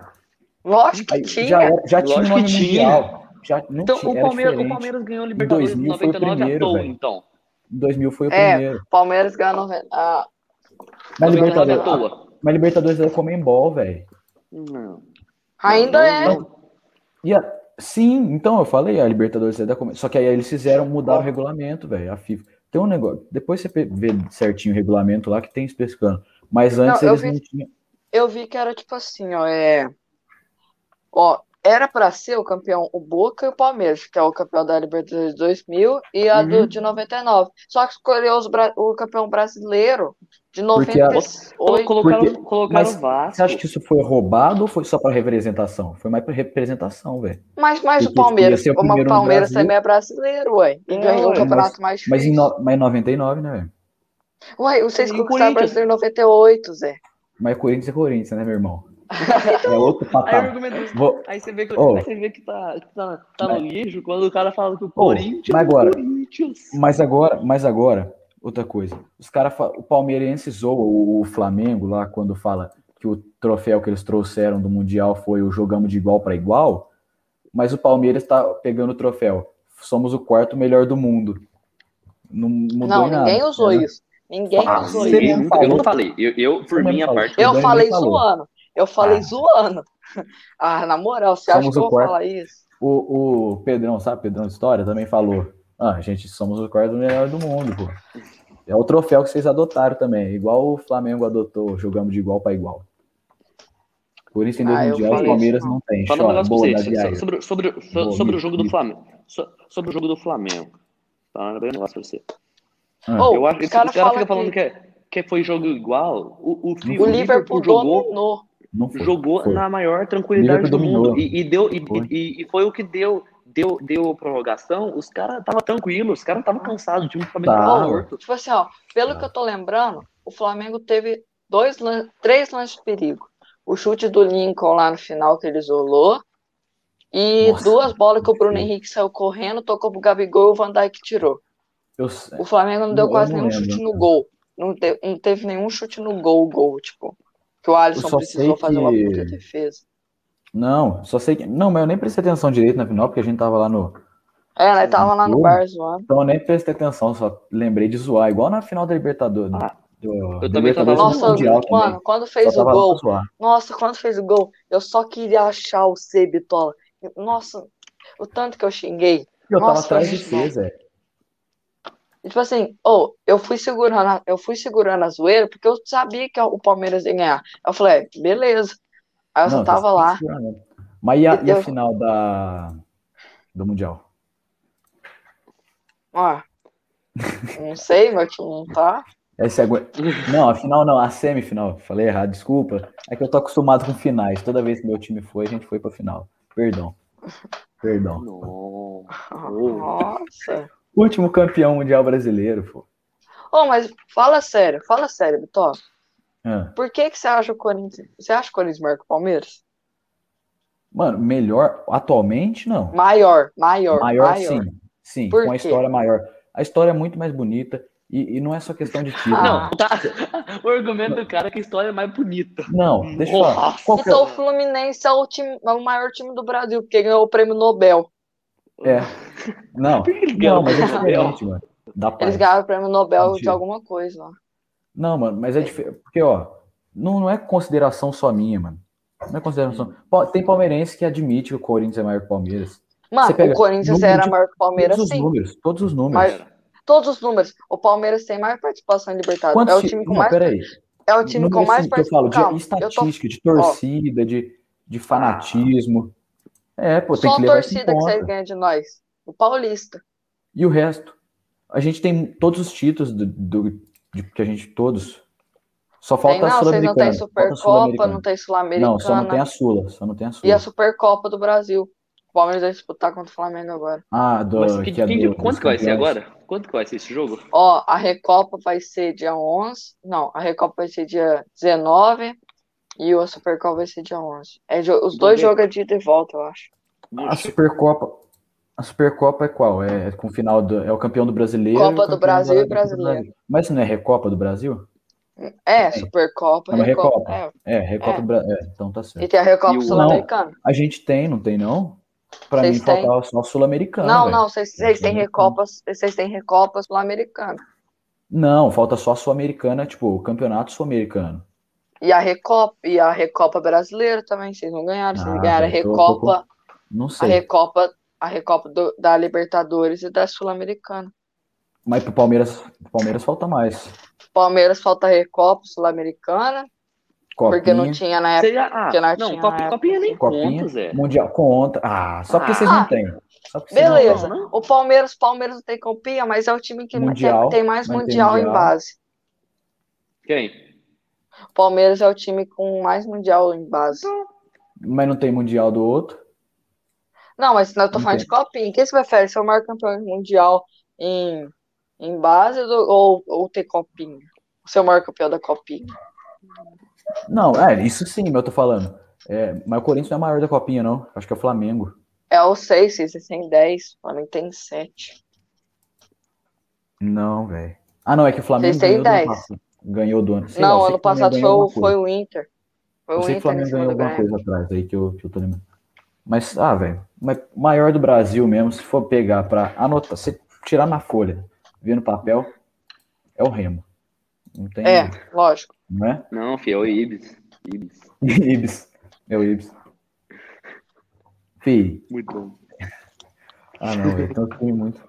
[SPEAKER 1] Lógico que
[SPEAKER 3] Aí, Já,
[SPEAKER 1] tinha.
[SPEAKER 3] era- já tinha
[SPEAKER 2] Lógico
[SPEAKER 3] nome
[SPEAKER 2] que tinha.
[SPEAKER 3] mundial. Já não
[SPEAKER 2] Então,
[SPEAKER 3] tinha,
[SPEAKER 2] o,
[SPEAKER 3] era
[SPEAKER 2] Palmeiras, o
[SPEAKER 3] diferente.
[SPEAKER 2] Palmeiras ganhou a Libertadores em
[SPEAKER 3] 2000 foi o
[SPEAKER 2] 99
[SPEAKER 3] primeiro,
[SPEAKER 2] à toa,
[SPEAKER 3] velho.
[SPEAKER 2] então.
[SPEAKER 3] 2000 foi o
[SPEAKER 1] É,
[SPEAKER 3] primeiro.
[SPEAKER 1] Palmeiras ganhou. noven- Ah,
[SPEAKER 3] Mas
[SPEAKER 2] 99 à
[SPEAKER 3] Libertadores,
[SPEAKER 2] toa.
[SPEAKER 3] mas Libertadores era Comembol, velho.
[SPEAKER 2] Não.
[SPEAKER 1] ainda
[SPEAKER 2] Não,
[SPEAKER 1] é.
[SPEAKER 2] não, não.
[SPEAKER 3] E a- Sim, então eu falei, a Libertadores é da Comembol. Só que aí eles fizeram mudar o regulamento, velho, a FIFA. Tem um negócio, depois você pe- vê certinho o regulamento lá que tem especificando. Mas antes
[SPEAKER 1] eu
[SPEAKER 3] eles
[SPEAKER 1] vi-
[SPEAKER 3] não tinham.
[SPEAKER 1] Eu vi que era tipo assim, ó, é. Ó, era pra ser o campeão o Boca e o Palmeiras, que é o campeão da Libertadores de 2000 e a do,
[SPEAKER 2] Uhum.
[SPEAKER 1] de 99. Só que escolheu os bra- o campeão brasileiro de
[SPEAKER 3] Porque a-
[SPEAKER 1] 98.
[SPEAKER 2] Colocaram,
[SPEAKER 3] Porque-
[SPEAKER 2] colocaram
[SPEAKER 3] mas
[SPEAKER 2] o Vasco.
[SPEAKER 3] Você acha que isso foi roubado ou foi só pra representação? Foi mais pra representação, velho.
[SPEAKER 1] Mas, mas o
[SPEAKER 3] porque ia
[SPEAKER 1] Palmeiras,
[SPEAKER 3] ser o
[SPEAKER 1] o
[SPEAKER 3] primeiro no
[SPEAKER 1] Palmeiras
[SPEAKER 3] Brasil.
[SPEAKER 1] também é brasileiro, ué. E
[SPEAKER 2] É,
[SPEAKER 1] ganhou o
[SPEAKER 2] ué,
[SPEAKER 1] campeonato mais
[SPEAKER 3] Mas em,
[SPEAKER 1] difícil.
[SPEAKER 3] no... mas em 99, né, velho?
[SPEAKER 1] Ué, vocês
[SPEAKER 2] E
[SPEAKER 1] conquistaram o
[SPEAKER 2] Corinthians?
[SPEAKER 1] brasileiro em 98, Zé.
[SPEAKER 3] Mas Corinthians é Corinthians, né, meu irmão? É outro
[SPEAKER 2] Aí, o
[SPEAKER 3] patamar.
[SPEAKER 2] argumento é
[SPEAKER 3] Vou...
[SPEAKER 2] Aí você vê que,
[SPEAKER 3] Ô.
[SPEAKER 2] aí você vê que tá, que tá, tá no lixo quando o cara fala que o
[SPEAKER 3] Ô,
[SPEAKER 2] Corinthians.
[SPEAKER 3] mas agora?
[SPEAKER 2] o Corinthians.
[SPEAKER 3] Mas agora, mas agora, outra coisa. Os cara, fa- o palmeirense zoa o, o Flamengo lá quando fala que o troféu que eles trouxeram do mundial foi o jogamos de igual para igual, mas o Palmeiras tá pegando o troféu. Somos o quarto melhor do mundo. Não mudou
[SPEAKER 1] Não,
[SPEAKER 3] em nada.
[SPEAKER 1] ninguém usou
[SPEAKER 3] né?
[SPEAKER 1] isso. Ninguém
[SPEAKER 3] Ah,
[SPEAKER 1] usou
[SPEAKER 3] você
[SPEAKER 1] isso.
[SPEAKER 2] eu,
[SPEAKER 3] mesmo
[SPEAKER 2] não- eu
[SPEAKER 3] falou.
[SPEAKER 2] não falei. Eu, eu, por
[SPEAKER 3] Você mesmo
[SPEAKER 2] minha
[SPEAKER 3] falou.
[SPEAKER 2] parte,
[SPEAKER 1] Eu
[SPEAKER 3] Dani
[SPEAKER 1] falei
[SPEAKER 3] falou.
[SPEAKER 1] zoando. Eu falei
[SPEAKER 3] Ah.
[SPEAKER 1] zoando. Ah, na moral, você acha
[SPEAKER 3] Somos
[SPEAKER 1] que eu
[SPEAKER 3] o
[SPEAKER 1] vou
[SPEAKER 3] quarto.
[SPEAKER 1] falar isso?
[SPEAKER 3] O, o Pedrão, sabe, Pedrão de História, também falou. Ah, a gente somos o quarto melhor do mundo, pô. É o troféu que vocês adotaram também, igual o Flamengo adotou, jogamos de igual para igual. Por isso em dois
[SPEAKER 1] Ah, eu
[SPEAKER 3] mundiais o
[SPEAKER 1] falei
[SPEAKER 3] Palmeiras
[SPEAKER 1] isso, não.
[SPEAKER 3] não tem.
[SPEAKER 2] Fala um
[SPEAKER 3] Chora,
[SPEAKER 2] negócio pra
[SPEAKER 3] boa,
[SPEAKER 2] vocês.
[SPEAKER 3] Davi
[SPEAKER 2] so-
[SPEAKER 3] Ayer.
[SPEAKER 2] Sobre, sobre, so-
[SPEAKER 3] Boa,
[SPEAKER 2] sobre o
[SPEAKER 3] isso,
[SPEAKER 2] jogo do
[SPEAKER 3] isso.
[SPEAKER 2] Flamengo. So- sobre o jogo do Flamengo. Tá? Um negócio pra você.
[SPEAKER 3] Ah,
[SPEAKER 1] Ô,
[SPEAKER 2] Eu acho que
[SPEAKER 1] os
[SPEAKER 2] esse cara,
[SPEAKER 1] caras falam
[SPEAKER 2] fica falando
[SPEAKER 1] que
[SPEAKER 2] que, é- que foi jogo igual. O, o,
[SPEAKER 1] o
[SPEAKER 2] Liverpool
[SPEAKER 1] Liverpool
[SPEAKER 2] jogou,
[SPEAKER 1] dominou.
[SPEAKER 3] Não foi.
[SPEAKER 2] jogou
[SPEAKER 3] Foi.
[SPEAKER 2] na maior tranquilidade do
[SPEAKER 3] Liverpool
[SPEAKER 2] mundo.
[SPEAKER 3] dominou.
[SPEAKER 2] E, e deu, e,
[SPEAKER 3] Foi.
[SPEAKER 2] e, e foi o que deu. Deu, deu prorrogação, os caras estavam tranquilos, os caras estavam cansados, o time do Flamengo
[SPEAKER 3] Tá.
[SPEAKER 2] tava morto.
[SPEAKER 1] Tipo assim, ó, pelo que eu tô lembrando, o Flamengo teve dois, lan- três lances de perigo. O chute do Lincoln lá no final que ele isolou. E
[SPEAKER 3] Nossa,
[SPEAKER 1] duas bolas que o Bruno
[SPEAKER 3] perfeito.
[SPEAKER 1] Henrique saiu correndo, tocou pro Gabigol e o Van Dijk tirou.
[SPEAKER 3] Eu sei.
[SPEAKER 1] O Flamengo não deu
[SPEAKER 3] É. Eu
[SPEAKER 1] quase
[SPEAKER 3] não
[SPEAKER 1] nenhum
[SPEAKER 3] lembro,
[SPEAKER 1] chute no
[SPEAKER 3] cara.
[SPEAKER 1] gol. Não, te- não teve nenhum chute no gol, gol, tipo. Que o Alisson
[SPEAKER 3] Eu só
[SPEAKER 1] precisou
[SPEAKER 3] sei
[SPEAKER 1] fazer uma
[SPEAKER 3] que-
[SPEAKER 1] puta defesa.
[SPEAKER 3] Não, só sei que. Não, mas eu nem prestei atenção direito na final, porque a gente tava lá no.
[SPEAKER 1] É, nós tava lá no
[SPEAKER 3] Porra.
[SPEAKER 1] bar zoando.
[SPEAKER 3] Então eu nem prestei atenção, só lembrei de zoar, igual na final da Libertadores.
[SPEAKER 2] Ah,
[SPEAKER 3] do,
[SPEAKER 2] eu
[SPEAKER 3] do
[SPEAKER 2] também tava
[SPEAKER 3] Libertadores
[SPEAKER 2] lá.
[SPEAKER 3] no
[SPEAKER 1] Nossa,
[SPEAKER 3] Mundial
[SPEAKER 1] mano, quando
[SPEAKER 3] também.
[SPEAKER 1] fez
[SPEAKER 3] é Só
[SPEAKER 1] o
[SPEAKER 3] tava lá
[SPEAKER 1] gol,
[SPEAKER 3] pra zoar.
[SPEAKER 1] Nossa, quando fez o gol, eu só queria achar o C, Bitola. Nossa, o tanto que eu xinguei.
[SPEAKER 3] Eu tava
[SPEAKER 1] Nossa,
[SPEAKER 3] atrás de
[SPEAKER 1] gente, não.
[SPEAKER 3] você, Zé.
[SPEAKER 1] E, Tipo assim, oh, eu fui segurando, a- eu fui segurando a zoeira porque eu sabia que o Palmeiras ia ganhar. Eu falei, "É, beleza. Aí eu só
[SPEAKER 3] Não,
[SPEAKER 1] tava
[SPEAKER 3] você
[SPEAKER 1] lá.
[SPEAKER 3] segura, né? Mas e a, e a
[SPEAKER 1] Eu-
[SPEAKER 3] final da, do Mundial?
[SPEAKER 1] Ó, não sei, meu time não tá.
[SPEAKER 3] Essa é... agu- Não, a final não, a semifinal. Falei errado, desculpa. É que eu tô acostumado com finais. Toda vez que meu time foi, a gente foi pra final. Perdão. Perdão.
[SPEAKER 2] Não.
[SPEAKER 1] Nossa.
[SPEAKER 3] Último campeão mundial brasileiro, pô.
[SPEAKER 1] Oh, mas fala sério, fala sério, Bitola.
[SPEAKER 3] Ah.
[SPEAKER 1] Por que que você acha o Corinthians? Você acha que o Corinthians maior que o Palmeiras?
[SPEAKER 3] Mano, melhor atualmente não.
[SPEAKER 1] Maior, maior,
[SPEAKER 3] Maior,
[SPEAKER 1] maior.
[SPEAKER 3] sim. Sim,
[SPEAKER 1] Por
[SPEAKER 3] com a
[SPEAKER 1] quê?
[SPEAKER 3] história maior. A história é muito mais bonita e, e não é só questão de título.
[SPEAKER 1] Ah.
[SPEAKER 2] Não, tá. O argumento do cara é que a história é mais bonita.
[SPEAKER 3] Não, deixa eu falar.
[SPEAKER 2] Nossa.
[SPEAKER 3] Qual que é
[SPEAKER 1] Então o Fluminense é o, time, é o maior time do Brasil, porque ganhou o prêmio Nobel.
[SPEAKER 3] É, Não,
[SPEAKER 2] Por que eles
[SPEAKER 3] não,
[SPEAKER 2] ganham
[SPEAKER 3] mas é
[SPEAKER 2] o Nobel?
[SPEAKER 3] diferente, mano. Da
[SPEAKER 1] Eles
[SPEAKER 3] paz.
[SPEAKER 1] ganharam o prêmio Nobel de
[SPEAKER 3] É. Mentira.
[SPEAKER 1] alguma coisa lá.
[SPEAKER 3] Não, mano, mas é diferente. Porque, ó, não, não é consideração só minha, mano. Não é consideração. Pa- Tem palmeirense que admite que o Corinthians é maior que o Palmeiras. Você
[SPEAKER 1] Mano,
[SPEAKER 3] pega
[SPEAKER 1] o Corinthians
[SPEAKER 3] número
[SPEAKER 1] era
[SPEAKER 3] de-
[SPEAKER 1] maior que o Palmeiras,
[SPEAKER 3] todos os
[SPEAKER 1] sim.
[SPEAKER 3] números, todos os números.
[SPEAKER 1] Mas- é Todos os números. O Palmeiras tem mais participação em Libertadores.
[SPEAKER 3] Quantos
[SPEAKER 1] É o
[SPEAKER 3] ti-
[SPEAKER 1] time com
[SPEAKER 3] não,
[SPEAKER 1] mais.
[SPEAKER 3] peraí.
[SPEAKER 1] É o time com
[SPEAKER 3] Número,
[SPEAKER 1] mais
[SPEAKER 3] assim, que eu
[SPEAKER 1] participação.
[SPEAKER 3] falo, de
[SPEAKER 1] Calma, eu tô
[SPEAKER 3] estatística, de torcida, de, de fanatismo. É, pô, tem
[SPEAKER 1] só
[SPEAKER 3] que
[SPEAKER 1] a
[SPEAKER 3] levar isso em
[SPEAKER 1] torcida que
[SPEAKER 3] conta.
[SPEAKER 1] vocês ganham de nós. O Paulista.
[SPEAKER 3] E o resto? A gente tem todos os títulos do, do- de- que a gente todos. Só
[SPEAKER 1] Tem,
[SPEAKER 3] falta a
[SPEAKER 1] não, vocês não
[SPEAKER 3] Sul-Americana.
[SPEAKER 1] têm
[SPEAKER 3] Falta a
[SPEAKER 1] Supercopa, não
[SPEAKER 3] Sul-Americana.
[SPEAKER 1] tem
[SPEAKER 3] Não, só não tem
[SPEAKER 1] Sul-Americana.
[SPEAKER 3] a Sula, só não tem a Sula.
[SPEAKER 1] E a Supercopa do Brasil. O Palmeiras vai disputar contra o Flamengo agora.
[SPEAKER 3] Ah, do,
[SPEAKER 2] Mas que-
[SPEAKER 3] que é
[SPEAKER 2] quem-
[SPEAKER 3] do-
[SPEAKER 2] quanto
[SPEAKER 3] dos
[SPEAKER 2] que vai ser
[SPEAKER 3] campeões.
[SPEAKER 2] agora? Quanto que vai ser esse jogo?
[SPEAKER 1] Ó, a Recopa vai ser dia 11. Não, a Recopa vai ser dia 19. E a Supercopa vai ser dia 11. É, jo- os dois
[SPEAKER 2] Vamos
[SPEAKER 1] jogos é de ida e volta, eu acho.
[SPEAKER 3] A Supercopa. A Supercopa é qual? É com o final do, é o campeão do brasileiro.
[SPEAKER 1] Copa
[SPEAKER 3] e o
[SPEAKER 1] do
[SPEAKER 3] campeão
[SPEAKER 1] Brasil
[SPEAKER 3] da-
[SPEAKER 1] e brasileiro.
[SPEAKER 3] da- Mas isso não é Recopa do Brasil?
[SPEAKER 1] É, Supercopa,
[SPEAKER 3] É uma
[SPEAKER 1] Recopa.
[SPEAKER 3] É, Recopa
[SPEAKER 1] É.
[SPEAKER 3] do Brasil. É, então tá
[SPEAKER 1] é. E
[SPEAKER 3] certo.
[SPEAKER 1] tem a Recopa
[SPEAKER 2] E o-
[SPEAKER 1] Sul-Americana.
[SPEAKER 3] A gente tem, não tem não? Pra
[SPEAKER 1] Vocês
[SPEAKER 3] mim
[SPEAKER 1] têm?
[SPEAKER 3] faltava só o Sul-Americano.
[SPEAKER 1] Não,
[SPEAKER 3] velho.
[SPEAKER 1] não, vocês, vocês têm
[SPEAKER 3] Sul-Americana.
[SPEAKER 1] Recopas, vocês têm Recopa Sul-Americana.
[SPEAKER 3] Não, falta só a Sul-Americana, tipo, o campeonato Sul-Americano.
[SPEAKER 1] E a Recopa, e a Recopa Brasileira também, vocês não ganharam, vocês
[SPEAKER 3] Ah,
[SPEAKER 1] ganharam a
[SPEAKER 3] velho, tô-
[SPEAKER 1] Recopa,
[SPEAKER 3] Não
[SPEAKER 1] a
[SPEAKER 3] sei.
[SPEAKER 1] Recopa, a Recopa do- da Libertadores e da Sul-Americana.
[SPEAKER 3] Mas pro Palmeiras, pro Palmeiras falta mais.
[SPEAKER 1] Palmeiras falta a Recopa Sul-Americana,
[SPEAKER 3] Copinha,
[SPEAKER 1] porque não tinha na época.
[SPEAKER 2] Seria, ah,
[SPEAKER 1] é porque não
[SPEAKER 2] não,
[SPEAKER 1] tinha
[SPEAKER 2] Copi-
[SPEAKER 1] na época.
[SPEAKER 2] Copinha nem
[SPEAKER 3] Copinha,
[SPEAKER 2] conta, Zé.
[SPEAKER 3] Mundial conta. Ah, só porque
[SPEAKER 2] Ah.
[SPEAKER 3] vocês não têm. Só porque vocês não têm.
[SPEAKER 1] Beleza.
[SPEAKER 2] não?
[SPEAKER 1] O Palmeiras, Palmeiras não tem copinha, mas é o time que
[SPEAKER 3] Mundial,
[SPEAKER 1] tem, tem mais
[SPEAKER 3] mas tem
[SPEAKER 1] mundial, em
[SPEAKER 3] mundial.
[SPEAKER 1] base.
[SPEAKER 2] Quem?
[SPEAKER 1] O Palmeiras é o time com mais mundial em base.
[SPEAKER 3] Mas não tem mundial do outro.
[SPEAKER 1] Não, mas não, eu tô
[SPEAKER 3] Não
[SPEAKER 1] falando de copinha. Quem você prefere ser o maior campeão mundial em, em base do- ou, ou ter copinha? Ser o maior campeão da copinha.
[SPEAKER 3] Não, é, isso sim, mas eu tô falando. É, mas o Corinthians não é maior da copinha, não. Acho que é o Flamengo.
[SPEAKER 1] É o 6, vocês têm 10, o Flamengo tem 7.
[SPEAKER 3] Não, velho. Ah, não, é que o Flamengo
[SPEAKER 1] Vocês têm
[SPEAKER 3] ganhou do ano
[SPEAKER 1] 10.
[SPEAKER 3] passado. Ganhou do ano. sei lá, eu
[SPEAKER 1] Não,
[SPEAKER 3] sei
[SPEAKER 1] ano
[SPEAKER 3] que o Flamengo
[SPEAKER 1] passado foi,
[SPEAKER 3] ganhou
[SPEAKER 1] o-
[SPEAKER 3] alguma coisa.
[SPEAKER 1] foi o Inter. Foi
[SPEAKER 3] Eu
[SPEAKER 1] o
[SPEAKER 3] sei que
[SPEAKER 1] Inter
[SPEAKER 3] o
[SPEAKER 1] em
[SPEAKER 3] Flamengo
[SPEAKER 1] cima
[SPEAKER 3] ganhou
[SPEAKER 1] do
[SPEAKER 3] alguma
[SPEAKER 1] Grêmio.
[SPEAKER 3] coisa atrás aí que eu, que eu tô lembrando. Mas, ah, velho, mas maior do Brasil mesmo, se for pegar pra anotar, se tirar na folha, ver no papel, é o Remo. Não tem.
[SPEAKER 1] É, lógico.
[SPEAKER 3] Não é?
[SPEAKER 2] Não, filho, é o Ibis. Ibis.
[SPEAKER 3] Ibis. É o Ibis. Fih.
[SPEAKER 2] Muito bom.
[SPEAKER 3] Ah, não, velho. Então eu fiquei muito.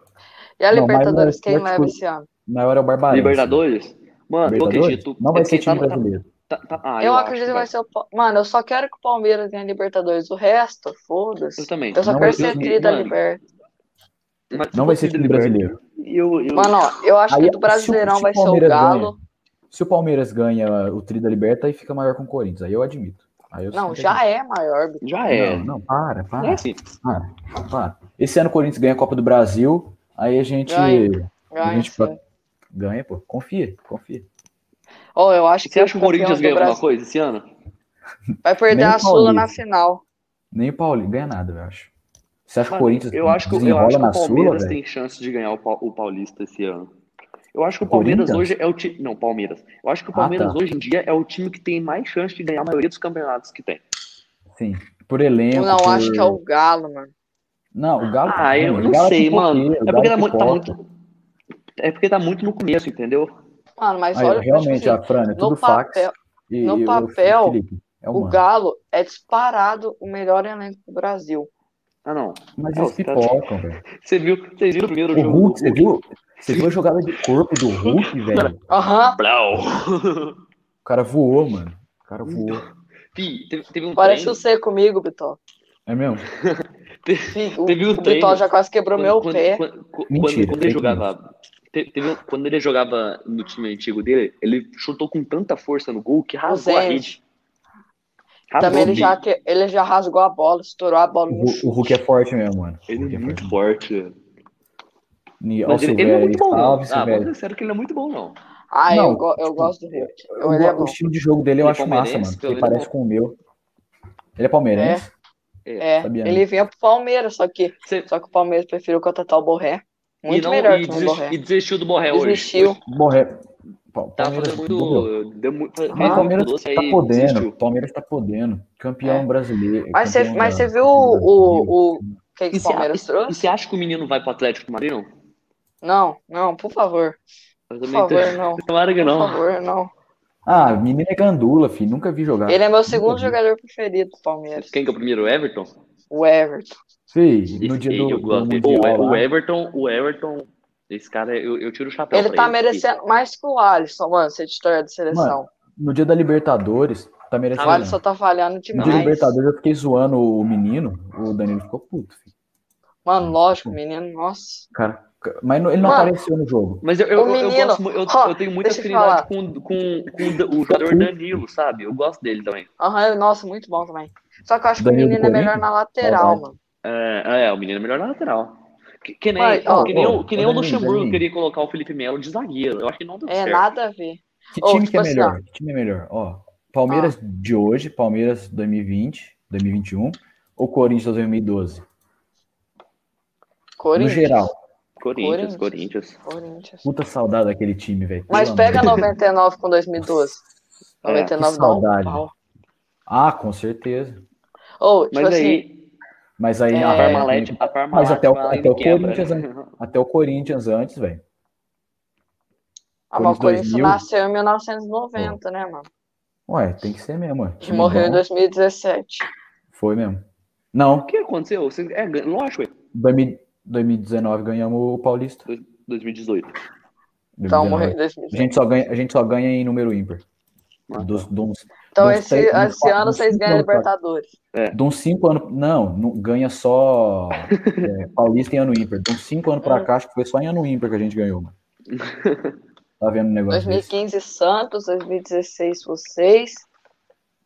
[SPEAKER 1] E a
[SPEAKER 3] Não, mas
[SPEAKER 1] Libertadores,
[SPEAKER 3] não,
[SPEAKER 1] quem
[SPEAKER 3] mas,
[SPEAKER 1] leva
[SPEAKER 3] tipo,
[SPEAKER 1] esse ano?
[SPEAKER 3] Maior é o Barbarense.
[SPEAKER 2] Libertadores? Mano, Ah, eu
[SPEAKER 3] Libertadores?
[SPEAKER 2] acredito.
[SPEAKER 3] Não vai ser
[SPEAKER 2] quem tá
[SPEAKER 3] time
[SPEAKER 2] no-
[SPEAKER 3] brasileiro.
[SPEAKER 2] tá- tá- ah,
[SPEAKER 1] eu
[SPEAKER 2] acho
[SPEAKER 1] acredito que vai ser o. Pa- Mano, eu só quero que o Palmeiras ganhe a Libertadores. O resto, foda-se.
[SPEAKER 2] Eu também.
[SPEAKER 1] Eu só
[SPEAKER 3] Não
[SPEAKER 1] quero
[SPEAKER 3] vai ser
[SPEAKER 1] ser
[SPEAKER 3] time-
[SPEAKER 1] tri da
[SPEAKER 2] Mano,
[SPEAKER 1] Libertadores.
[SPEAKER 2] Mas se
[SPEAKER 3] Não vai
[SPEAKER 2] fosse
[SPEAKER 3] ser time
[SPEAKER 2] Libertadores,
[SPEAKER 3] brasileiro.
[SPEAKER 2] Eu, eu...
[SPEAKER 1] Mano, ó, eu acho
[SPEAKER 3] Aí,
[SPEAKER 1] que do Brasileirão
[SPEAKER 3] se o
[SPEAKER 1] vai ser o
[SPEAKER 3] Palmeiras
[SPEAKER 1] Galo.
[SPEAKER 3] ganha, Se o Palmeiras ganha o Tri da Liberta, aí fica maior com o Corinthians. Aí eu admito. Aí eu
[SPEAKER 1] Não,
[SPEAKER 3] sempre
[SPEAKER 1] já é maior. bicho.
[SPEAKER 2] já
[SPEAKER 3] admito.
[SPEAKER 2] é.
[SPEAKER 3] Não, não, para,
[SPEAKER 2] Não
[SPEAKER 3] para.
[SPEAKER 2] é assim.
[SPEAKER 1] Ah.
[SPEAKER 3] Pá, Esse ano o Corinthians ganha a Copa do Brasil, aí a gente
[SPEAKER 1] Ganha.
[SPEAKER 3] A
[SPEAKER 1] Ganha,
[SPEAKER 3] gente
[SPEAKER 1] sim.
[SPEAKER 3] pode- ganha, pô. Confia, confia.
[SPEAKER 1] Ó, eu acho
[SPEAKER 2] Você
[SPEAKER 1] que
[SPEAKER 2] acha que o Corinthians ganhou
[SPEAKER 1] ganhou
[SPEAKER 2] alguma coisa esse ano?
[SPEAKER 1] Vai perder
[SPEAKER 3] Nem
[SPEAKER 1] a
[SPEAKER 3] o
[SPEAKER 1] Sula na
[SPEAKER 3] Paulista.
[SPEAKER 1] final.
[SPEAKER 3] Nem o Paulinho ganha nada, eu acho. Você acha que o
[SPEAKER 2] Mano,
[SPEAKER 3] Corinthians
[SPEAKER 2] eu acho que, eu
[SPEAKER 3] desenrola
[SPEAKER 2] acho que
[SPEAKER 3] na
[SPEAKER 2] o Palmeiras
[SPEAKER 3] sua, velho?
[SPEAKER 2] tem chance de ganhar o, Pa- o Paulista esse ano. Eu acho que o
[SPEAKER 3] O
[SPEAKER 2] Palmeiras
[SPEAKER 3] Corinthians?
[SPEAKER 2] hoje é o time. Não, Palmeiras. Eu acho que o
[SPEAKER 3] Ah,
[SPEAKER 2] Palmeiras
[SPEAKER 3] tá.
[SPEAKER 2] hoje em dia é o time que tem mais chance de ganhar a maioria dos campeonatos que tem.
[SPEAKER 3] Sim. Por elenco.
[SPEAKER 1] Não,
[SPEAKER 3] por-
[SPEAKER 1] acho que é o Galo, mano.
[SPEAKER 3] Não, o Galo. tá
[SPEAKER 2] Ah, eu
[SPEAKER 3] o
[SPEAKER 2] não
[SPEAKER 3] Galo
[SPEAKER 2] sei,
[SPEAKER 3] pipoqueiro,
[SPEAKER 2] mano.
[SPEAKER 3] o
[SPEAKER 2] É
[SPEAKER 3] Galo
[SPEAKER 2] porque tá muito, tá
[SPEAKER 3] pipoca.
[SPEAKER 2] muito. É porque tá muito no começo, entendeu?
[SPEAKER 1] Mano, mas
[SPEAKER 3] Aí, ó,
[SPEAKER 1] olha
[SPEAKER 3] realmente,
[SPEAKER 1] tipo assim,
[SPEAKER 3] a Fran, é
[SPEAKER 1] no
[SPEAKER 3] tudo
[SPEAKER 1] papel,
[SPEAKER 3] fax. E,
[SPEAKER 1] no
[SPEAKER 3] e o
[SPEAKER 1] papel,
[SPEAKER 3] Felipe, é
[SPEAKER 1] o
[SPEAKER 3] humano.
[SPEAKER 1] Galo é disparado o melhor elenco do Brasil.
[SPEAKER 2] Ah, não.
[SPEAKER 3] Mas
[SPEAKER 2] É,
[SPEAKER 3] eles
[SPEAKER 2] os caras-
[SPEAKER 3] pipocam, velho.
[SPEAKER 2] Você viu, vocês viram o primeiro
[SPEAKER 3] O
[SPEAKER 2] jogo?
[SPEAKER 3] Hulk, você viu? Você viu a jogada de corpo do Hulk, velho?
[SPEAKER 1] Aham.
[SPEAKER 2] Blau.
[SPEAKER 3] O cara voou, mano. O cara voou.
[SPEAKER 2] Fih, teve, teve um
[SPEAKER 1] Parece
[SPEAKER 2] trem.
[SPEAKER 1] você comigo, Bitó.
[SPEAKER 3] É mesmo?
[SPEAKER 1] Fi, O,
[SPEAKER 2] Teve o
[SPEAKER 1] o
[SPEAKER 2] treino.
[SPEAKER 1] Bitó já quase quebrou meu
[SPEAKER 2] quando,
[SPEAKER 1] pé.
[SPEAKER 2] Quando, quando-
[SPEAKER 3] Mentira,
[SPEAKER 2] quando ele
[SPEAKER 3] fake
[SPEAKER 2] jogava. te- teve um- quando ele jogava no time antigo dele, ele chutou com tanta força no gol que rasgou a
[SPEAKER 1] Zé.
[SPEAKER 2] rede. Rasgou
[SPEAKER 1] Também ele
[SPEAKER 2] a
[SPEAKER 1] já,
[SPEAKER 2] rede.
[SPEAKER 1] que- ele já rasgou a bola, estourou a bola
[SPEAKER 3] O,
[SPEAKER 1] no
[SPEAKER 3] Hu- o Hulk é forte mesmo, mano. O
[SPEAKER 2] Ele
[SPEAKER 3] Hulk
[SPEAKER 2] é
[SPEAKER 3] é
[SPEAKER 2] muito forte. né?
[SPEAKER 3] Ni- Ó, o
[SPEAKER 2] Mas ele, ele não é
[SPEAKER 3] Silvério aí,
[SPEAKER 2] muito bom, não.
[SPEAKER 3] salve,
[SPEAKER 2] Ah, vamos
[SPEAKER 3] Silvério.
[SPEAKER 2] ser sério que ele não é muito bom, não.
[SPEAKER 1] Ah,
[SPEAKER 3] Não,
[SPEAKER 1] eu, go- eu
[SPEAKER 3] tipo,
[SPEAKER 1] gosto do Hulk. Eu, ele é
[SPEAKER 3] O, o
[SPEAKER 1] bom.
[SPEAKER 3] estilo de jogo dele eu
[SPEAKER 2] Ele é
[SPEAKER 3] acho massa,
[SPEAKER 2] palmeirense,
[SPEAKER 3] mano.
[SPEAKER 2] pelo
[SPEAKER 3] Ele
[SPEAKER 2] menos.
[SPEAKER 3] parece com o meu. Ele é palmeirense?
[SPEAKER 1] É,
[SPEAKER 3] Sabia, né?
[SPEAKER 1] ele vinha pro Palmeiras, só que,
[SPEAKER 2] Você-
[SPEAKER 1] só que o Palmeiras preferiu contratar o Borré. Muito
[SPEAKER 2] e, não,
[SPEAKER 1] melhor
[SPEAKER 2] e,
[SPEAKER 1] que o
[SPEAKER 2] desist-
[SPEAKER 1] Borré.
[SPEAKER 2] e desistiu do Borré hoje.
[SPEAKER 1] Desistiu.
[SPEAKER 3] Borré. Pa-
[SPEAKER 2] É. Tá
[SPEAKER 3] Palmeiras
[SPEAKER 2] fazendo
[SPEAKER 3] bobeou.
[SPEAKER 2] muito. Deu muito fez
[SPEAKER 1] Ah,
[SPEAKER 3] Mas
[SPEAKER 2] muito
[SPEAKER 3] o Palmeiras
[SPEAKER 2] doce
[SPEAKER 3] tá
[SPEAKER 2] aí,
[SPEAKER 3] podendo.
[SPEAKER 2] desistiu.
[SPEAKER 3] O Palmeiras tá podendo. Campeão
[SPEAKER 1] É.
[SPEAKER 3] brasileiro.
[SPEAKER 1] Mas você,
[SPEAKER 3] campeão
[SPEAKER 1] mas
[SPEAKER 3] da-
[SPEAKER 1] você viu o, o, o, que, que
[SPEAKER 2] E
[SPEAKER 1] o
[SPEAKER 2] você
[SPEAKER 1] Palmeiras
[SPEAKER 2] e
[SPEAKER 1] trouxe?
[SPEAKER 2] você acha que o menino vai pro Atlético Mineiro? não?
[SPEAKER 1] Não, não, por favor.
[SPEAKER 2] Eu
[SPEAKER 1] Por
[SPEAKER 2] também tô-
[SPEAKER 1] favor, não.
[SPEAKER 2] Tomara que
[SPEAKER 1] Por
[SPEAKER 2] não.
[SPEAKER 1] favor, não.
[SPEAKER 3] Ah, menino é gandula, filho. Nunca vi jogar.
[SPEAKER 1] Ele é meu segundo
[SPEAKER 3] vi.
[SPEAKER 1] jogador preferido do Palmeiras.
[SPEAKER 2] Quem que é o primeiro? O Everton?
[SPEAKER 1] O Everton.
[SPEAKER 3] Fih, no
[SPEAKER 2] Esse
[SPEAKER 3] dia
[SPEAKER 2] aí
[SPEAKER 3] do,
[SPEAKER 2] eu
[SPEAKER 3] do
[SPEAKER 2] gosto dele.
[SPEAKER 3] mundial
[SPEAKER 2] O, o
[SPEAKER 3] lá,
[SPEAKER 2] Everton, o Everton, esse cara, eu, eu tiro o chapéu
[SPEAKER 1] Ele
[SPEAKER 2] pra
[SPEAKER 1] tá
[SPEAKER 2] ele.
[SPEAKER 1] merecendo mais que o Alisson, mano, ser titular da seleção.
[SPEAKER 3] no dia da Libertadores, tá merecendo.
[SPEAKER 1] o Alisson tá falhando
[SPEAKER 3] no dia da
[SPEAKER 1] demais.
[SPEAKER 3] Libertadores eu fiquei zoando o menino, o Danilo ficou puto, filho.
[SPEAKER 1] Mano, lógico, menino, nossa.
[SPEAKER 3] Cara, mas não- ele não
[SPEAKER 1] Mano.
[SPEAKER 3] apareceu no jogo.
[SPEAKER 2] Mas eu, eu,
[SPEAKER 1] O
[SPEAKER 2] eu- eu
[SPEAKER 1] menino,
[SPEAKER 2] gosto mu- eu,
[SPEAKER 1] ó,
[SPEAKER 2] eu tenho muita
[SPEAKER 1] deixa eu
[SPEAKER 2] afinidade com, com, com o jogador Danilo, sabe? Eu gosto dele também.
[SPEAKER 1] Aham, nossa, muito bom também. Só que eu acho que o
[SPEAKER 3] Danilo do
[SPEAKER 1] menino é melhor
[SPEAKER 3] Corinthians?
[SPEAKER 1] na lateral,
[SPEAKER 3] Saudade.
[SPEAKER 1] mano.
[SPEAKER 2] É, é, o menino é melhor na lateral. Que, que nem,
[SPEAKER 1] Vai, ó,
[SPEAKER 2] que nem,
[SPEAKER 3] ó,
[SPEAKER 2] o, que nem o
[SPEAKER 3] Danilo,
[SPEAKER 2] Luxemburgo
[SPEAKER 3] Danilo.
[SPEAKER 2] queria colocar o Felipe Melo de zagueiro. Eu acho que não deu
[SPEAKER 1] É,
[SPEAKER 2] certo.
[SPEAKER 1] nada a ver.
[SPEAKER 3] Que
[SPEAKER 1] Ô,
[SPEAKER 3] time
[SPEAKER 1] tipo
[SPEAKER 3] que é
[SPEAKER 1] assim, Ah.
[SPEAKER 3] melhor? Que time é melhor? Ó, Palmeiras de hoje, Palmeiras 2020, 2021 ou Corinthians 2012? No
[SPEAKER 1] Corinthians.
[SPEAKER 3] geral,
[SPEAKER 1] Corinthians.
[SPEAKER 2] Corinthians,
[SPEAKER 1] Tipo
[SPEAKER 2] Corinthians.
[SPEAKER 1] Corinthians.
[SPEAKER 3] puta saudade daquele time, velho.
[SPEAKER 1] Mas
[SPEAKER 3] Pelo
[SPEAKER 1] pega
[SPEAKER 3] amor de
[SPEAKER 1] 99 com 2012.
[SPEAKER 2] É,
[SPEAKER 1] 99
[SPEAKER 3] que
[SPEAKER 1] dá um
[SPEAKER 3] saudade.
[SPEAKER 1] pau.
[SPEAKER 3] Ah, com certeza.
[SPEAKER 1] Ou, tipo
[SPEAKER 2] Mas
[SPEAKER 1] assim,
[SPEAKER 2] aí,
[SPEAKER 3] Mas aí ah,
[SPEAKER 1] É.
[SPEAKER 3] a
[SPEAKER 2] a Parmalat,
[SPEAKER 3] Parmalat-
[SPEAKER 2] a Parmalat
[SPEAKER 3] Mas até o-
[SPEAKER 2] vai lá e
[SPEAKER 3] até o
[SPEAKER 2] quebra,
[SPEAKER 3] Corinthians, é
[SPEAKER 2] né?
[SPEAKER 3] até o Corinthians antes, velho.
[SPEAKER 1] ah, mas o
[SPEAKER 3] Corinthians
[SPEAKER 1] Corinthians
[SPEAKER 3] 2000.
[SPEAKER 1] nasceu em 1990, né, mano?
[SPEAKER 3] Ué, tem que ser mesmo, ué.
[SPEAKER 1] Que
[SPEAKER 3] Time
[SPEAKER 1] morreu
[SPEAKER 3] bom,
[SPEAKER 1] em 2017.
[SPEAKER 3] Foi mesmo. Não,
[SPEAKER 2] O que aconteceu? Você- É, gan- lógico, é,
[SPEAKER 3] 2000 2019 ganhamos o Paulista.
[SPEAKER 2] 2018.
[SPEAKER 1] Então,
[SPEAKER 2] Tá
[SPEAKER 3] 2019.
[SPEAKER 1] morreu em
[SPEAKER 3] A
[SPEAKER 1] 2017.
[SPEAKER 3] gente só ganha, a gente só ganha em número ímpar.
[SPEAKER 2] Ah,
[SPEAKER 3] Dos, de uns-
[SPEAKER 1] Então,
[SPEAKER 3] Dos
[SPEAKER 1] esse,
[SPEAKER 3] três, dos
[SPEAKER 1] esse
[SPEAKER 3] quatro,
[SPEAKER 1] ano
[SPEAKER 3] dos
[SPEAKER 1] vocês
[SPEAKER 3] cinco
[SPEAKER 1] ganham
[SPEAKER 3] anos, cara.
[SPEAKER 1] Libertadores.
[SPEAKER 3] de uns 5 anos. Não, não- ganha só é, Paulista em ano ímpar. De uns 5 anos pra
[SPEAKER 2] Ah.
[SPEAKER 1] Hum.
[SPEAKER 3] cá, acho que foi só em ano ímpar que a gente ganhou, mano. Tá vendo o negócio? desse?
[SPEAKER 1] 2015 Santos, 2016 vocês,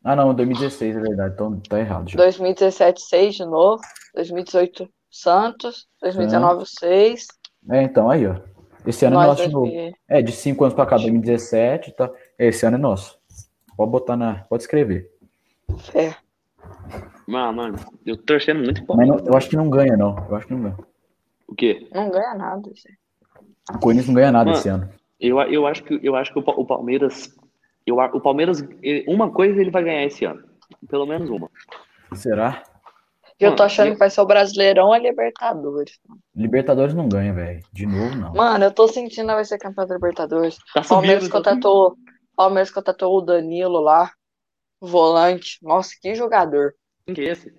[SPEAKER 3] Ah, não, 2016 é verdade. Então tá errado. já.
[SPEAKER 1] 2017 6 de novo, 2018 Santos, 2019 vocês,
[SPEAKER 3] É, então, aí, ó. Esse ano é
[SPEAKER 1] nós
[SPEAKER 3] nosso de novo.
[SPEAKER 1] 2000.
[SPEAKER 3] É, de 5 anos pra cá, 2017, tá? Esse ano é nosso. Pode botar na. Pode escrever.
[SPEAKER 1] É.
[SPEAKER 2] Mano, mano, eu tô torcendo muito pra
[SPEAKER 3] Mas não- eu acho que não ganha, não. Eu acho que não ganha.
[SPEAKER 2] O quê?
[SPEAKER 1] Não ganha nada. gente.
[SPEAKER 3] O Corinthians não ganha nada
[SPEAKER 2] Mano.
[SPEAKER 3] esse ano.
[SPEAKER 2] Eu, eu acho que, eu acho que o, Pa- o Palmeiras. Eu, a- o Palmeiras, ele- uma coisa ele vai ganhar esse ano. Pelo menos uma.
[SPEAKER 3] Será?
[SPEAKER 1] Eu tô
[SPEAKER 2] Mano,
[SPEAKER 1] achando
[SPEAKER 2] eu-
[SPEAKER 1] que vai ser o Brasileirão ou a Libertadores.
[SPEAKER 3] Libertadores não ganha, velho. De novo, não.
[SPEAKER 1] Mano, eu tô sentindo que vai ser campeão da Libertadores.
[SPEAKER 2] Tá
[SPEAKER 1] Palmeiras
[SPEAKER 2] subindo, tá
[SPEAKER 1] contratou, Palmeiras contratou o Danilo lá, volante. Nossa, que jogador.
[SPEAKER 2] subindo. Que é esse?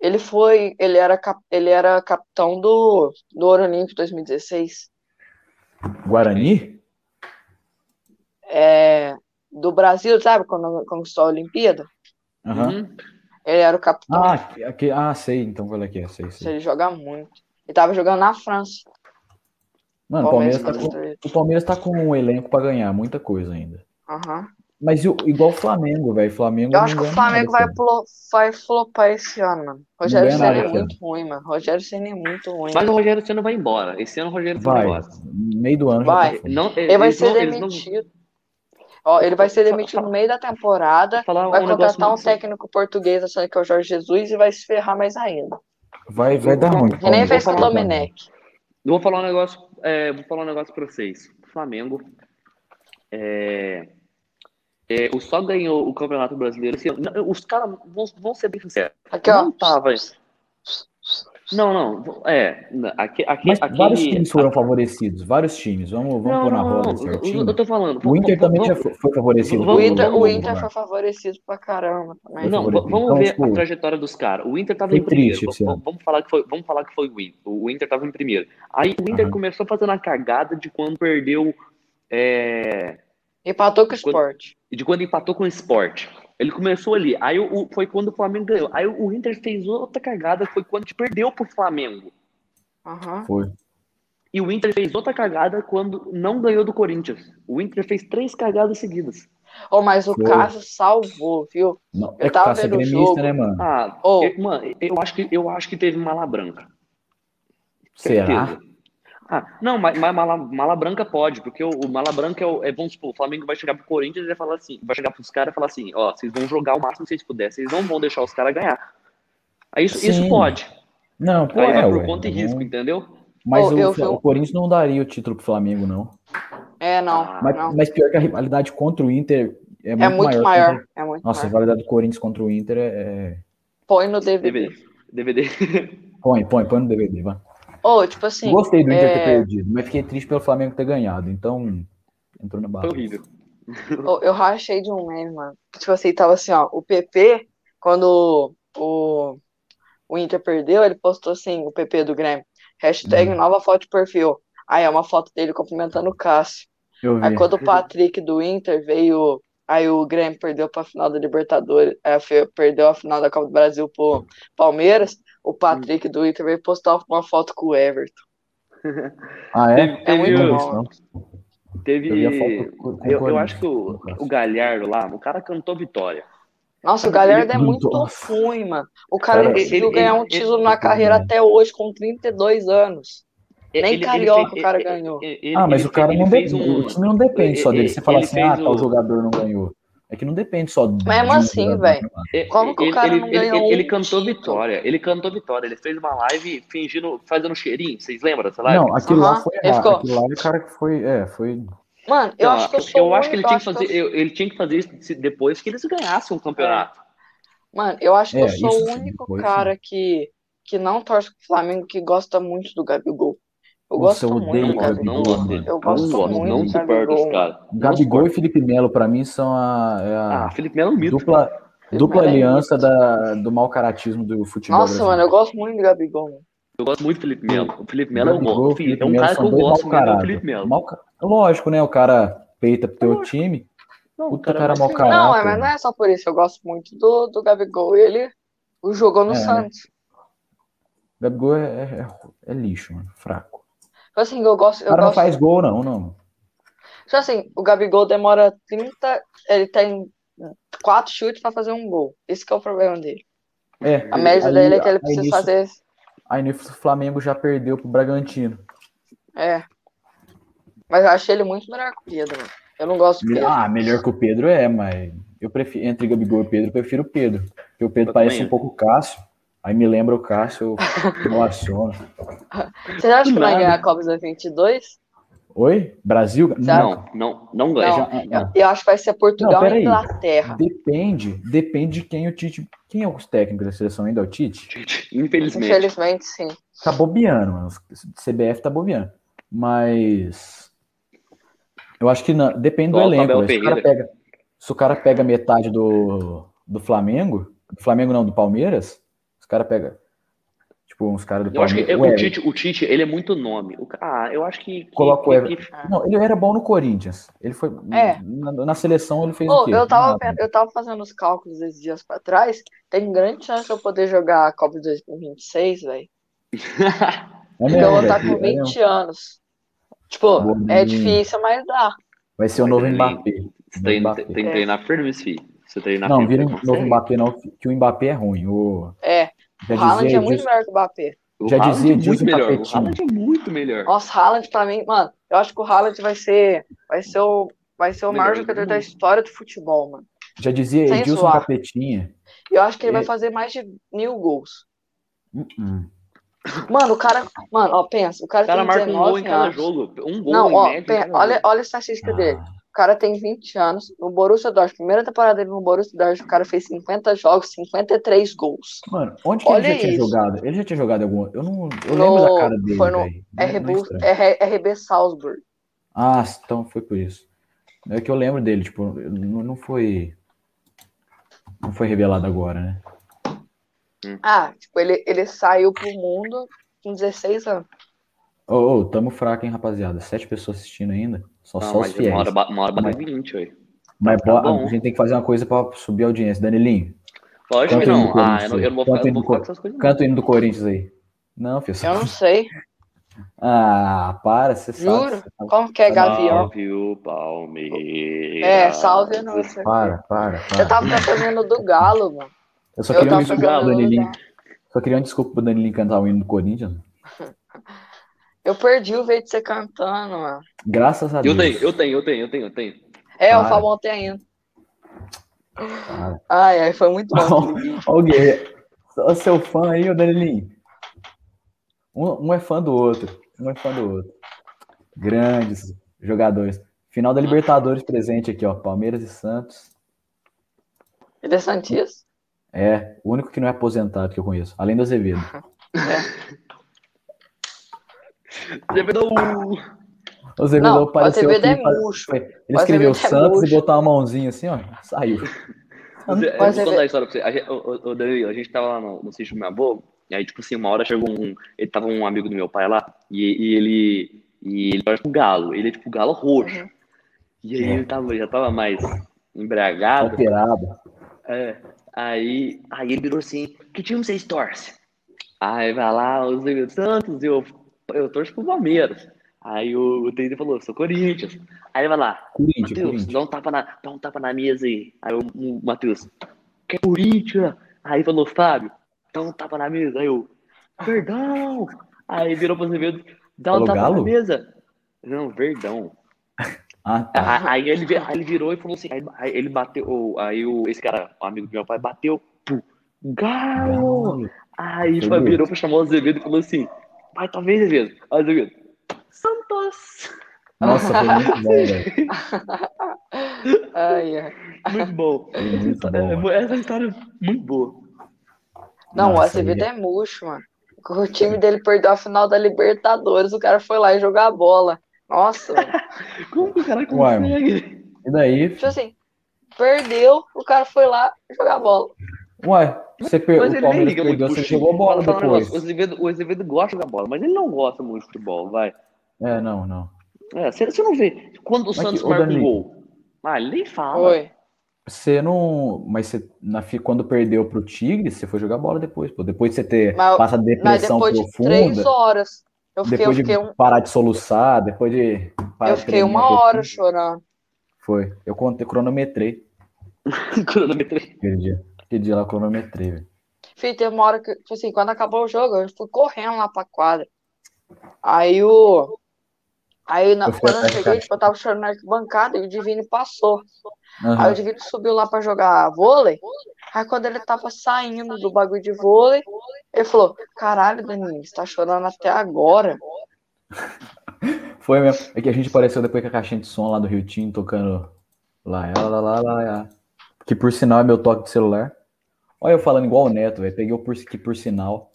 [SPEAKER 1] Ele foi, ele era, cap- ele era capitão do, do Ouro Olímpico 2016.
[SPEAKER 3] Guarani?
[SPEAKER 1] é, do Brasil, sabe? Quando conquistou a Olimpíada.
[SPEAKER 3] Aham.
[SPEAKER 2] Uhum.
[SPEAKER 1] Ele era o capitão.
[SPEAKER 3] Ah, aqui, aqui- ah, sei então qual é que é. Sei, sei.
[SPEAKER 1] Ele joga muito. Ele tava jogando na França.
[SPEAKER 3] Mano, o Palmeiras tá
[SPEAKER 1] contra
[SPEAKER 3] com,
[SPEAKER 1] o Inter.
[SPEAKER 3] o Palmeiras tá com um elenco pra ganhar muita coisa ainda.
[SPEAKER 1] Aham.
[SPEAKER 3] Mas e o- igual o Flamengo, velho. Flamengo
[SPEAKER 1] Eu
[SPEAKER 3] não
[SPEAKER 1] acho que o
[SPEAKER 3] ganha
[SPEAKER 1] Flamengo
[SPEAKER 3] nada
[SPEAKER 1] vai,
[SPEAKER 3] assim. esse ano.
[SPEAKER 1] plo- vai flopar esse ano, mano. Rogério
[SPEAKER 3] ganha nada
[SPEAKER 1] Senna é
[SPEAKER 3] esse
[SPEAKER 1] muito ruim, mano. Rogério Senna é muito ruim.
[SPEAKER 2] Mas o Rogério Senna vai embora. Esse ano o Rogério Senna vai
[SPEAKER 3] Vai.
[SPEAKER 2] embora.
[SPEAKER 3] Meio do ano já
[SPEAKER 1] Vai.
[SPEAKER 3] tá fora.
[SPEAKER 2] Não, eh,
[SPEAKER 1] Ele vai
[SPEAKER 2] eles
[SPEAKER 1] ser
[SPEAKER 2] não- eles não-
[SPEAKER 1] demitido. Ó, ele vai ser
[SPEAKER 2] Fa-
[SPEAKER 1] demitido
[SPEAKER 2] fa-
[SPEAKER 1] no meio da temporada.
[SPEAKER 2] falar
[SPEAKER 1] Vai
[SPEAKER 2] um negócio
[SPEAKER 1] contratar um
[SPEAKER 2] muito-
[SPEAKER 1] técnico português achando que é o Jorge Jesus e vai se ferrar mais ainda.
[SPEAKER 3] Vai, vai dar ruim. um pro
[SPEAKER 1] E nem
[SPEAKER 3] Palmeiras.
[SPEAKER 1] fez com o
[SPEAKER 3] Vai dar ruim.
[SPEAKER 1] Domenech.
[SPEAKER 2] Eu vou falar um negócio, é, vou falar um negócio para vocês. O Flamengo é, é, o só ganhou o Campeonato Brasileiro. esse ano. Não, os caras vão, vão ser bem sinceros.
[SPEAKER 1] Aqui, ó.
[SPEAKER 2] Não tava. Não, não. É, na- aque- aque-
[SPEAKER 3] Mas
[SPEAKER 2] aquele-
[SPEAKER 1] tá
[SPEAKER 3] vários times foram favorecidos. Vários times. Vamos, vamos
[SPEAKER 2] Não,
[SPEAKER 3] pôr na
[SPEAKER 2] não,
[SPEAKER 3] roda
[SPEAKER 2] não,
[SPEAKER 3] certinho.
[SPEAKER 2] Eu, eu tô falando.
[SPEAKER 3] O Inter
[SPEAKER 2] Vamos-
[SPEAKER 3] também já
[SPEAKER 2] vamos-
[SPEAKER 3] foi foi favorecido.
[SPEAKER 1] O
[SPEAKER 2] Vamos-
[SPEAKER 1] Inter, o
[SPEAKER 2] vamos-
[SPEAKER 1] Inter foi favorecido pra caramba também.
[SPEAKER 2] Não,
[SPEAKER 3] favorecido.
[SPEAKER 2] va- vamos
[SPEAKER 3] Então,
[SPEAKER 2] ver
[SPEAKER 3] tipo,
[SPEAKER 2] a trajetória dos caras. O Inter tava
[SPEAKER 3] foi
[SPEAKER 2] em primeiro.
[SPEAKER 3] triste esse
[SPEAKER 2] Va- va-
[SPEAKER 3] ano.
[SPEAKER 2] Vamos falar que foi, vamos falar que foi o Inter. O Inter tava em primeiro. Aí o Inter
[SPEAKER 3] Aham.
[SPEAKER 2] começou fazendo a cagada de quando perdeu, é,
[SPEAKER 1] Empatou com o
[SPEAKER 2] Quando-
[SPEAKER 1] esporte.
[SPEAKER 2] de quando empatou com o Sport. Ele começou ali. Aí o, o- foi quando o Flamengo ganhou. Aí o o Inter fez outra cagada, foi quando perdeu pro Flamengo.
[SPEAKER 1] Aham.
[SPEAKER 3] Foi.
[SPEAKER 2] E o Inter fez outra cagada quando não ganhou do Corinthians. O Inter fez três cagadas seguidas.
[SPEAKER 1] Oh, mas o
[SPEAKER 3] Foi.
[SPEAKER 1] Cássio salvou, viu?
[SPEAKER 3] Não,
[SPEAKER 1] Eu
[SPEAKER 3] é que
[SPEAKER 1] tava
[SPEAKER 3] tá
[SPEAKER 1] vendo o jogo.
[SPEAKER 3] gremista, né, mano?
[SPEAKER 2] Ah,
[SPEAKER 1] Oh.
[SPEAKER 2] eu- mano, eu acho que eu acho que teve mala branca.
[SPEAKER 3] Será?
[SPEAKER 2] Ah, não, mas, mas mala, mala branca pode, porque o, o mala branca é, o- é, vamos supor, o Flamengo vai chegar pro Corinthians e vai falar assim, vai chegar pros caras e falar assim, ó, vocês vão jogar o máximo que vocês puderem, vocês não vão deixar os caras ganhar. Aí isso, isso
[SPEAKER 3] Sim.
[SPEAKER 2] pode.
[SPEAKER 3] Não, pô,
[SPEAKER 2] Aí
[SPEAKER 3] é,
[SPEAKER 2] vai por
[SPEAKER 3] ué.
[SPEAKER 2] conta e
[SPEAKER 3] Não-
[SPEAKER 2] risco, entendeu?
[SPEAKER 3] Mas
[SPEAKER 1] Ô,
[SPEAKER 3] o,
[SPEAKER 1] eu vi um-
[SPEAKER 3] o Corinthians não daria o título pro Flamengo, não.
[SPEAKER 1] É, não.
[SPEAKER 2] Ah,
[SPEAKER 3] Mas,
[SPEAKER 1] não.
[SPEAKER 3] mas pior que a rivalidade contra o Inter é,
[SPEAKER 1] É muito
[SPEAKER 3] maior.
[SPEAKER 2] né?
[SPEAKER 1] maior. É muito
[SPEAKER 3] Nossa, a
[SPEAKER 1] maior.
[SPEAKER 3] rivalidade do Corinthians contra o Inter é. é-
[SPEAKER 1] Põe no DVD.
[SPEAKER 2] DVD. DVD.
[SPEAKER 3] Põe, põe, põe no DVD, vai.
[SPEAKER 1] Ou, tipo assim.
[SPEAKER 3] Gostei do Inter ter
[SPEAKER 1] é,
[SPEAKER 3] perdido, mas fiquei triste pelo Flamengo ter ganhado, então entrou na barra.
[SPEAKER 2] Foi horrível.
[SPEAKER 1] Ô, Eu rachei de um meme, mano. Tipo assim, tava assim, ó. O PP, quando o, o Inter perdeu, ele postou assim, o PP do Grêmio. Hashtag
[SPEAKER 2] Hum.
[SPEAKER 3] Uhum.
[SPEAKER 1] nova foto de perfil. Aí é uma foto dele cumprimentando o Cássio.
[SPEAKER 3] Eu vi.
[SPEAKER 1] Aí Ah, quando o Patrick do Inter veio. Aí o Grêmio perdeu pra final da Libertadores. é, fe- perdeu a final da Copa do Brasil pro Palmeiras. O Patrick do Inter veio postar uma foto com o Everton.
[SPEAKER 3] Ah, é?
[SPEAKER 1] É muito
[SPEAKER 2] Teve-
[SPEAKER 3] Não,
[SPEAKER 1] bom.
[SPEAKER 3] não.
[SPEAKER 2] Teve.
[SPEAKER 3] Eu ia falar com- com o
[SPEAKER 2] Eu, eu
[SPEAKER 3] Corinthians.
[SPEAKER 2] acho que o, o Galhardo lá, o cara cantou vitória.
[SPEAKER 1] Nossa, o Galhardo é
[SPEAKER 3] Ele-
[SPEAKER 1] muito
[SPEAKER 3] Nossa.
[SPEAKER 1] ruim, mano. O cara não
[SPEAKER 3] Cara,
[SPEAKER 1] conseguiu
[SPEAKER 2] ele-
[SPEAKER 1] ganhar
[SPEAKER 2] ele-
[SPEAKER 1] um título
[SPEAKER 3] ele-
[SPEAKER 1] na carreira até hoje, com 32 anos.
[SPEAKER 2] Ele-
[SPEAKER 1] Nem
[SPEAKER 2] ele- ele
[SPEAKER 1] carioca
[SPEAKER 2] fez-
[SPEAKER 1] o cara
[SPEAKER 2] ele-
[SPEAKER 1] ganhou.
[SPEAKER 2] ele-
[SPEAKER 3] Ah, mas
[SPEAKER 2] ele
[SPEAKER 3] o cara
[SPEAKER 2] fez-
[SPEAKER 3] não
[SPEAKER 2] ele fez
[SPEAKER 3] depende.
[SPEAKER 2] um-
[SPEAKER 3] O time não depende só
[SPEAKER 2] ele-
[SPEAKER 3] dele. Você fala
[SPEAKER 2] ele
[SPEAKER 3] assim, ah,
[SPEAKER 2] fez
[SPEAKER 3] tal
[SPEAKER 2] o-
[SPEAKER 3] jogador não ganhou. É que não depende só do.
[SPEAKER 1] Mas mesmo assim, velho.
[SPEAKER 2] É,
[SPEAKER 1] Como que o cara não ganhou
[SPEAKER 2] ele, ele
[SPEAKER 1] um
[SPEAKER 2] cantou
[SPEAKER 1] título?
[SPEAKER 2] vitória. Ele cantou vitória. Ele fez uma live fingindo, fazendo um cheirinho. Vocês lembram dessa live?
[SPEAKER 3] Não, aquilo lá
[SPEAKER 1] Aham,
[SPEAKER 3] foi
[SPEAKER 1] ele
[SPEAKER 3] errado.
[SPEAKER 1] ficou-
[SPEAKER 3] Aquilo lá é o cara que foi. É, foi.
[SPEAKER 1] Mano, eu
[SPEAKER 2] Então,
[SPEAKER 1] acho que eu sou o
[SPEAKER 2] acho que ele
[SPEAKER 1] único, eu
[SPEAKER 2] tinha que
[SPEAKER 1] acho
[SPEAKER 2] fazer.
[SPEAKER 1] que eu-
[SPEAKER 2] eu- ele tinha que fazer isso se- depois que eles ganhassem o campeonato.
[SPEAKER 1] Mano, eu acho que
[SPEAKER 3] É,
[SPEAKER 1] eu sou
[SPEAKER 3] isso
[SPEAKER 1] o
[SPEAKER 3] sim,
[SPEAKER 1] único
[SPEAKER 3] depois
[SPEAKER 1] cara que, que não torce pro Flamengo que gosta muito do Gabigol. Eu gosto
[SPEAKER 3] Nossa, eu
[SPEAKER 1] muito
[SPEAKER 3] odeio
[SPEAKER 1] do
[SPEAKER 3] o
[SPEAKER 2] gosto,
[SPEAKER 1] Gabigol.
[SPEAKER 3] Gabigol,
[SPEAKER 2] gosto
[SPEAKER 3] mano.
[SPEAKER 2] dele.
[SPEAKER 1] Eu gosto
[SPEAKER 2] não gosto,
[SPEAKER 1] muito
[SPEAKER 2] não
[SPEAKER 1] do
[SPEAKER 2] suporto
[SPEAKER 1] Gabigol.
[SPEAKER 2] esse cara. Não
[SPEAKER 3] Gabigol e
[SPEAKER 2] suporto.
[SPEAKER 3] Felipe Melo, pra mim, são a, é a
[SPEAKER 2] Ah, Felipe Melo é um mito.
[SPEAKER 3] dupla, dupla
[SPEAKER 1] Melo é
[SPEAKER 3] aliança da, do mau caratismo do futebol.
[SPEAKER 1] Nossa, mano,
[SPEAKER 3] brasileiro.
[SPEAKER 1] eu gosto muito do Gabigol. mano.
[SPEAKER 2] Eu gosto muito do Felipe Melo. O Felipe Melo é um,
[SPEAKER 3] Gabigol,
[SPEAKER 2] bom-
[SPEAKER 3] Felipe
[SPEAKER 2] é um
[SPEAKER 3] Melo
[SPEAKER 2] cara que
[SPEAKER 3] são
[SPEAKER 2] eu
[SPEAKER 3] dois
[SPEAKER 2] gosto
[SPEAKER 3] mau
[SPEAKER 2] mesmo, é o
[SPEAKER 3] caralho.
[SPEAKER 2] Felipe Melo.
[SPEAKER 3] Mau ca- Lógico, né? O cara peita pro
[SPEAKER 1] É
[SPEAKER 3] teu
[SPEAKER 2] Lógico.
[SPEAKER 3] time.
[SPEAKER 2] Não,
[SPEAKER 3] Puta
[SPEAKER 2] cara,
[SPEAKER 3] cara
[SPEAKER 2] mas-
[SPEAKER 3] mau caralho.
[SPEAKER 1] Não, é,
[SPEAKER 3] Caraca.
[SPEAKER 1] mas não é só por isso. Eu gosto muito do, do Gabigol. Ele jogou no
[SPEAKER 3] É, né?
[SPEAKER 1] Santos.
[SPEAKER 3] O Gabigol é, é- é lixo, mano. Fraco.
[SPEAKER 1] Tipo assim, eu gosto.
[SPEAKER 3] O
[SPEAKER 1] Eu
[SPEAKER 3] cara não
[SPEAKER 1] gosto
[SPEAKER 3] faz gol, não, não.
[SPEAKER 1] Tipo assim, o Gabigol demora 30. Ele tem quatro chutes pra fazer um gol. Esse que é o problema dele.
[SPEAKER 3] É.
[SPEAKER 1] A média
[SPEAKER 3] Aí-
[SPEAKER 1] dele é que ele
[SPEAKER 3] aí
[SPEAKER 1] precisa
[SPEAKER 3] nisso-
[SPEAKER 1] fazer.
[SPEAKER 3] Aí nisso o Flamengo já perdeu pro Bragantino.
[SPEAKER 1] É. Mas eu achei ele muito melhor que o Pedro. mano. Eu não gosto do Pedro.
[SPEAKER 3] Ah, melhor que o Pedro é, mas eu prefiro entre Gabigol e Pedro, eu prefiro o Pedro. Porque o Pedro
[SPEAKER 2] Eu
[SPEAKER 3] parece
[SPEAKER 2] também.
[SPEAKER 3] um pouco o Cássio. Aí me lembra o Cássio, eu relaciono.
[SPEAKER 1] Você acha que
[SPEAKER 2] do
[SPEAKER 1] vai
[SPEAKER 2] nada.
[SPEAKER 1] ganhar a Copa 2022?
[SPEAKER 3] Oi? Brasil? Não, É,
[SPEAKER 2] Não, não, não ganha.
[SPEAKER 3] já-
[SPEAKER 1] Eu,
[SPEAKER 3] não.
[SPEAKER 1] eu acho que vai ser Portugal
[SPEAKER 3] Não,
[SPEAKER 1] e
[SPEAKER 3] peraí.
[SPEAKER 1] Inglaterra.
[SPEAKER 3] Depende, depende de quem o Tite. Quem é os técnicos da seleção ainda? É o Tite?
[SPEAKER 2] Infelizmente.
[SPEAKER 1] Infelizmente, sim.
[SPEAKER 3] Tá bobeando, mano. O CBF tá bobeando. Mas. Eu acho que não. depende do
[SPEAKER 2] Ó, o
[SPEAKER 3] elenco.
[SPEAKER 2] Abel
[SPEAKER 3] velho. Se o, cara pega, se o cara pega metade do, do Flamengo, do Flamengo não, do Palmeiras, os caras pegam. Tipo, uns caras do
[SPEAKER 2] Eu acho que
[SPEAKER 3] Palmeiras.
[SPEAKER 2] é-
[SPEAKER 3] o
[SPEAKER 2] o,
[SPEAKER 3] Everton.
[SPEAKER 2] Tite, o Tite, ele é muito nome. O ca- ah, eu acho que. que-
[SPEAKER 3] Coloca o
[SPEAKER 2] que-
[SPEAKER 3] Everton.
[SPEAKER 2] que-
[SPEAKER 3] Não, ele era bom no Corinthians. Ele foi.
[SPEAKER 1] É.
[SPEAKER 3] Na, na seleção ele fez
[SPEAKER 1] Ô,
[SPEAKER 3] o quê?
[SPEAKER 1] eu, tava,
[SPEAKER 3] Nada.
[SPEAKER 1] vendo- eu tava fazendo os cálculos esses dias pra trás. Tem grande chance de eu poder jogar a Copa 2026, velho.
[SPEAKER 3] É
[SPEAKER 1] Porque eu vou estar com
[SPEAKER 3] velho, é mesmo.
[SPEAKER 1] 20 anos. Tipo,
[SPEAKER 3] Boa,
[SPEAKER 1] é
[SPEAKER 3] menino.
[SPEAKER 1] difícil, mas dá.
[SPEAKER 3] Vai ser o novo
[SPEAKER 2] Vai,
[SPEAKER 3] Mbappé.
[SPEAKER 2] Você tem,
[SPEAKER 3] Mbappé.
[SPEAKER 2] tem que
[SPEAKER 1] É.
[SPEAKER 2] treinar firme, filho. Você tá treinar
[SPEAKER 3] Não,
[SPEAKER 2] firme,
[SPEAKER 3] vira
[SPEAKER 2] você
[SPEAKER 3] um novo
[SPEAKER 2] consegue.
[SPEAKER 3] Mbappé, não, que o Mbappé é ruim. O,
[SPEAKER 1] É,
[SPEAKER 3] já
[SPEAKER 1] o Haaland
[SPEAKER 3] dizia
[SPEAKER 1] é muito
[SPEAKER 3] disso-
[SPEAKER 1] melhor que o Mbappé.
[SPEAKER 2] O
[SPEAKER 3] Já
[SPEAKER 2] Haaland
[SPEAKER 3] dizia um
[SPEAKER 2] é muito
[SPEAKER 3] Edilson
[SPEAKER 2] melhor. O
[SPEAKER 3] Capetinho.
[SPEAKER 2] Haaland é muito melhor.
[SPEAKER 1] Nossa, Haaland pra mim, mano, eu acho que o Haaland vai ser, vai ser o, vai ser o
[SPEAKER 2] Melhor
[SPEAKER 1] maior
[SPEAKER 2] do
[SPEAKER 1] jogador
[SPEAKER 2] mundo.
[SPEAKER 1] da história do futebol, mano.
[SPEAKER 3] já dizia
[SPEAKER 1] Sem
[SPEAKER 3] Edilson
[SPEAKER 1] zoar.
[SPEAKER 3] Capetinha.
[SPEAKER 1] Eu acho que ele vai
[SPEAKER 3] É.
[SPEAKER 1] fazer mais de mil gols.
[SPEAKER 3] Hum, hum.
[SPEAKER 1] Mano, o cara, mano, ó, pensa, o cara,
[SPEAKER 2] O cara
[SPEAKER 1] tem
[SPEAKER 2] marca um gol
[SPEAKER 1] 19
[SPEAKER 2] em cada
[SPEAKER 1] anos.
[SPEAKER 2] jogo. Um gol
[SPEAKER 1] Não,
[SPEAKER 2] em
[SPEAKER 1] ó,
[SPEAKER 2] média. Ah. em
[SPEAKER 1] pensa,
[SPEAKER 2] cada
[SPEAKER 1] olha,
[SPEAKER 2] jogo.
[SPEAKER 1] olha a estatística dele. O cara tem 20 anos, no Borussia Dortmund, primeira temporada dele no Borussia Dortmund, o cara fez 50 jogos, 53 gols.
[SPEAKER 3] Mano, onde que
[SPEAKER 1] Olha
[SPEAKER 3] ele já tinha
[SPEAKER 1] isso.
[SPEAKER 3] jogado? Ele já tinha jogado em algum. Eu não. Eu
[SPEAKER 1] No-
[SPEAKER 3] lembro da cara dele.
[SPEAKER 1] foi no
[SPEAKER 3] velho. Não- não
[SPEAKER 1] RB,
[SPEAKER 3] É, estranho.
[SPEAKER 1] RB Salzburg.
[SPEAKER 3] Ah, então foi por isso. É que eu lembro dele, tipo, não, não foi. Não foi revelado agora, né?
[SPEAKER 1] Ah, tipo, ele, ele saiu pro mundo com 16 anos.
[SPEAKER 3] Ô, ô, tamo fraco, hein, rapaziada? Sete pessoas assistindo ainda. Só,
[SPEAKER 2] Não,
[SPEAKER 3] só os
[SPEAKER 2] mas uma
[SPEAKER 3] fiéis.
[SPEAKER 2] hora, ba- uma hora bateu
[SPEAKER 3] Mas-
[SPEAKER 2] 20, ué.
[SPEAKER 3] Mas
[SPEAKER 2] tá
[SPEAKER 3] bo-
[SPEAKER 2] bom.
[SPEAKER 3] a gente tem que fazer uma coisa pra subir a audiência. Danilinho,
[SPEAKER 2] Lógico que
[SPEAKER 3] Quanto
[SPEAKER 2] não.
[SPEAKER 3] ele
[SPEAKER 2] Ah,
[SPEAKER 3] colocou?
[SPEAKER 2] eu não, eu não vou
[SPEAKER 3] Quanto
[SPEAKER 2] falar, eu não vou
[SPEAKER 3] ele
[SPEAKER 2] falar com essas coisas. não.
[SPEAKER 3] canta o hino do Corinthians aí. Não, filho. só-
[SPEAKER 1] Eu não sei.
[SPEAKER 3] Ah, para, você
[SPEAKER 1] Juro?
[SPEAKER 3] sabe. você-
[SPEAKER 1] Como que é
[SPEAKER 3] Não.
[SPEAKER 1] Gavião?
[SPEAKER 2] Salve o Palmeiras.
[SPEAKER 1] É, salve não. Você
[SPEAKER 3] Para, para,
[SPEAKER 1] Você
[SPEAKER 3] para.
[SPEAKER 1] tava cantando do Galo, mano.
[SPEAKER 3] Eu só
[SPEAKER 1] Eu
[SPEAKER 3] queria um
[SPEAKER 1] tava
[SPEAKER 3] desculpa
[SPEAKER 1] cantando
[SPEAKER 3] pro
[SPEAKER 1] do
[SPEAKER 3] Danilinho.
[SPEAKER 1] Galo.
[SPEAKER 3] Só queria uma desculpa pro Danilinho cantar o hino do Corinthians.
[SPEAKER 1] Eu perdi o veio de você cantando, mano.
[SPEAKER 3] Graças a
[SPEAKER 2] Eu
[SPEAKER 3] Deus.
[SPEAKER 2] tenho, eu tenho, eu tenho, eu tenho, eu tenho.
[SPEAKER 1] É, o
[SPEAKER 3] Para.
[SPEAKER 1] Fabão tem ainda.
[SPEAKER 3] Para.
[SPEAKER 1] Ai, ai, foi muito bom.
[SPEAKER 3] Alguém. Só seu fã aí, ô Danilinho. Um, um é fã do outro. Um é fã do outro. Grandes jogadores. Final da Libertadores presente aqui, ó. Palmeiras e Santos.
[SPEAKER 1] Ele é Santista?
[SPEAKER 3] Hum. É, o único que não é aposentado que eu conheço, além do Azevedo.
[SPEAKER 2] Devedor.
[SPEAKER 3] O Zebedo
[SPEAKER 1] Não,
[SPEAKER 3] apareceu
[SPEAKER 1] o Azevedo
[SPEAKER 3] aqui,
[SPEAKER 1] é
[SPEAKER 3] faz-
[SPEAKER 1] murcho.
[SPEAKER 3] foi-
[SPEAKER 1] O
[SPEAKER 3] Ele escreveu
[SPEAKER 1] Azevedo é
[SPEAKER 3] Santos e
[SPEAKER 1] murcho.
[SPEAKER 3] botou uma mãozinha assim, ó. Saiu.
[SPEAKER 2] Eu vou
[SPEAKER 1] Mas é
[SPEAKER 2] contar
[SPEAKER 1] ver-
[SPEAKER 2] a história pra você. A gente- Ô, ô, ô, Danilo, a gente tava lá no, no sítio do meu avô, e aí, tipo assim, uma hora chegou um. Ele tava um amigo do meu pai lá, e, e ele. E ele era tipo galo. Ele é tipo galo roxo.
[SPEAKER 1] Uhum.
[SPEAKER 2] E aí
[SPEAKER 3] É.
[SPEAKER 2] ele tava, já tava mais embriagado.
[SPEAKER 3] Alterado.
[SPEAKER 2] É. Aí, aí ele virou assim: que time vocês torcem? Aí vai lá, os Silvio Santos, eu, eu torço pro Palmeiras. Aí o, o Teide falou, sou Corinthians. Aí vai lá,
[SPEAKER 3] Corinthians,
[SPEAKER 2] Matheus,
[SPEAKER 3] Corinthians.
[SPEAKER 2] dá um tapa na, dá um tapa na mesa aí. Aí o, o Matheus, que é Corinthians? Aí falou, Fábio, dá um tapa na mesa. Aí eu, Verdão! Aí virou pro Azevedo, dá um
[SPEAKER 3] Falou
[SPEAKER 2] tapa na
[SPEAKER 3] Galo?
[SPEAKER 2] mesa. Não, Verdão.
[SPEAKER 3] Ah, tá.
[SPEAKER 2] A- Aí ele, vi- aí ele virou e falou assim, aí, aí ele bateu, o- aí o, esse cara, um amigo do meu pai, bateu, pum,
[SPEAKER 1] Ah,
[SPEAKER 2] galo!
[SPEAKER 3] Galo.
[SPEAKER 2] Aí
[SPEAKER 3] Foi
[SPEAKER 2] foi,
[SPEAKER 3] mesmo.
[SPEAKER 2] virou pra chamar o Azevedo e falou assim, vai, talvez, Azevedo. Aí o Azevedo, Santos!
[SPEAKER 3] Nossa, foi muito bom, velho.
[SPEAKER 1] Ai, ai.
[SPEAKER 2] Muito bom.
[SPEAKER 3] Foi muito bom.
[SPEAKER 2] É,
[SPEAKER 3] mano.
[SPEAKER 2] Essa história é muito boa.
[SPEAKER 1] Não, o
[SPEAKER 3] Nossa,
[SPEAKER 1] Azevedo
[SPEAKER 3] aí-
[SPEAKER 1] é murcho, mano. O time dele perdeu a final da Libertadores, o cara foi lá e jogar a bola. Nossa, mano.
[SPEAKER 2] Como que o cara
[SPEAKER 3] Uai,
[SPEAKER 2] consegue?
[SPEAKER 3] E daí?
[SPEAKER 1] tipo assim, perdeu, o cara foi lá jogar a bola.
[SPEAKER 3] Ué, você per...
[SPEAKER 2] Mas
[SPEAKER 3] o
[SPEAKER 2] ele nem
[SPEAKER 3] Palmeiras
[SPEAKER 2] liga muito
[SPEAKER 3] perdeu,
[SPEAKER 2] pro
[SPEAKER 3] você
[SPEAKER 2] time.
[SPEAKER 3] jogou bola
[SPEAKER 2] Fala- fala um
[SPEAKER 3] depois.
[SPEAKER 2] negócio, o, Azevedo, o Azevedo gosta de jogar bola, mas ele não gosta muito de futebol, vai.
[SPEAKER 3] É, não, não.
[SPEAKER 2] É, você, você não vê. Quando o
[SPEAKER 3] Mas que-
[SPEAKER 2] Santos
[SPEAKER 3] ô,
[SPEAKER 2] marca um
[SPEAKER 3] Danilo.
[SPEAKER 2] gol, ah, ele nem fala.
[SPEAKER 1] Oi.
[SPEAKER 3] Você não. Mas você, na, fi- quando perdeu pro Tigre, você foi jogar bola depois, pô. Depois de você ter
[SPEAKER 1] Mas-
[SPEAKER 3] passa
[SPEAKER 1] Mas
[SPEAKER 3] depressão
[SPEAKER 1] depois de
[SPEAKER 3] profunda,
[SPEAKER 1] três horas, eu fiquei, eu
[SPEAKER 3] depois
[SPEAKER 1] fiquei,
[SPEAKER 3] de
[SPEAKER 1] um,
[SPEAKER 3] parar de soluçar, depois de parar
[SPEAKER 1] eu
[SPEAKER 3] de
[SPEAKER 1] fiquei
[SPEAKER 3] tremer um
[SPEAKER 1] uma
[SPEAKER 3] pouquinho.
[SPEAKER 1] hora chorando.
[SPEAKER 3] Foi. Eu contei, cronometrei
[SPEAKER 2] Cronômetro.
[SPEAKER 3] aquele dia. Aquele dia lá eu cronometrei, velho.
[SPEAKER 1] Fih, teve uma hora que, tipo assim, quando acabou o jogo, eu fui correndo lá pra quadra. Aí o. Aí na,
[SPEAKER 3] Eu fui
[SPEAKER 1] quando eu
[SPEAKER 3] atrás de
[SPEAKER 1] cheguei,
[SPEAKER 3] cara.
[SPEAKER 1] tipo, eu tava chorando na arquibancada e o Divino passou.
[SPEAKER 3] Aham.
[SPEAKER 1] Aí o Divino subiu lá pra jogar vôlei. Aí quando ele tava saindo do bagulho de vôlei, ele falou: Caralho, Danilo, você tá chorando até agora.
[SPEAKER 3] Foi mesmo. É que a gente apareceu depois com a caixinha de som lá do Rio Tinto tocando lá, lá, lá, lá, lá, lá. Que por sinal é meu toque de celular. Olha eu falando igual o Neto, velho. Peguei o por, que por sinal.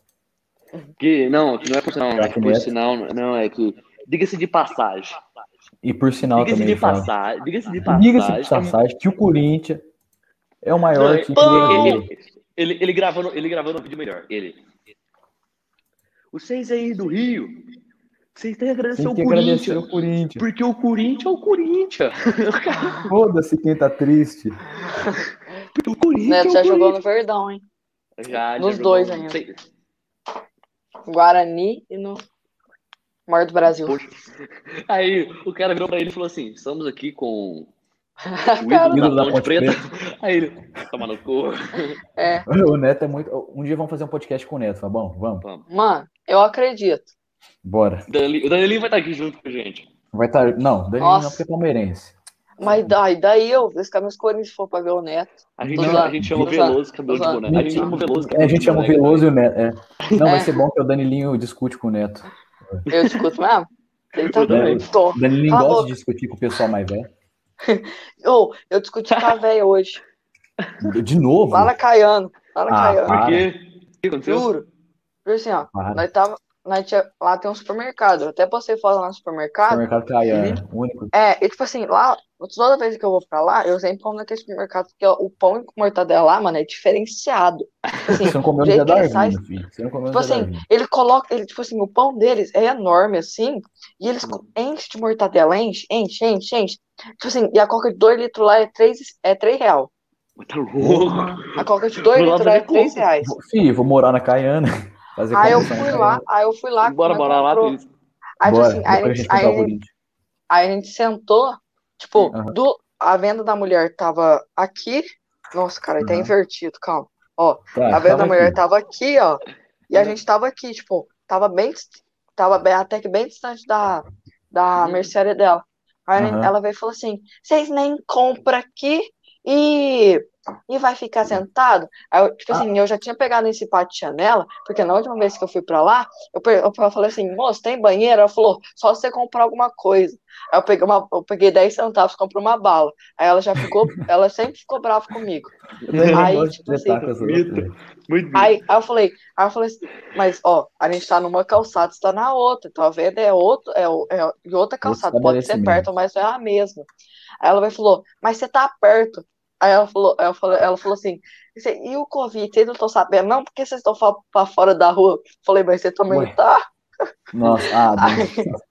[SPEAKER 2] Que, não, que não é por sinal, é que por
[SPEAKER 3] Craque
[SPEAKER 2] sinal, não, é que. Diga-se de passagem.
[SPEAKER 3] E por sinal
[SPEAKER 2] Diga-se
[SPEAKER 3] também
[SPEAKER 2] de
[SPEAKER 3] eu falo.
[SPEAKER 2] passagem. Diga-se de
[SPEAKER 3] Diga-se de
[SPEAKER 2] passagem.
[SPEAKER 3] passagem que o Corinthians é o
[SPEAKER 2] Não,
[SPEAKER 3] maior
[SPEAKER 2] ele,
[SPEAKER 3] time do mundo.
[SPEAKER 2] ele, ele, ele gravando, ele gravando um vídeo melhor. Ele. Vocês aí do Rio, vocês têm que agradecer
[SPEAKER 3] Tem
[SPEAKER 2] o
[SPEAKER 3] que
[SPEAKER 2] Corinthians.
[SPEAKER 3] agradecer o Corinthians.
[SPEAKER 2] Porque o Corinthians é o Corinthians.
[SPEAKER 3] Foda-se quem tá triste.
[SPEAKER 2] O Corinthians
[SPEAKER 1] Neto
[SPEAKER 2] é
[SPEAKER 1] Né, já
[SPEAKER 2] o
[SPEAKER 1] jogou
[SPEAKER 2] Corinthians.
[SPEAKER 1] no Verdão, hein?
[SPEAKER 2] Já,
[SPEAKER 1] Nos
[SPEAKER 2] jogou.
[SPEAKER 1] dois ainda.
[SPEAKER 2] Sei-
[SPEAKER 1] Guarani e no. Maior do Brasil.
[SPEAKER 2] Poxa. Aí o cara virou pra ele e falou assim: estamos aqui com o
[SPEAKER 1] Cara,
[SPEAKER 2] ídolo da Ponte
[SPEAKER 3] Ponte
[SPEAKER 2] Preta. Aí ele, toma no cu.
[SPEAKER 1] É.
[SPEAKER 3] O Neto é muito. Um dia vamos fazer um podcast com o Neto, tá bom? Vamos.
[SPEAKER 1] Mano, eu acredito.
[SPEAKER 3] Bora.
[SPEAKER 2] Dani- O Danelinho vai estar aqui junto com a gente.
[SPEAKER 3] Vai estar. Não, Danilo
[SPEAKER 1] Nossa.
[SPEAKER 3] não, porque é palmeirense.
[SPEAKER 1] Mas daí, daí eu, esse caminho Corinthians for pra ver o Neto.
[SPEAKER 2] A gente,
[SPEAKER 1] Usar-
[SPEAKER 2] a gente chama
[SPEAKER 1] usar-
[SPEAKER 2] Veloso cabelo de
[SPEAKER 1] usar-
[SPEAKER 2] boneco. A gente chama Veloso né?
[SPEAKER 3] É, a gente chama o
[SPEAKER 2] cabelo de boneco.
[SPEAKER 3] Veloso e o Neto. é. Não, vai
[SPEAKER 1] É.
[SPEAKER 3] ser bom que o Danilinho discute com o Neto.
[SPEAKER 1] Eu escuto mesmo? Ele tá
[SPEAKER 2] Eu também.
[SPEAKER 1] Tô.
[SPEAKER 3] O Danilinho
[SPEAKER 1] Ah,
[SPEAKER 3] gosta
[SPEAKER 1] ô.
[SPEAKER 3] de discutir com o pessoal mais velho.
[SPEAKER 1] Ô, eu discuti com a véia hoje.
[SPEAKER 3] De novo?
[SPEAKER 1] Lá na Caiano. Lá na
[SPEAKER 3] Ah,
[SPEAKER 1] Caiano.
[SPEAKER 3] para.
[SPEAKER 2] Por quê? O que aconteceu?
[SPEAKER 1] Juro. Juro assim, ó.
[SPEAKER 3] Para.
[SPEAKER 1] Nós tava. Nós tinha, lá tem um supermercado. Eu até postei foto lá no supermercado.
[SPEAKER 3] Supermercado Caiana. O único.
[SPEAKER 1] É, e tipo assim, lá, toda vez que eu vou pra lá, eu sempre como naquele supermercado, porque ó, o pão com mortadela lá, mano, é diferenciado. Assim,
[SPEAKER 3] Você não comeu
[SPEAKER 1] jeito
[SPEAKER 3] no
[SPEAKER 1] que ele
[SPEAKER 3] Zé
[SPEAKER 1] sai-
[SPEAKER 3] Darwin, filho. Você não comeu
[SPEAKER 1] Tipo
[SPEAKER 3] no Zé
[SPEAKER 1] assim,
[SPEAKER 3] Darwin.
[SPEAKER 1] ele coloca, ele, tipo assim, o pão deles é enorme, assim, e eles
[SPEAKER 3] Hum.
[SPEAKER 1] co- enchem de mortadela, enche, enche, enche, enche. Tipo assim, e a coca de 2 litros lá é 3, é 3 real.
[SPEAKER 2] Tá louco.
[SPEAKER 1] A coca de 2
[SPEAKER 2] Vou lá
[SPEAKER 1] litros lá é
[SPEAKER 2] fazer
[SPEAKER 1] 3
[SPEAKER 2] compra.
[SPEAKER 1] reais.
[SPEAKER 3] Filho, vou morar na Caiana. Fazer
[SPEAKER 1] Aí eu
[SPEAKER 3] condição
[SPEAKER 1] fui
[SPEAKER 3] na
[SPEAKER 1] lá,
[SPEAKER 3] Caiana.
[SPEAKER 1] aí eu fui lá,
[SPEAKER 2] Bora
[SPEAKER 1] nós
[SPEAKER 2] morar lá,
[SPEAKER 1] comprou-
[SPEAKER 2] Tris.
[SPEAKER 1] Aí, tipo
[SPEAKER 3] Bora,
[SPEAKER 1] assim, aí,
[SPEAKER 3] depois a
[SPEAKER 1] a gente-
[SPEAKER 3] gente
[SPEAKER 1] aí,
[SPEAKER 3] contar o
[SPEAKER 1] a gente-
[SPEAKER 3] Corinthians.
[SPEAKER 1] aí a gente sentou, tipo,
[SPEAKER 3] Aham.
[SPEAKER 1] do, a venda da mulher tava aqui. Nossa, cara, tá
[SPEAKER 3] Aham.
[SPEAKER 1] invertido, calma.
[SPEAKER 3] Tá,
[SPEAKER 1] A venda
[SPEAKER 3] tava
[SPEAKER 1] da mulher
[SPEAKER 3] aqui. Hum.
[SPEAKER 1] tava aqui, ó. E a gente tava aqui, tipo, tava bem, dist- tava bem- até que bem distante da, da
[SPEAKER 2] Uhum.
[SPEAKER 1] mercearia dela. Aí
[SPEAKER 3] Hum. Aham.
[SPEAKER 1] ela veio e falou assim: vocês nem compram aqui e e vai ficar sentado. Aí eu,
[SPEAKER 3] Ah.
[SPEAKER 1] tipo assim, eu já tinha pegado esse pátio de janela, porque na última vez que eu fui pra lá, eu, per- eu falei assim, moço, tem banheiro? Ela falou, só se você comprar alguma coisa. Aí eu peguei, uma, eu peguei 10 centavos, comprei uma bala. Aí ela já ficou, ela sempre ficou brava comigo.
[SPEAKER 3] Eu também
[SPEAKER 1] Aí,
[SPEAKER 3] gosto de
[SPEAKER 1] tipo assim,
[SPEAKER 3] tretar com essas
[SPEAKER 2] mito.
[SPEAKER 3] outras, velho.
[SPEAKER 2] Muito bem.
[SPEAKER 1] Aí, aí eu falei, aí eu falei assim, mas ó, a gente tá numa calçada, você tá na outra, tá vendo? É, outro, é, o- é de outra calçada, pode ser
[SPEAKER 3] estabelecimento.
[SPEAKER 1] perto, mas não é a mesma. Aí ela vai e falou, mas você tá perto. Aí ela falou, ela falou, ela falou assim, "Você- e o Covid, vocês não estão sabendo, não? Por que vocês estão fa- pra fora da rua? Eu Falei, mas você também
[SPEAKER 3] Ué.
[SPEAKER 1] tá?
[SPEAKER 3] Nossa, ah, Deus.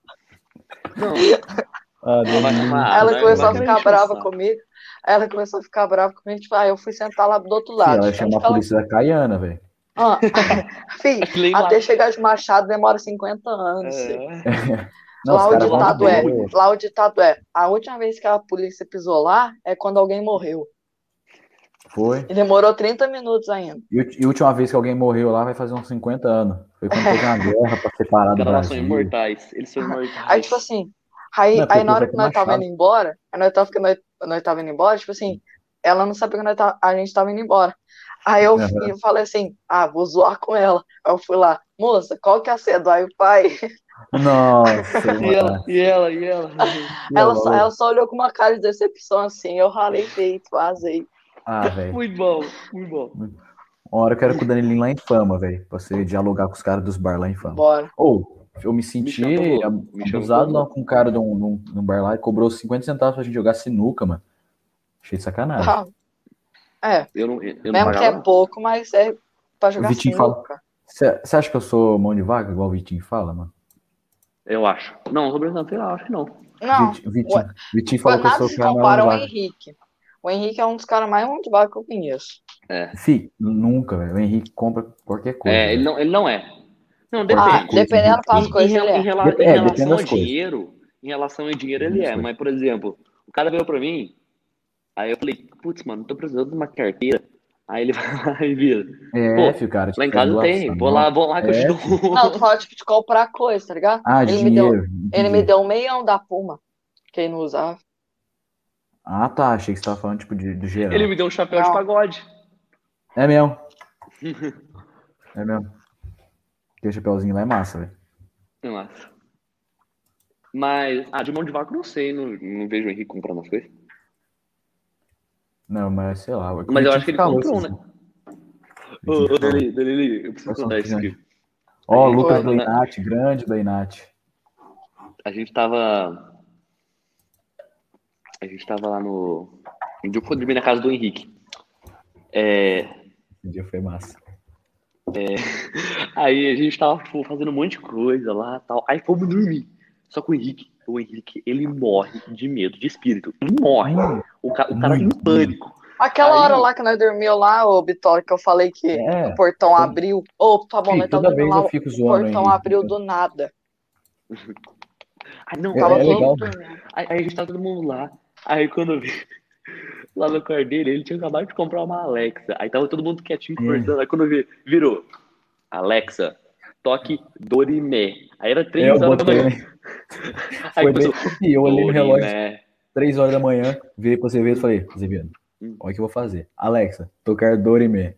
[SPEAKER 2] Não,
[SPEAKER 3] Ah, Deus.
[SPEAKER 2] Mas-
[SPEAKER 3] me
[SPEAKER 2] mas-
[SPEAKER 3] livre.
[SPEAKER 1] Aí ela
[SPEAKER 2] mas-
[SPEAKER 1] começou a
[SPEAKER 2] mas-
[SPEAKER 1] ficar
[SPEAKER 2] mas-
[SPEAKER 1] brava
[SPEAKER 2] mas-
[SPEAKER 1] comigo. Aí ela começou a ficar brava comigo, tipo, ah, eu fui sentar lá do outro
[SPEAKER 3] Sim,
[SPEAKER 1] lado. Então,
[SPEAKER 3] ela ia
[SPEAKER 1] Aí
[SPEAKER 3] chamar a
[SPEAKER 1] ela-
[SPEAKER 3] polícia da Caiana, velho.
[SPEAKER 1] Ah, filho,
[SPEAKER 2] aquele lá-
[SPEAKER 1] até chegar de Machado demora 50 anos.
[SPEAKER 2] É.
[SPEAKER 3] Não,
[SPEAKER 1] lá
[SPEAKER 3] os
[SPEAKER 1] o
[SPEAKER 3] caras vão
[SPEAKER 1] ditado é,
[SPEAKER 3] doido.
[SPEAKER 1] lá o ditado é, a última vez que a polícia pisou lá é quando alguém morreu.
[SPEAKER 3] Foi.
[SPEAKER 1] E demorou 30 minutos ainda.
[SPEAKER 3] E a- e a última vez que alguém morreu lá vai fazer uns 50 anos. Foi quando teve uma guerra pra separar do
[SPEAKER 2] Elas são
[SPEAKER 3] Brasil.
[SPEAKER 2] imortais. Eles são imortais.
[SPEAKER 1] Aí, tipo assim, aí,
[SPEAKER 3] Não, é
[SPEAKER 1] aí na
[SPEAKER 3] porque
[SPEAKER 1] hora
[SPEAKER 3] vai
[SPEAKER 1] que
[SPEAKER 3] ter
[SPEAKER 1] nós tava
[SPEAKER 3] machado.
[SPEAKER 1] indo embora, aí nós tava, que nós, nós tava indo embora, tipo assim, ela não sabia que nós tá- a gente tava indo embora. Aí eu,
[SPEAKER 3] Aham.
[SPEAKER 1] fui- eu falei assim, ah, vou zoar com ela. Aí eu fui lá, moça, qual que é a cedo? Aí o pai,
[SPEAKER 3] Nossa,
[SPEAKER 2] E ela, e ela, e ela.
[SPEAKER 1] ela, só, ela só olhou com uma cara de decepção assim, eu ralei feito, vazei.
[SPEAKER 3] Ah, velho.
[SPEAKER 2] Muito bom, muito bom.
[SPEAKER 3] Uma hora eu quero com o Danilinho lá em fama, velho. Pra você dialogar com os caras dos bar lá em fama.
[SPEAKER 1] Bora.
[SPEAKER 3] Ou, eu me
[SPEAKER 2] Me
[SPEAKER 3] senti
[SPEAKER 2] chamou,
[SPEAKER 3] ab-
[SPEAKER 2] me chamou.
[SPEAKER 3] abusado lá com um cara de um, de um- de um bar lá e cobrou 50 centavos pra gente jogar sinuca, mano. Achei de sacanagem.
[SPEAKER 1] Ah, é.
[SPEAKER 2] Eu não, eu não
[SPEAKER 1] Mesmo que é
[SPEAKER 2] pagava.
[SPEAKER 1] pouco, mas é pra jogar
[SPEAKER 3] O Vitinho
[SPEAKER 1] sinuca.
[SPEAKER 3] Você acha que eu sou mão de vaca, igual o Vitinho fala, mano?
[SPEAKER 2] Eu acho. Não, o Roberto não sei lá, acho que não.
[SPEAKER 1] Não,
[SPEAKER 3] Vit- Vitinho, Vitinho falou que eu
[SPEAKER 1] nada
[SPEAKER 3] sou o
[SPEAKER 1] se
[SPEAKER 3] cara
[SPEAKER 1] compara
[SPEAKER 3] mão
[SPEAKER 1] ao
[SPEAKER 3] de vaca.
[SPEAKER 1] Henrique. O Henrique é um dos caras mais mão de vaca que eu conheço.
[SPEAKER 2] É.
[SPEAKER 3] Fih, nunca, velho. O Henrique compra qualquer coisa.
[SPEAKER 2] É, ele
[SPEAKER 3] velho.
[SPEAKER 2] não, ele não é. Não,
[SPEAKER 1] Ah,
[SPEAKER 2] depende.
[SPEAKER 3] coisa,
[SPEAKER 1] dependendo
[SPEAKER 3] Henrique.
[SPEAKER 1] das
[SPEAKER 2] Em-
[SPEAKER 1] coisas,
[SPEAKER 2] em,
[SPEAKER 1] ele
[SPEAKER 2] rela- em
[SPEAKER 1] é.
[SPEAKER 2] rela-
[SPEAKER 3] Depende,
[SPEAKER 2] em
[SPEAKER 3] depende
[SPEAKER 2] relação
[SPEAKER 3] das
[SPEAKER 2] ao
[SPEAKER 3] coisas.
[SPEAKER 2] dinheiro, em relação ao dinheiro ele
[SPEAKER 3] Depende
[SPEAKER 2] é,
[SPEAKER 3] das
[SPEAKER 2] mas por exemplo, o cara veio pra mim, aí eu falei, putz, mano, tô precisando de uma carteira. Aí ele vai lá e vira.
[SPEAKER 3] É,
[SPEAKER 2] Pô,
[SPEAKER 3] filho, cara.
[SPEAKER 2] Lá em
[SPEAKER 3] tipo, é
[SPEAKER 2] casa tem,
[SPEAKER 3] doação.
[SPEAKER 2] vou lá, vou lá que eu te
[SPEAKER 3] É.
[SPEAKER 2] dou. um-
[SPEAKER 1] Não, tu fala tipo, de comprar coisa, tá ligado?
[SPEAKER 3] Ah,
[SPEAKER 1] ele me deu,
[SPEAKER 3] dinheiro.
[SPEAKER 1] ele me
[SPEAKER 3] entendi.
[SPEAKER 1] deu um meião da Puma. Quem não usava.
[SPEAKER 3] Ah, tá. Achei que você tava falando, tipo, de, do geral.
[SPEAKER 2] Ele me deu um chapéu
[SPEAKER 1] Não.
[SPEAKER 2] de pagode.
[SPEAKER 3] É mesmo. é mesmo. Aquele chapéuzinho lá é massa, velho.
[SPEAKER 2] Nossa. Mas, ah, de mão de vaca eu não sei, não, não vejo o Henrique comprando as coisas.
[SPEAKER 3] Não, mas sei lá.
[SPEAKER 2] Mas eu acho que ele comprou, né?
[SPEAKER 3] assim.
[SPEAKER 2] Ô, ô,
[SPEAKER 3] Ó,
[SPEAKER 2] Danilo, Danilo, eu preciso
[SPEAKER 3] Nossa,
[SPEAKER 2] contar isso aqui.
[SPEAKER 3] oh,
[SPEAKER 2] Ele
[SPEAKER 3] Lucas
[SPEAKER 2] comprou, né?
[SPEAKER 3] Blainat, grande Blainat.
[SPEAKER 2] A gente tava. A gente tava lá no. Um dia eu fui dormir na casa do Henrique. É,
[SPEAKER 3] Esse dia foi massa.
[SPEAKER 2] Aí a gente tava tipo, fazendo um monte de coisa lá tal. Aí fomos dormir. Só que o Henrique, o Henrique, ele morre de medo, de espírito. Ele morre.
[SPEAKER 3] Hum,
[SPEAKER 2] O, ca- o cara em
[SPEAKER 3] Muito.
[SPEAKER 2] pânico.
[SPEAKER 1] Aquela
[SPEAKER 2] Aí-
[SPEAKER 1] hora lá que nós dormiu lá, ô Bitório, que eu falei que
[SPEAKER 3] É.
[SPEAKER 1] o portão abriu. Ô, tá bom,
[SPEAKER 3] Fih,
[SPEAKER 1] nós tava
[SPEAKER 3] toda
[SPEAKER 1] dormindo
[SPEAKER 3] vez
[SPEAKER 1] lá,
[SPEAKER 3] eu
[SPEAKER 1] o
[SPEAKER 3] fico zoando o
[SPEAKER 1] portão
[SPEAKER 3] Henrique.
[SPEAKER 1] abriu do nada.
[SPEAKER 2] Aí não,
[SPEAKER 3] É-
[SPEAKER 2] tava
[SPEAKER 3] é
[SPEAKER 2] todo-
[SPEAKER 3] legal.
[SPEAKER 2] Aí, aí a gente tava todo mundo lá. Aí quando eu vi lá no quarto dele, ele tinha acabado de comprar uma Alexa. Aí tava todo mundo quietinho
[SPEAKER 3] É.
[SPEAKER 2] conversando. Aí quando eu vi, virou. Alexa, toque Dorimé. Aí era três
[SPEAKER 3] Eu
[SPEAKER 2] horas da
[SPEAKER 3] botei,
[SPEAKER 2] manhã.
[SPEAKER 3] né?
[SPEAKER 2] Aí
[SPEAKER 3] Foi bem
[SPEAKER 2] começou.
[SPEAKER 3] E eu olhei no relógio,
[SPEAKER 2] Dorimé.
[SPEAKER 3] 3 horas da manhã, virei pro Azevedo e falei, Azevedo,
[SPEAKER 2] Hum.
[SPEAKER 3] olha o que eu vou fazer. Alexa, tocar Dorimé.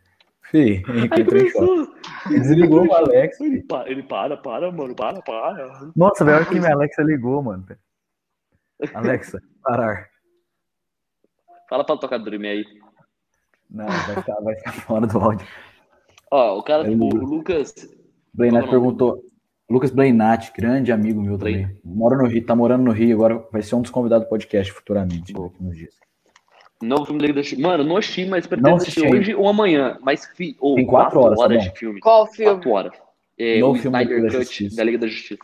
[SPEAKER 3] Fih,
[SPEAKER 2] Aí
[SPEAKER 3] entrou em choque.
[SPEAKER 2] começou.
[SPEAKER 3] Ele Desligou o Alexa.
[SPEAKER 2] Ele, pa- ele para, para, mano, para, para.
[SPEAKER 3] Nossa, velho, olha que minha Alexa ligou, mano. Alexa, parar.
[SPEAKER 2] Fala pra tocar Dorimé aí.
[SPEAKER 3] Não, vai ficar, vai ficar fora do áudio.
[SPEAKER 2] Ó, o cara,
[SPEAKER 3] É
[SPEAKER 2] o,
[SPEAKER 3] lindo.
[SPEAKER 2] o Lucas. Qual o
[SPEAKER 3] Blainat
[SPEAKER 2] nome?
[SPEAKER 3] perguntou. Lucas Blainat, grande amigo meu
[SPEAKER 2] Blain-
[SPEAKER 3] também. Mora no Rio, tá morando no Rio, agora vai ser um dos convidados do podcast futuramente,
[SPEAKER 2] Boa.
[SPEAKER 3] daqui uns dias.
[SPEAKER 2] Novo filme dele da Chi- Mano, não assisti, mas pretendo
[SPEAKER 3] Não
[SPEAKER 2] assistir
[SPEAKER 3] assisti
[SPEAKER 2] hoje ou amanhã. Mas fi, ou
[SPEAKER 3] Tem quatro horas, tá
[SPEAKER 2] horas
[SPEAKER 3] bom.
[SPEAKER 2] de filme.
[SPEAKER 1] Qual filme?
[SPEAKER 2] Quatro horas. É,
[SPEAKER 3] Novo
[SPEAKER 2] o
[SPEAKER 3] filme da
[SPEAKER 2] Snyder
[SPEAKER 3] Liga da
[SPEAKER 2] Cut
[SPEAKER 3] Justiça.
[SPEAKER 2] da Liga da Justiça.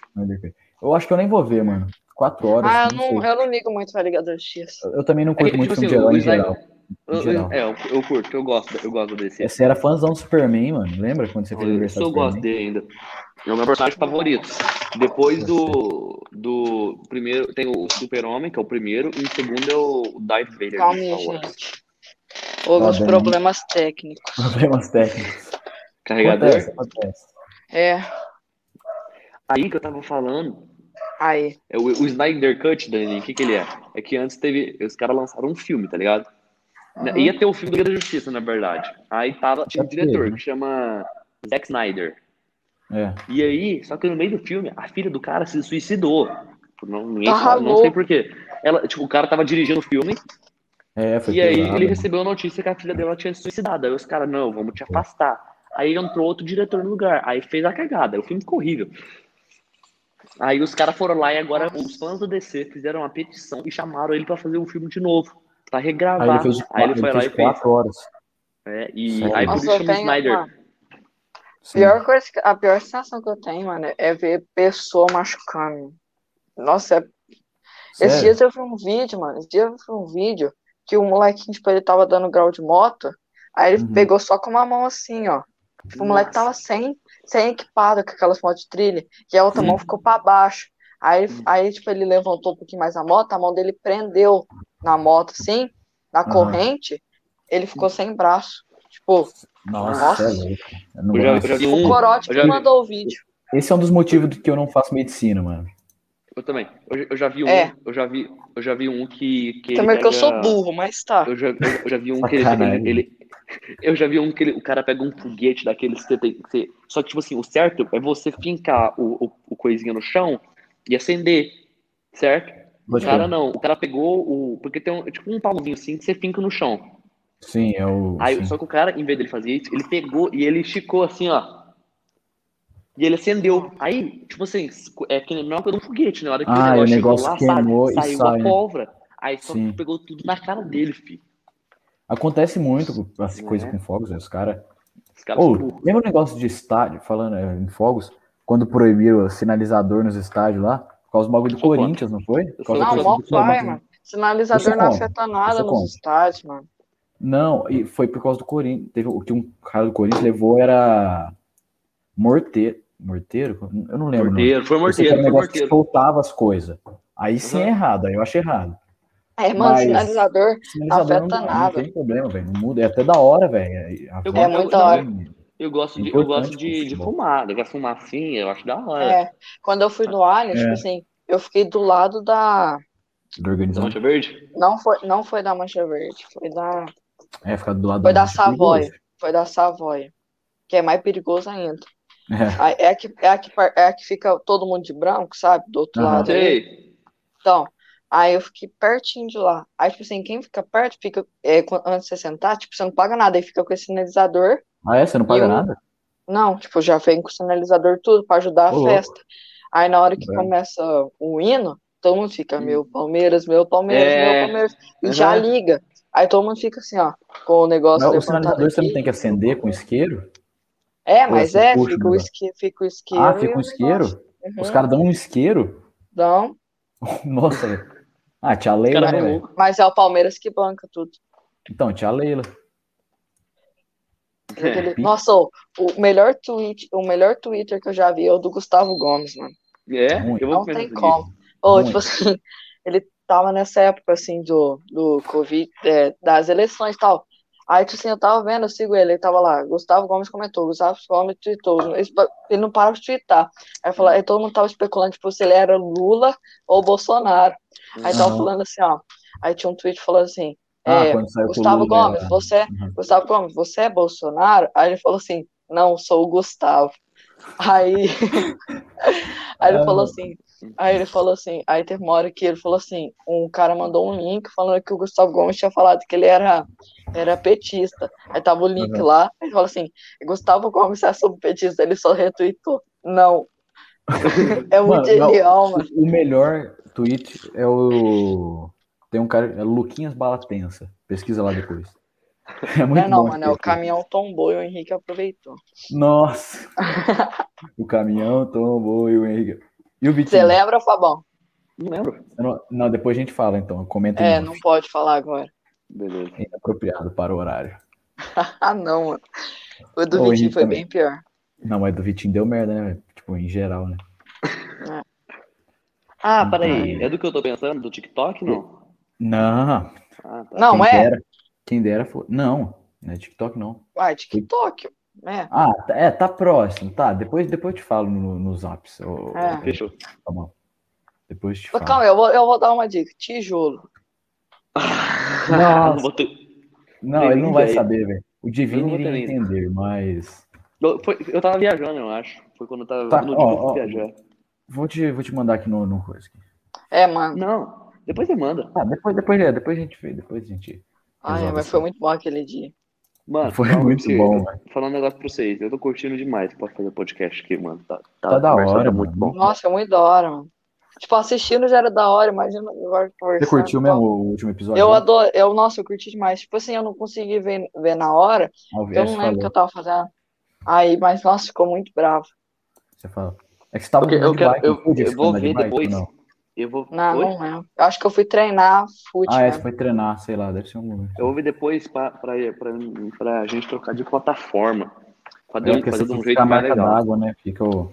[SPEAKER 3] Eu acho que eu nem vou ver, mano. Quatro horas.
[SPEAKER 1] Ah, eu
[SPEAKER 3] não
[SPEAKER 1] não,
[SPEAKER 3] sei.
[SPEAKER 1] eu não ligo muito pra Liga da Justiça.
[SPEAKER 3] Eu também não
[SPEAKER 2] É que,
[SPEAKER 3] curto muito
[SPEAKER 2] tipo
[SPEAKER 3] filme de
[SPEAKER 2] assim,
[SPEAKER 3] herói
[SPEAKER 2] o
[SPEAKER 3] em
[SPEAKER 2] Snyder-
[SPEAKER 3] geral.
[SPEAKER 2] Eu- eu-
[SPEAKER 3] geral.
[SPEAKER 2] é, eu, eu curto, eu gosto, eu gosto desse.
[SPEAKER 3] Você era fãzão do Superman, mano. Lembra quando você fez
[SPEAKER 2] eu
[SPEAKER 3] aniversário
[SPEAKER 2] só
[SPEAKER 3] do
[SPEAKER 2] gosto
[SPEAKER 3] Superman?
[SPEAKER 2] dele ainda. É o meu personagem favorito. Depois do, do primeiro, tem o Super-Homem, que é o primeiro, e o segundo é o Darth Vader. né,
[SPEAKER 1] Calma
[SPEAKER 2] de
[SPEAKER 1] aí,
[SPEAKER 2] Star Wars.
[SPEAKER 1] gente. Houve
[SPEAKER 3] Tá
[SPEAKER 1] uns
[SPEAKER 3] bem.
[SPEAKER 1] problemas técnicos.
[SPEAKER 3] Problemas técnicos.
[SPEAKER 2] Carregador.
[SPEAKER 3] Acontece, acontece.
[SPEAKER 1] É,
[SPEAKER 2] Aí que eu tava falando,
[SPEAKER 1] aí.
[SPEAKER 2] é o, o Snyder Cut, Dani, o que que ele é? É que antes teve, os caras lançaram um filme, tá ligado?
[SPEAKER 1] Aham.
[SPEAKER 2] Ia ter o filme do Liga da Justiça, na verdade. Aí tava, tinha um
[SPEAKER 3] Sabe que teve,
[SPEAKER 2] diretor
[SPEAKER 3] né?
[SPEAKER 2] que chama Zack Snyder.
[SPEAKER 3] É.
[SPEAKER 2] E aí, só que no meio do filme, a filha do cara se suicidou. Tipo, Não, ninguém
[SPEAKER 1] Tá
[SPEAKER 2] sabe, não
[SPEAKER 1] louco.
[SPEAKER 2] sei porquê. Ela, tipo, o cara tava dirigindo o filme
[SPEAKER 3] É, foi
[SPEAKER 2] e aí
[SPEAKER 3] pesado,
[SPEAKER 2] ele
[SPEAKER 3] né?
[SPEAKER 2] recebeu a notícia que a filha dela tinha se suicidado. Aí os caras, não, vamos te afastar. Aí entrou outro diretor no lugar. Aí fez a cagada. O filme ficou horrível. Aí os caras foram lá e agora os fãs do DC fizeram uma petição e chamaram ele pra fazer o filme de novo. Pra regravar.
[SPEAKER 3] Aí ele fez, quatro,
[SPEAKER 2] foi lá
[SPEAKER 3] fez
[SPEAKER 2] e fez.
[SPEAKER 3] quatro horas.
[SPEAKER 2] É, e
[SPEAKER 3] Sério?
[SPEAKER 2] aí por
[SPEAKER 1] Nossa,
[SPEAKER 2] isso
[SPEAKER 1] eu
[SPEAKER 2] chama
[SPEAKER 1] tenho
[SPEAKER 2] Snyder.
[SPEAKER 1] uma
[SPEAKER 3] Sim.
[SPEAKER 1] pior coisa, que- a pior sensação que eu tenho, mano, é ver pessoa machucando. Nossa, é Esses
[SPEAKER 3] Sério?
[SPEAKER 1] dias eu vi um vídeo, mano. Esses dias eu vi um vídeo que o molequinho, tipo, ele tava dando grau de moto. Aí ele
[SPEAKER 3] Uhum.
[SPEAKER 1] pegou só com uma mão assim, ó. Tipo, o moleque
[SPEAKER 2] Nossa.
[SPEAKER 1] tava sem, sem equipado com aquelas motos de trilha. E a outra
[SPEAKER 2] Sim.
[SPEAKER 3] Uhum.
[SPEAKER 1] mão ficou pra baixo. Aí,
[SPEAKER 2] Uhum.
[SPEAKER 1] aí, tipo, ele levantou um pouquinho mais a moto. A mão dele prendeu na moto, assim, na
[SPEAKER 3] Aham. Uhum.
[SPEAKER 1] corrente. Ele ficou sem braço. Tipo,
[SPEAKER 3] Nossa,
[SPEAKER 1] Nossa.
[SPEAKER 3] é louco. Eu não
[SPEAKER 2] Eu já-
[SPEAKER 3] gosto.
[SPEAKER 2] eu já vi
[SPEAKER 1] o
[SPEAKER 2] um-
[SPEAKER 1] Corote
[SPEAKER 2] eu já
[SPEAKER 1] que
[SPEAKER 2] vi-
[SPEAKER 1] mandou o vídeo.
[SPEAKER 3] Esse é um dos motivos do que eu não faço medicina, mano.
[SPEAKER 2] Eu também. Eu, eu já vi um.
[SPEAKER 1] É.
[SPEAKER 2] Eu já vi, eu já vi um que. que ele
[SPEAKER 1] Também que eu
[SPEAKER 2] pega-
[SPEAKER 1] sou burro, mas tá.
[SPEAKER 2] Eu já, eu, eu já vi um que ele,
[SPEAKER 3] Sacanagem.
[SPEAKER 2] ele, ele- Eu já vi um que ele- o cara pega um foguete daqueles que você tem que você- Só que, tipo assim, o certo é você fincar o, o, o coisinha no chão e acender. Certo? O
[SPEAKER 3] Pode
[SPEAKER 2] cara
[SPEAKER 3] crer.
[SPEAKER 2] não. O cara pegou o. Porque tem um, tipo um pauzinho assim que você finca no chão.
[SPEAKER 3] Sim, é o.
[SPEAKER 2] Aí,
[SPEAKER 3] sim.
[SPEAKER 2] só que o cara, em vez dele fazer isso, ele pegou e ele esticou assim, ó. E ele acendeu. Aí, tipo assim, é que não é um foguete, né? Na hora que
[SPEAKER 3] Ah, o
[SPEAKER 2] chegou
[SPEAKER 3] negócio queimou e
[SPEAKER 2] saiu
[SPEAKER 3] sai,
[SPEAKER 2] a
[SPEAKER 3] né?
[SPEAKER 2] pólvora. Aí só
[SPEAKER 3] Sim.
[SPEAKER 2] pegou tudo na cara dele, filho.
[SPEAKER 3] Acontece muito as
[SPEAKER 2] Né? Tá
[SPEAKER 3] coisas com fogos, né? os caras.
[SPEAKER 2] Os caras
[SPEAKER 3] Ou,
[SPEAKER 2] burros.
[SPEAKER 3] lembra o negócio de estádio, falando é, em fogos, quando proibiram o sinalizador nos estádios lá? Por causa do bagulho do
[SPEAKER 2] sou contra.
[SPEAKER 3] Corinthians, não foi? Por
[SPEAKER 2] sou
[SPEAKER 3] causa da
[SPEAKER 1] Não,
[SPEAKER 2] contra.
[SPEAKER 3] torcida
[SPEAKER 1] mó
[SPEAKER 3] do
[SPEAKER 1] pai,
[SPEAKER 3] Corinthians.
[SPEAKER 1] mano. Sinalizador
[SPEAKER 3] Isso
[SPEAKER 1] não
[SPEAKER 3] conta,
[SPEAKER 1] afeta nada
[SPEAKER 3] isso
[SPEAKER 1] nos
[SPEAKER 3] conta.
[SPEAKER 1] estádios, mano.
[SPEAKER 3] Não, e foi por causa do Corinthians. Teve o que um cara do Corinthians levou era morteiro. Morteiro? Eu não lembro. o nome.
[SPEAKER 2] Morteiro, foi
[SPEAKER 3] Eu sei
[SPEAKER 2] morteiro,
[SPEAKER 3] que era um
[SPEAKER 2] foi
[SPEAKER 3] negócio que
[SPEAKER 2] morteiro.
[SPEAKER 3] soltava as coisas. Aí sim
[SPEAKER 2] Uhum.
[SPEAKER 3] é errado, aí eu achei errado.
[SPEAKER 1] É, mano,
[SPEAKER 3] Mas-
[SPEAKER 1] sinalizador.
[SPEAKER 3] Sinalizador
[SPEAKER 1] Afeta
[SPEAKER 3] não,
[SPEAKER 1] nada.
[SPEAKER 3] um não tem problema, velho. Não muda. É até da hora, velho. A volta-
[SPEAKER 1] É muita hora.
[SPEAKER 2] Eu gosto de, eu
[SPEAKER 3] Importante
[SPEAKER 2] gosto de,
[SPEAKER 3] pro
[SPEAKER 2] de
[SPEAKER 3] futebol.
[SPEAKER 2] fumar, daquela fumacinha, eu acho da hora.
[SPEAKER 1] É. Quando eu fui no Alien,
[SPEAKER 3] É.
[SPEAKER 1] tipo assim, eu fiquei do lado da.
[SPEAKER 3] Do
[SPEAKER 2] Da
[SPEAKER 3] organizado.
[SPEAKER 2] Mancha Verde?
[SPEAKER 1] Não foi, não foi da Mancha Verde, foi da.
[SPEAKER 3] É, ficar do lado
[SPEAKER 1] Foi da
[SPEAKER 3] Mancha é
[SPEAKER 1] Savoia.
[SPEAKER 3] perigoso.
[SPEAKER 1] Foi da Savoia. Que é mais perigoso ainda.
[SPEAKER 3] É.
[SPEAKER 1] Aí É a que, é a que, par- é a que fica todo mundo de branco, sabe? Do outro
[SPEAKER 3] Aham.
[SPEAKER 1] lado. ali.
[SPEAKER 2] Sei.
[SPEAKER 1] Então. Aí eu fiquei pertinho de lá. Aí, tipo assim, quem fica perto, fica. é, quan- antes de você sentar, tipo, você não paga nada. Aí fica com esse sinalizador.
[SPEAKER 3] Ah, é? Você não paga
[SPEAKER 1] Eu-
[SPEAKER 3] nada?
[SPEAKER 1] Não, tipo, já vem com o sinalizador tudo pra ajudar a
[SPEAKER 3] Ô, louco.
[SPEAKER 1] festa. Aí na hora que
[SPEAKER 3] É.
[SPEAKER 1] começa o hino, todo mundo fica,
[SPEAKER 2] Hum.
[SPEAKER 1] meu Palmeiras, meu Palmeiras,
[SPEAKER 2] É.
[SPEAKER 1] meu Palmeiras. E já
[SPEAKER 2] Uhum.
[SPEAKER 1] liga. Aí todo mundo fica assim, ó, com o negócio
[SPEAKER 3] Mas o
[SPEAKER 1] levantado
[SPEAKER 3] sinalizador você não
[SPEAKER 1] aqui.
[SPEAKER 3] tem que acender com isqueiro?
[SPEAKER 1] É,
[SPEAKER 3] Ou
[SPEAKER 1] mas
[SPEAKER 3] você
[SPEAKER 1] é, fica
[SPEAKER 3] puxa o
[SPEAKER 1] o,
[SPEAKER 3] negócio?
[SPEAKER 1] isque, fica o isqueiro.
[SPEAKER 3] Ah, fica
[SPEAKER 1] e
[SPEAKER 3] com
[SPEAKER 1] o
[SPEAKER 3] isqueiro?
[SPEAKER 1] negócio. Uhum.
[SPEAKER 3] Os caras dão um isqueiro?
[SPEAKER 1] Não,
[SPEAKER 3] Nossa, velho. Ah, tia Leila,
[SPEAKER 2] Cara,
[SPEAKER 3] né,
[SPEAKER 2] é
[SPEAKER 3] velho?
[SPEAKER 2] louco.
[SPEAKER 1] mas é o Palmeiras que banca tudo.
[SPEAKER 3] Então, tia Leila.
[SPEAKER 1] Aquele-
[SPEAKER 3] pica.
[SPEAKER 1] Nossa, ô, o melhor tweet, o melhor Twitter que eu já vi é o do Gustavo Gomes, mano.
[SPEAKER 2] É,
[SPEAKER 3] Muito.
[SPEAKER 2] eu vou
[SPEAKER 1] Não
[SPEAKER 2] começar
[SPEAKER 1] tem
[SPEAKER 2] a seguir.
[SPEAKER 1] como. Ou,
[SPEAKER 3] Muito.
[SPEAKER 1] tipo assim, ele tava nessa época, assim, do, do Covid, é, das eleições e tal. Aí, tipo assim, eu tava vendo, eu sigo ele, ele tava lá, Gustavo Gomes comentou, Gustavo Gomes tweetou, ele ele não parava de tweetar. Aí, fala, aí todo mundo tava especulando, tipo, se ele era Lula ou Bolsonaro.
[SPEAKER 2] Ah,
[SPEAKER 1] Aí
[SPEAKER 2] então,
[SPEAKER 1] tava
[SPEAKER 3] Aham.
[SPEAKER 1] falando assim, ó, aí tinha um tweet falando assim,
[SPEAKER 3] Ah,
[SPEAKER 1] é,
[SPEAKER 3] quando saiu com o
[SPEAKER 1] Gustavo
[SPEAKER 3] Lula,
[SPEAKER 1] Gomes,
[SPEAKER 3] né?
[SPEAKER 1] você, é
[SPEAKER 3] Uhum.
[SPEAKER 1] Gustavo Gomes, você é Bolsonaro? Aí ele falou assim, não, sou o Gustavo. Aí, aí ele
[SPEAKER 3] Ah.
[SPEAKER 1] falou assim, aí ele falou assim, aí teve uma hora que ele falou assim, um cara mandou um link falando que o Gustavo Gomes tinha falado que ele era, era petista. Aí tava o link
[SPEAKER 3] Uhum.
[SPEAKER 1] lá, ele falou assim, Gustavo Gomes é subpetista, ele só retweetou. Não. É muito
[SPEAKER 3] Mano, não.
[SPEAKER 1] genial, mano.
[SPEAKER 3] né? O melhor tweet é o. Tem um cara. É Luquinhas Balatensa. Pesquisa lá depois. É muito
[SPEAKER 1] Não é não,
[SPEAKER 3] bom.
[SPEAKER 1] mano,
[SPEAKER 3] esse
[SPEAKER 1] é o
[SPEAKER 3] tweet.
[SPEAKER 1] caminhão tombou e o Henrique aproveitou.
[SPEAKER 3] Nossa! o caminhão tombou e o Henrique. E o
[SPEAKER 1] Você
[SPEAKER 3] Vitinho?
[SPEAKER 1] lembra, Fabão?
[SPEAKER 2] Não lembro.
[SPEAKER 3] Não, não, depois a gente fala, então. Comenta aí.
[SPEAKER 1] É, não pode falar agora.
[SPEAKER 2] Beleza.
[SPEAKER 3] É inapropriado para o horário.
[SPEAKER 1] Ah, não, mano. O do
[SPEAKER 3] Ô,
[SPEAKER 1] Vitinho
[SPEAKER 3] Henrique
[SPEAKER 1] foi
[SPEAKER 3] também.
[SPEAKER 1] bem pior.
[SPEAKER 3] Não, mas do Vitinho deu merda, né? velho? Tipo, em geral, né?
[SPEAKER 2] Ah, peraí. É do que eu tô pensando? Do TikTok? Não.
[SPEAKER 3] Não,
[SPEAKER 2] Ah, tá.
[SPEAKER 1] Não,
[SPEAKER 3] quem
[SPEAKER 1] é.
[SPEAKER 3] dera. Quem dera foi. Não, não é TikTok, não.
[SPEAKER 1] Uai, TikTok, né?
[SPEAKER 3] Ah, tá- é, tá próximo, tá. Depois, depois eu te falo no, nos apps. ô- ô,
[SPEAKER 1] É.
[SPEAKER 2] Fechou.
[SPEAKER 3] tá bom. Depois eu te
[SPEAKER 1] Ô,
[SPEAKER 3] falo.
[SPEAKER 1] Calma, eu vou, eu vou dar uma dica. Tijolo.
[SPEAKER 2] Ah, não vou ter-
[SPEAKER 3] Não, ele não
[SPEAKER 2] Nem
[SPEAKER 3] vai
[SPEAKER 2] ideia.
[SPEAKER 3] saber, velho. O
[SPEAKER 2] Eu
[SPEAKER 3] Divino
[SPEAKER 2] não vou
[SPEAKER 3] iria
[SPEAKER 2] ter nem-
[SPEAKER 3] entender, mas.
[SPEAKER 2] Eu, foi- eu tava viajando, eu acho. Foi quando eu tava.
[SPEAKER 3] Tá,
[SPEAKER 2] quando eu
[SPEAKER 3] ó,
[SPEAKER 2] tive que
[SPEAKER 3] ó.
[SPEAKER 2] viajar.
[SPEAKER 3] Vou te, vou te mandar aqui no, no coisa. aqui.
[SPEAKER 1] É, mano.
[SPEAKER 2] Não, depois você manda.
[SPEAKER 3] Ah, depois, depois, é, depois a gente vê, depois a gente.
[SPEAKER 1] Ai,
[SPEAKER 3] Exato,
[SPEAKER 1] mas
[SPEAKER 3] sim.
[SPEAKER 1] foi muito bom aquele dia.
[SPEAKER 2] Mano,
[SPEAKER 3] Foi
[SPEAKER 2] calma,
[SPEAKER 3] muito
[SPEAKER 2] que-
[SPEAKER 3] bom,
[SPEAKER 2] eu- Falar um negócio pra vocês. Eu tô curtindo demais. Pode fazer podcast aqui, mano. Tá,
[SPEAKER 3] Tá da
[SPEAKER 2] conversando,
[SPEAKER 3] hora,
[SPEAKER 2] Tá muito
[SPEAKER 3] mano.
[SPEAKER 2] bom.
[SPEAKER 1] Nossa, é muito da hora, mano. Tipo, assistindo já era da hora, imagina agora
[SPEAKER 3] Você
[SPEAKER 1] conversando.
[SPEAKER 3] curtiu
[SPEAKER 1] e
[SPEAKER 3] mesmo
[SPEAKER 1] tal.
[SPEAKER 3] o último episódio?
[SPEAKER 1] Eu adoro, eu, nossa, eu curti demais. Tipo assim, eu não consegui ver, ver na hora,
[SPEAKER 3] Ao
[SPEAKER 1] eu não
[SPEAKER 3] é, você
[SPEAKER 1] lembro o que
[SPEAKER 3] falou.
[SPEAKER 1] eu tava fazendo. Aí, mas nossa, ficou muito bravo.
[SPEAKER 3] Você fala. É que você tava
[SPEAKER 2] Ok,
[SPEAKER 3] andando
[SPEAKER 2] eu
[SPEAKER 3] de
[SPEAKER 2] quero-
[SPEAKER 3] bike,
[SPEAKER 2] eu-
[SPEAKER 3] não foi o dia que
[SPEAKER 2] eu
[SPEAKER 3] você
[SPEAKER 2] vou
[SPEAKER 3] andou de
[SPEAKER 2] ver
[SPEAKER 3] bike,
[SPEAKER 2] depois.
[SPEAKER 3] não?
[SPEAKER 2] Eu vou.
[SPEAKER 1] Não,
[SPEAKER 2] Oi?
[SPEAKER 1] não lembro. Eu acho que eu fui treinar fute,
[SPEAKER 3] Ah, é,
[SPEAKER 1] mano.
[SPEAKER 3] você foi treinar, sei lá, deve ser um lugar.
[SPEAKER 2] Eu ouvi depois pra, pra, pra, pra gente trocar de plataforma. Fazer,
[SPEAKER 3] É porque
[SPEAKER 2] fazer
[SPEAKER 3] você
[SPEAKER 2] de um
[SPEAKER 3] fica
[SPEAKER 2] jeito
[SPEAKER 3] a
[SPEAKER 2] mais
[SPEAKER 3] marca
[SPEAKER 2] legal.
[SPEAKER 3] d'água, né? Fica o.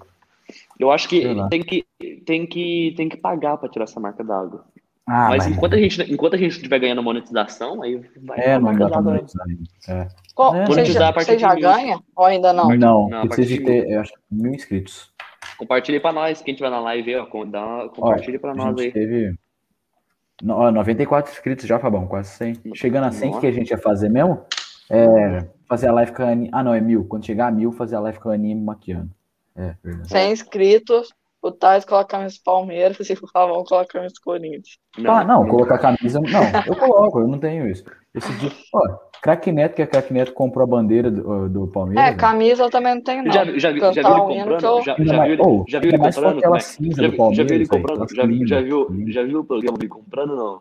[SPEAKER 2] Eu acho que
[SPEAKER 3] Sei lá.
[SPEAKER 2] tem que, tem que tem que pagar pra tirar essa marca d'água.
[SPEAKER 3] Ah,
[SPEAKER 2] Mas
[SPEAKER 3] mas-
[SPEAKER 2] enquanto a, gente, tá enquanto a gente estiver ganhando monetização, aí vai
[SPEAKER 3] É,
[SPEAKER 2] a
[SPEAKER 3] não
[SPEAKER 2] marca
[SPEAKER 3] dá pra
[SPEAKER 2] d'água.
[SPEAKER 3] monetizar ainda. É.
[SPEAKER 1] Qual,
[SPEAKER 3] É,
[SPEAKER 1] você,
[SPEAKER 2] monetizar a
[SPEAKER 1] já,
[SPEAKER 2] partir
[SPEAKER 1] você
[SPEAKER 2] de
[SPEAKER 1] já
[SPEAKER 2] mil.
[SPEAKER 1] ganha? Ou ainda não?
[SPEAKER 3] Não,
[SPEAKER 2] não, a
[SPEAKER 3] precisa de
[SPEAKER 2] partir de
[SPEAKER 3] ter, eu acho, mil inscritos.
[SPEAKER 2] Compartilha aí pra nós, quem tiver na live, aí, ó, com- dá uma, compartilha pra
[SPEAKER 3] A
[SPEAKER 2] nós
[SPEAKER 3] gente
[SPEAKER 2] aí.
[SPEAKER 3] teve no- ó, 94 inscritos já, Fabão, quase 100. Chegando a 100, o que que a gente ia fazer mesmo? É, fazer a live com a Aninha. Ah, não, é mil. Quando chegar a mil, fazer a live com a Aninha me maquiando. É, verdade.
[SPEAKER 1] Sem inscritos, o Thais coloca a camisa do Palmeiras e o Pavão coloca a camisa do Corinthians.
[SPEAKER 3] Ah, não, colocar camisa. Não, eu coloco, eu não tenho isso. Esse dia, ó, Crack Neto, que é Crack Neto, comprou a bandeira do, do Palmeiras.
[SPEAKER 1] É, camisa eu também não tenho, não.
[SPEAKER 2] Já, já, já, viu
[SPEAKER 1] Cantar
[SPEAKER 2] ele
[SPEAKER 1] o hino que
[SPEAKER 2] comprando?
[SPEAKER 1] eu-
[SPEAKER 2] Já,
[SPEAKER 3] Ainda
[SPEAKER 2] já
[SPEAKER 3] mais-
[SPEAKER 2] viu ele,
[SPEAKER 3] oh,
[SPEAKER 2] já viu ele
[SPEAKER 3] ainda mais com
[SPEAKER 2] comprando?
[SPEAKER 3] aquela
[SPEAKER 2] moleque?
[SPEAKER 3] cinza
[SPEAKER 2] Já,
[SPEAKER 3] do
[SPEAKER 2] vi- já viu ele
[SPEAKER 3] Palmeiras, velho,
[SPEAKER 2] comprando?
[SPEAKER 3] aquela
[SPEAKER 2] Já, vi- já,
[SPEAKER 3] cinza,
[SPEAKER 2] viu,
[SPEAKER 3] linda.
[SPEAKER 2] já viu o programa dele comprando, não?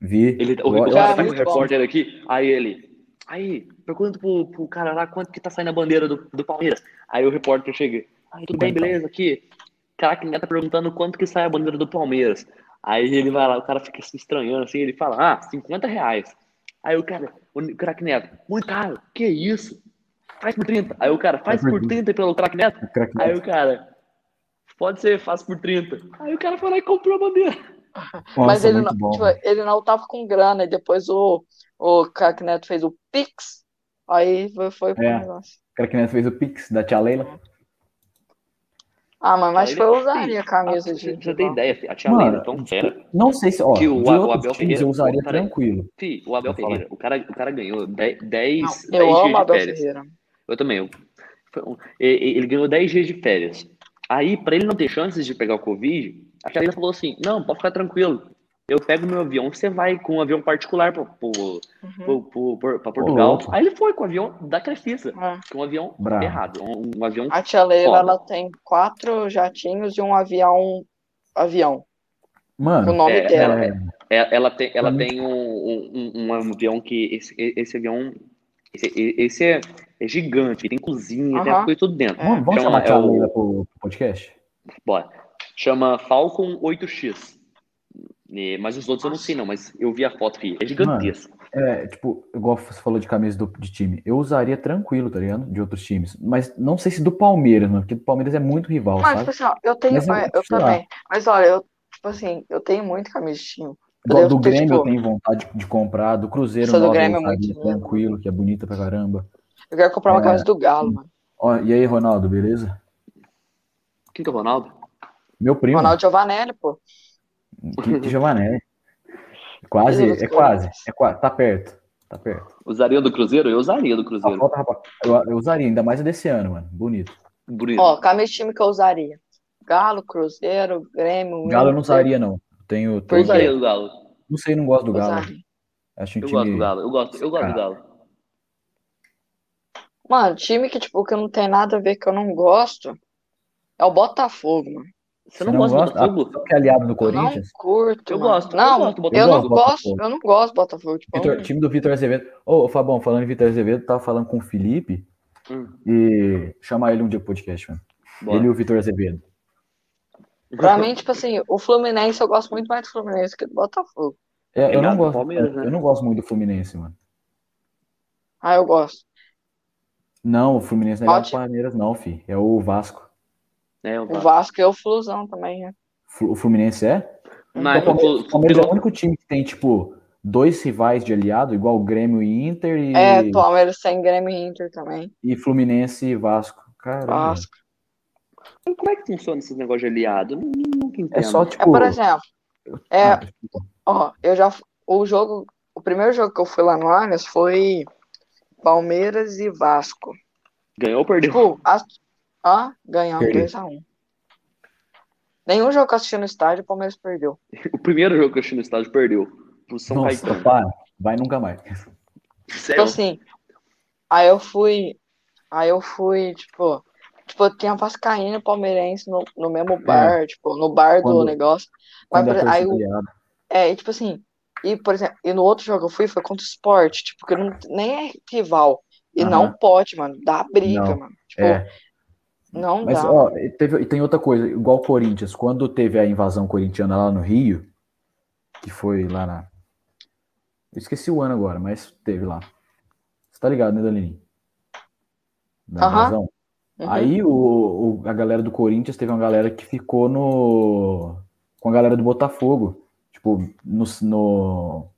[SPEAKER 3] Vi.
[SPEAKER 2] Ele, o
[SPEAKER 3] Eu- eu
[SPEAKER 2] repórter
[SPEAKER 1] acho
[SPEAKER 2] faz um
[SPEAKER 1] muito bom.
[SPEAKER 2] repórter aqui, aí ele. Aí, pergunta pro, pro cara lá quanto que tá saindo a bandeira do, do Palmeiras. Aí o repórter chega. Aí, tudo bem,
[SPEAKER 3] Então.
[SPEAKER 2] beleza? Aqui. Caraca, ele tá perguntando quanto que sai a bandeira do Palmeiras. Aí ele vai lá, o cara fica se estranhando assim, ele fala, ah, 50 reais. Aí o cara, o craque Neto, muito caro, que isso? Faz por 30. Aí o cara, faz por 30 pelo craque Neto.
[SPEAKER 3] Crack
[SPEAKER 2] Aí
[SPEAKER 3] Neto.
[SPEAKER 2] o cara, pode ser, faz por 30. Aí o cara foi lá e comprou a bandeira.
[SPEAKER 1] Mas
[SPEAKER 3] Nossa,
[SPEAKER 1] ele
[SPEAKER 3] muito
[SPEAKER 1] não,
[SPEAKER 3] bom,
[SPEAKER 1] tipo,
[SPEAKER 3] velho.
[SPEAKER 1] ele não tava com grana, e depois o, o Crack Neto fez o Pix, aí foi, foi pro
[SPEAKER 3] É.
[SPEAKER 1] negócio.
[SPEAKER 3] Crack Neto fez o Pix da tia Leila.
[SPEAKER 1] Ah, mas, mas
[SPEAKER 2] Aí
[SPEAKER 1] tipo, eu
[SPEAKER 2] ele-
[SPEAKER 1] usaria a camisa
[SPEAKER 2] Ah,
[SPEAKER 1] de.
[SPEAKER 2] você,
[SPEAKER 1] é de
[SPEAKER 2] você tem
[SPEAKER 1] Val.
[SPEAKER 2] ideia, a tia
[SPEAKER 3] Mano,
[SPEAKER 2] Leila é tão fera.
[SPEAKER 3] Não sei se, ó,
[SPEAKER 2] Que
[SPEAKER 3] de
[SPEAKER 2] o- o Abel
[SPEAKER 3] outros times
[SPEAKER 2] Ferreira-
[SPEAKER 3] eu usaria
[SPEAKER 2] Peraí.
[SPEAKER 3] tranquilo.
[SPEAKER 2] Fi, o Abel
[SPEAKER 3] Vou falar.
[SPEAKER 2] Ferreira, o cara, o cara ganhou 10, 10
[SPEAKER 1] Não,
[SPEAKER 2] dias
[SPEAKER 1] eu amo
[SPEAKER 2] de
[SPEAKER 1] Abel
[SPEAKER 2] férias.
[SPEAKER 1] Ferreira.
[SPEAKER 2] Eu também. eu- foi um- e- e- ele ganhou 10 dias de férias. Aí, pra ele não ter chances de pegar o Covid, a Karina falou assim: não, pode ficar tranquilo. Eu pego meu avião, você vai com um avião particular pro, pro,
[SPEAKER 1] Uhum.
[SPEAKER 2] pro, pro- pro- pra Portugal.
[SPEAKER 3] louco.
[SPEAKER 2] Aí ele foi com o avião da Crefisa,
[SPEAKER 1] É.
[SPEAKER 2] que é um avião
[SPEAKER 3] Bravo.
[SPEAKER 2] errado, um, um avião
[SPEAKER 1] A tia Leila,
[SPEAKER 2] Foda.
[SPEAKER 1] ela tem quatro jatinhos e um avião. Avião. O
[SPEAKER 3] Mano,
[SPEAKER 1] nome
[SPEAKER 2] É,
[SPEAKER 1] dela.
[SPEAKER 2] ela- É, Ela tem, ela
[SPEAKER 3] Uhum.
[SPEAKER 2] tem um, um, um- um avião que. Esse, esse avião. Esse, esse é, é gigante, tem cozinha, tem as
[SPEAKER 1] Aham.
[SPEAKER 2] coisas tudo dentro.
[SPEAKER 3] vamos, vamos
[SPEAKER 2] Chama-
[SPEAKER 3] chamar a tia
[SPEAKER 2] é o-
[SPEAKER 3] Leila pro pro podcast?
[SPEAKER 2] Bora. Chama Falcon 8X. E- mas os outros eu não sei, não, mas eu vi a foto aqui. É gigantesco.
[SPEAKER 3] É, tipo, igual você falou de camisa do, de time. Eu usaria tranquilo, tá ligado? De outros times. Mas não sei se do Palmeiras, mano. Porque do Palmeiras é muito rival,
[SPEAKER 1] Mas, tipo
[SPEAKER 3] sabe?
[SPEAKER 1] assim, ó, eu tenho.
[SPEAKER 3] Mas eu-
[SPEAKER 1] é, eu
[SPEAKER 3] sei lá.
[SPEAKER 1] também. Mas olha, eu, tipo assim, eu tenho muito camisa de time.
[SPEAKER 3] Igual do
[SPEAKER 1] devo ter,
[SPEAKER 3] Grêmio eu
[SPEAKER 1] tipo-
[SPEAKER 3] tenho vontade de comprar. Do Cruzeiro
[SPEAKER 1] Essa do
[SPEAKER 3] nova eu
[SPEAKER 1] Grêmio é
[SPEAKER 3] usaria
[SPEAKER 1] muito linda.
[SPEAKER 3] tranquilo, que é bonita pra caramba.
[SPEAKER 1] Eu quero comprar uma
[SPEAKER 3] É.
[SPEAKER 1] camisa do Galo, mano.
[SPEAKER 3] Ó, e aí, Ronaldo, beleza?
[SPEAKER 2] Quem que é o Ronaldo?
[SPEAKER 3] Meu primo,
[SPEAKER 1] Ronaldo Giovanelli, pô.
[SPEAKER 3] que, que Giovanelli. Quase,
[SPEAKER 1] Beleza,
[SPEAKER 3] é quase, é quase. Tá perto, tá perto.
[SPEAKER 2] Usaria do Cruzeiro? Eu usaria do
[SPEAKER 3] Só
[SPEAKER 2] Cruzeiro.
[SPEAKER 3] falta, rapaz. Eu, eu usaria, ainda mais a desse ano, mano. Bonito.
[SPEAKER 2] Bonito.
[SPEAKER 1] Ó, camisa de time que eu usaria. Galo, Cruzeiro, Grêmio.
[SPEAKER 3] Galo eu não
[SPEAKER 1] Inter,
[SPEAKER 3] usaria, não. Eu tenho.
[SPEAKER 1] Por quê?
[SPEAKER 2] eu
[SPEAKER 3] tenho-
[SPEAKER 2] usaria do Galo.
[SPEAKER 3] Não sei, não gosto do Galo.
[SPEAKER 1] usaria.
[SPEAKER 3] Acho um
[SPEAKER 2] Eu
[SPEAKER 3] time.
[SPEAKER 2] gosto do Galo. Eu gosto, eu gosto do Galo.
[SPEAKER 1] Mano, time que, tipo, que não tem nada a ver, que eu não gosto, é o Botafogo, mano.
[SPEAKER 2] Você não, gosta do
[SPEAKER 3] Ah,
[SPEAKER 2] Botafogo?
[SPEAKER 3] só que é aliado do
[SPEAKER 1] Eu não
[SPEAKER 3] Corinthians?
[SPEAKER 1] curto,
[SPEAKER 2] Eu
[SPEAKER 1] mano.
[SPEAKER 2] gosto, eu
[SPEAKER 1] Não,
[SPEAKER 2] gosto
[SPEAKER 1] eu
[SPEAKER 2] do
[SPEAKER 3] Botafogo.
[SPEAKER 1] não
[SPEAKER 3] Eu gosto do
[SPEAKER 1] gosto,
[SPEAKER 3] Botafogo.
[SPEAKER 1] eu não gosto do Botafogo, tipo, eu
[SPEAKER 3] Vitor-
[SPEAKER 1] não-
[SPEAKER 3] time do Vitor Azevedo. Ô, ô, Fabão, falando em Vitor Azevedo, tava falando com o Felipe
[SPEAKER 2] Hum,
[SPEAKER 3] e chamar ele um dia pro podcast, mano.
[SPEAKER 2] bora.
[SPEAKER 3] Ele e o Vitor Azevedo.
[SPEAKER 1] Pra mim, tipo assim, o Fluminense eu gosto muito mais do Fluminense que do Botafogo.
[SPEAKER 3] É,
[SPEAKER 2] Ele
[SPEAKER 3] eu,
[SPEAKER 2] é
[SPEAKER 3] não
[SPEAKER 2] do
[SPEAKER 3] gosto,
[SPEAKER 2] Palmeiras, né?
[SPEAKER 3] eu não gosto muito do Fluminense, mano.
[SPEAKER 1] Ah, eu gosto.
[SPEAKER 3] Não, o Fluminense não é do
[SPEAKER 1] Ótimo.
[SPEAKER 3] Palmeiras, não, fi. É o Vasco.
[SPEAKER 2] É, eu
[SPEAKER 1] O
[SPEAKER 2] gosto.
[SPEAKER 1] Vasco e o Flusão também, né?
[SPEAKER 3] Flu- O Fluminense é?
[SPEAKER 2] Mas
[SPEAKER 3] o Palmeiras,
[SPEAKER 2] o-
[SPEAKER 3] o Palmeiras é o
[SPEAKER 2] pelo-
[SPEAKER 3] único time que tem, tipo, dois rivais de aliado, igual o Grêmio e Inter e,
[SPEAKER 1] É, Palmeiras tem Grêmio e Inter também.
[SPEAKER 3] e Fluminense e Vasco. Caramba.
[SPEAKER 1] Vasco.
[SPEAKER 2] Como é que funciona esses negócios de aliado? Eu Não, não, nunca
[SPEAKER 3] É
[SPEAKER 2] entendo.
[SPEAKER 3] só,
[SPEAKER 1] É,
[SPEAKER 3] tipo.
[SPEAKER 1] por exemplo, é,
[SPEAKER 3] ah,
[SPEAKER 1] ó, eu já. O jogo. O primeiro jogo que eu fui lá no Allianz foi Palmeiras e Vasco.
[SPEAKER 2] Ganhou ou perdeu?
[SPEAKER 1] Tipo, a... ah, ganhamos
[SPEAKER 3] Perdi.
[SPEAKER 1] 2x1. Nenhum jogo que eu assisti no estádio, o Palmeiras perdeu.
[SPEAKER 2] O primeiro jogo que eu achei no estádio perdeu. Pro São
[SPEAKER 3] Nossa,
[SPEAKER 2] Caetano. é
[SPEAKER 3] para. Vai nunca mais.
[SPEAKER 1] Tipo
[SPEAKER 2] Céu.
[SPEAKER 1] assim, aí eu fui. Aí eu fui, tipo. Tipo, tinha Vascaíno e Palmeirense no, no mesmo bar, tipo, no bar do
[SPEAKER 3] É. Quando-
[SPEAKER 1] negócio. Mas,
[SPEAKER 3] Quando é a
[SPEAKER 1] por- aí
[SPEAKER 3] torcida
[SPEAKER 1] o
[SPEAKER 3] aliada-
[SPEAKER 1] É, e tipo assim, e por exemplo, e no outro jogo que eu fui foi contra o Sport, tipo, que não, nem é rival. E
[SPEAKER 3] Aham.
[SPEAKER 1] não pode, mano, dá briga,
[SPEAKER 3] Não,
[SPEAKER 1] mano. Tipo,
[SPEAKER 3] É,
[SPEAKER 1] não
[SPEAKER 3] Mas,
[SPEAKER 1] dá.
[SPEAKER 3] ó, e teve- e tem outra coisa, igual o Corinthians, quando teve a invasão corintiana lá no Rio, que foi lá na. Eu esqueci o ano agora, mas teve lá. Você tá ligado, né, Dalininho? Da
[SPEAKER 1] Aham.
[SPEAKER 3] invasão?
[SPEAKER 1] Uhum.
[SPEAKER 3] Aí o, o- a galera do Corinthians teve uma galera que ficou no. com a galera do Botafogo. Tipo, no, no,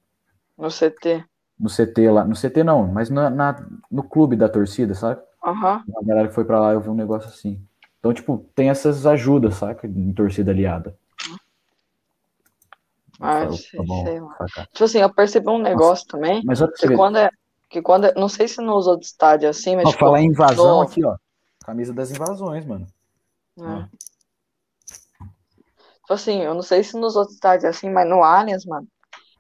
[SPEAKER 1] No CT.
[SPEAKER 3] no CT lá. No CT não, mas na, na- no clube da torcida, sabe?
[SPEAKER 1] Aham.
[SPEAKER 3] A galera que foi pra lá eu vi um negócio assim. Então, tipo, tem essas ajudas, saca? Em torcida aliada.
[SPEAKER 1] Ah,
[SPEAKER 3] Eu falo,
[SPEAKER 1] sei- sei lá.
[SPEAKER 3] saca.
[SPEAKER 1] Tipo assim, eu percebi um negócio também,
[SPEAKER 3] Mas olha pra você
[SPEAKER 1] que
[SPEAKER 3] ver.
[SPEAKER 1] quando é. Que quando é, Não sei se nos outros estádios é assim, mas
[SPEAKER 3] Ó,
[SPEAKER 1] tipo.
[SPEAKER 3] falar em invasão
[SPEAKER 1] no-
[SPEAKER 3] aqui, ó. Camisa das invasões, mano. Ah.
[SPEAKER 1] né? Tipo assim, eu não sei se nos outros estádios é assim, mas no Allianz, mano,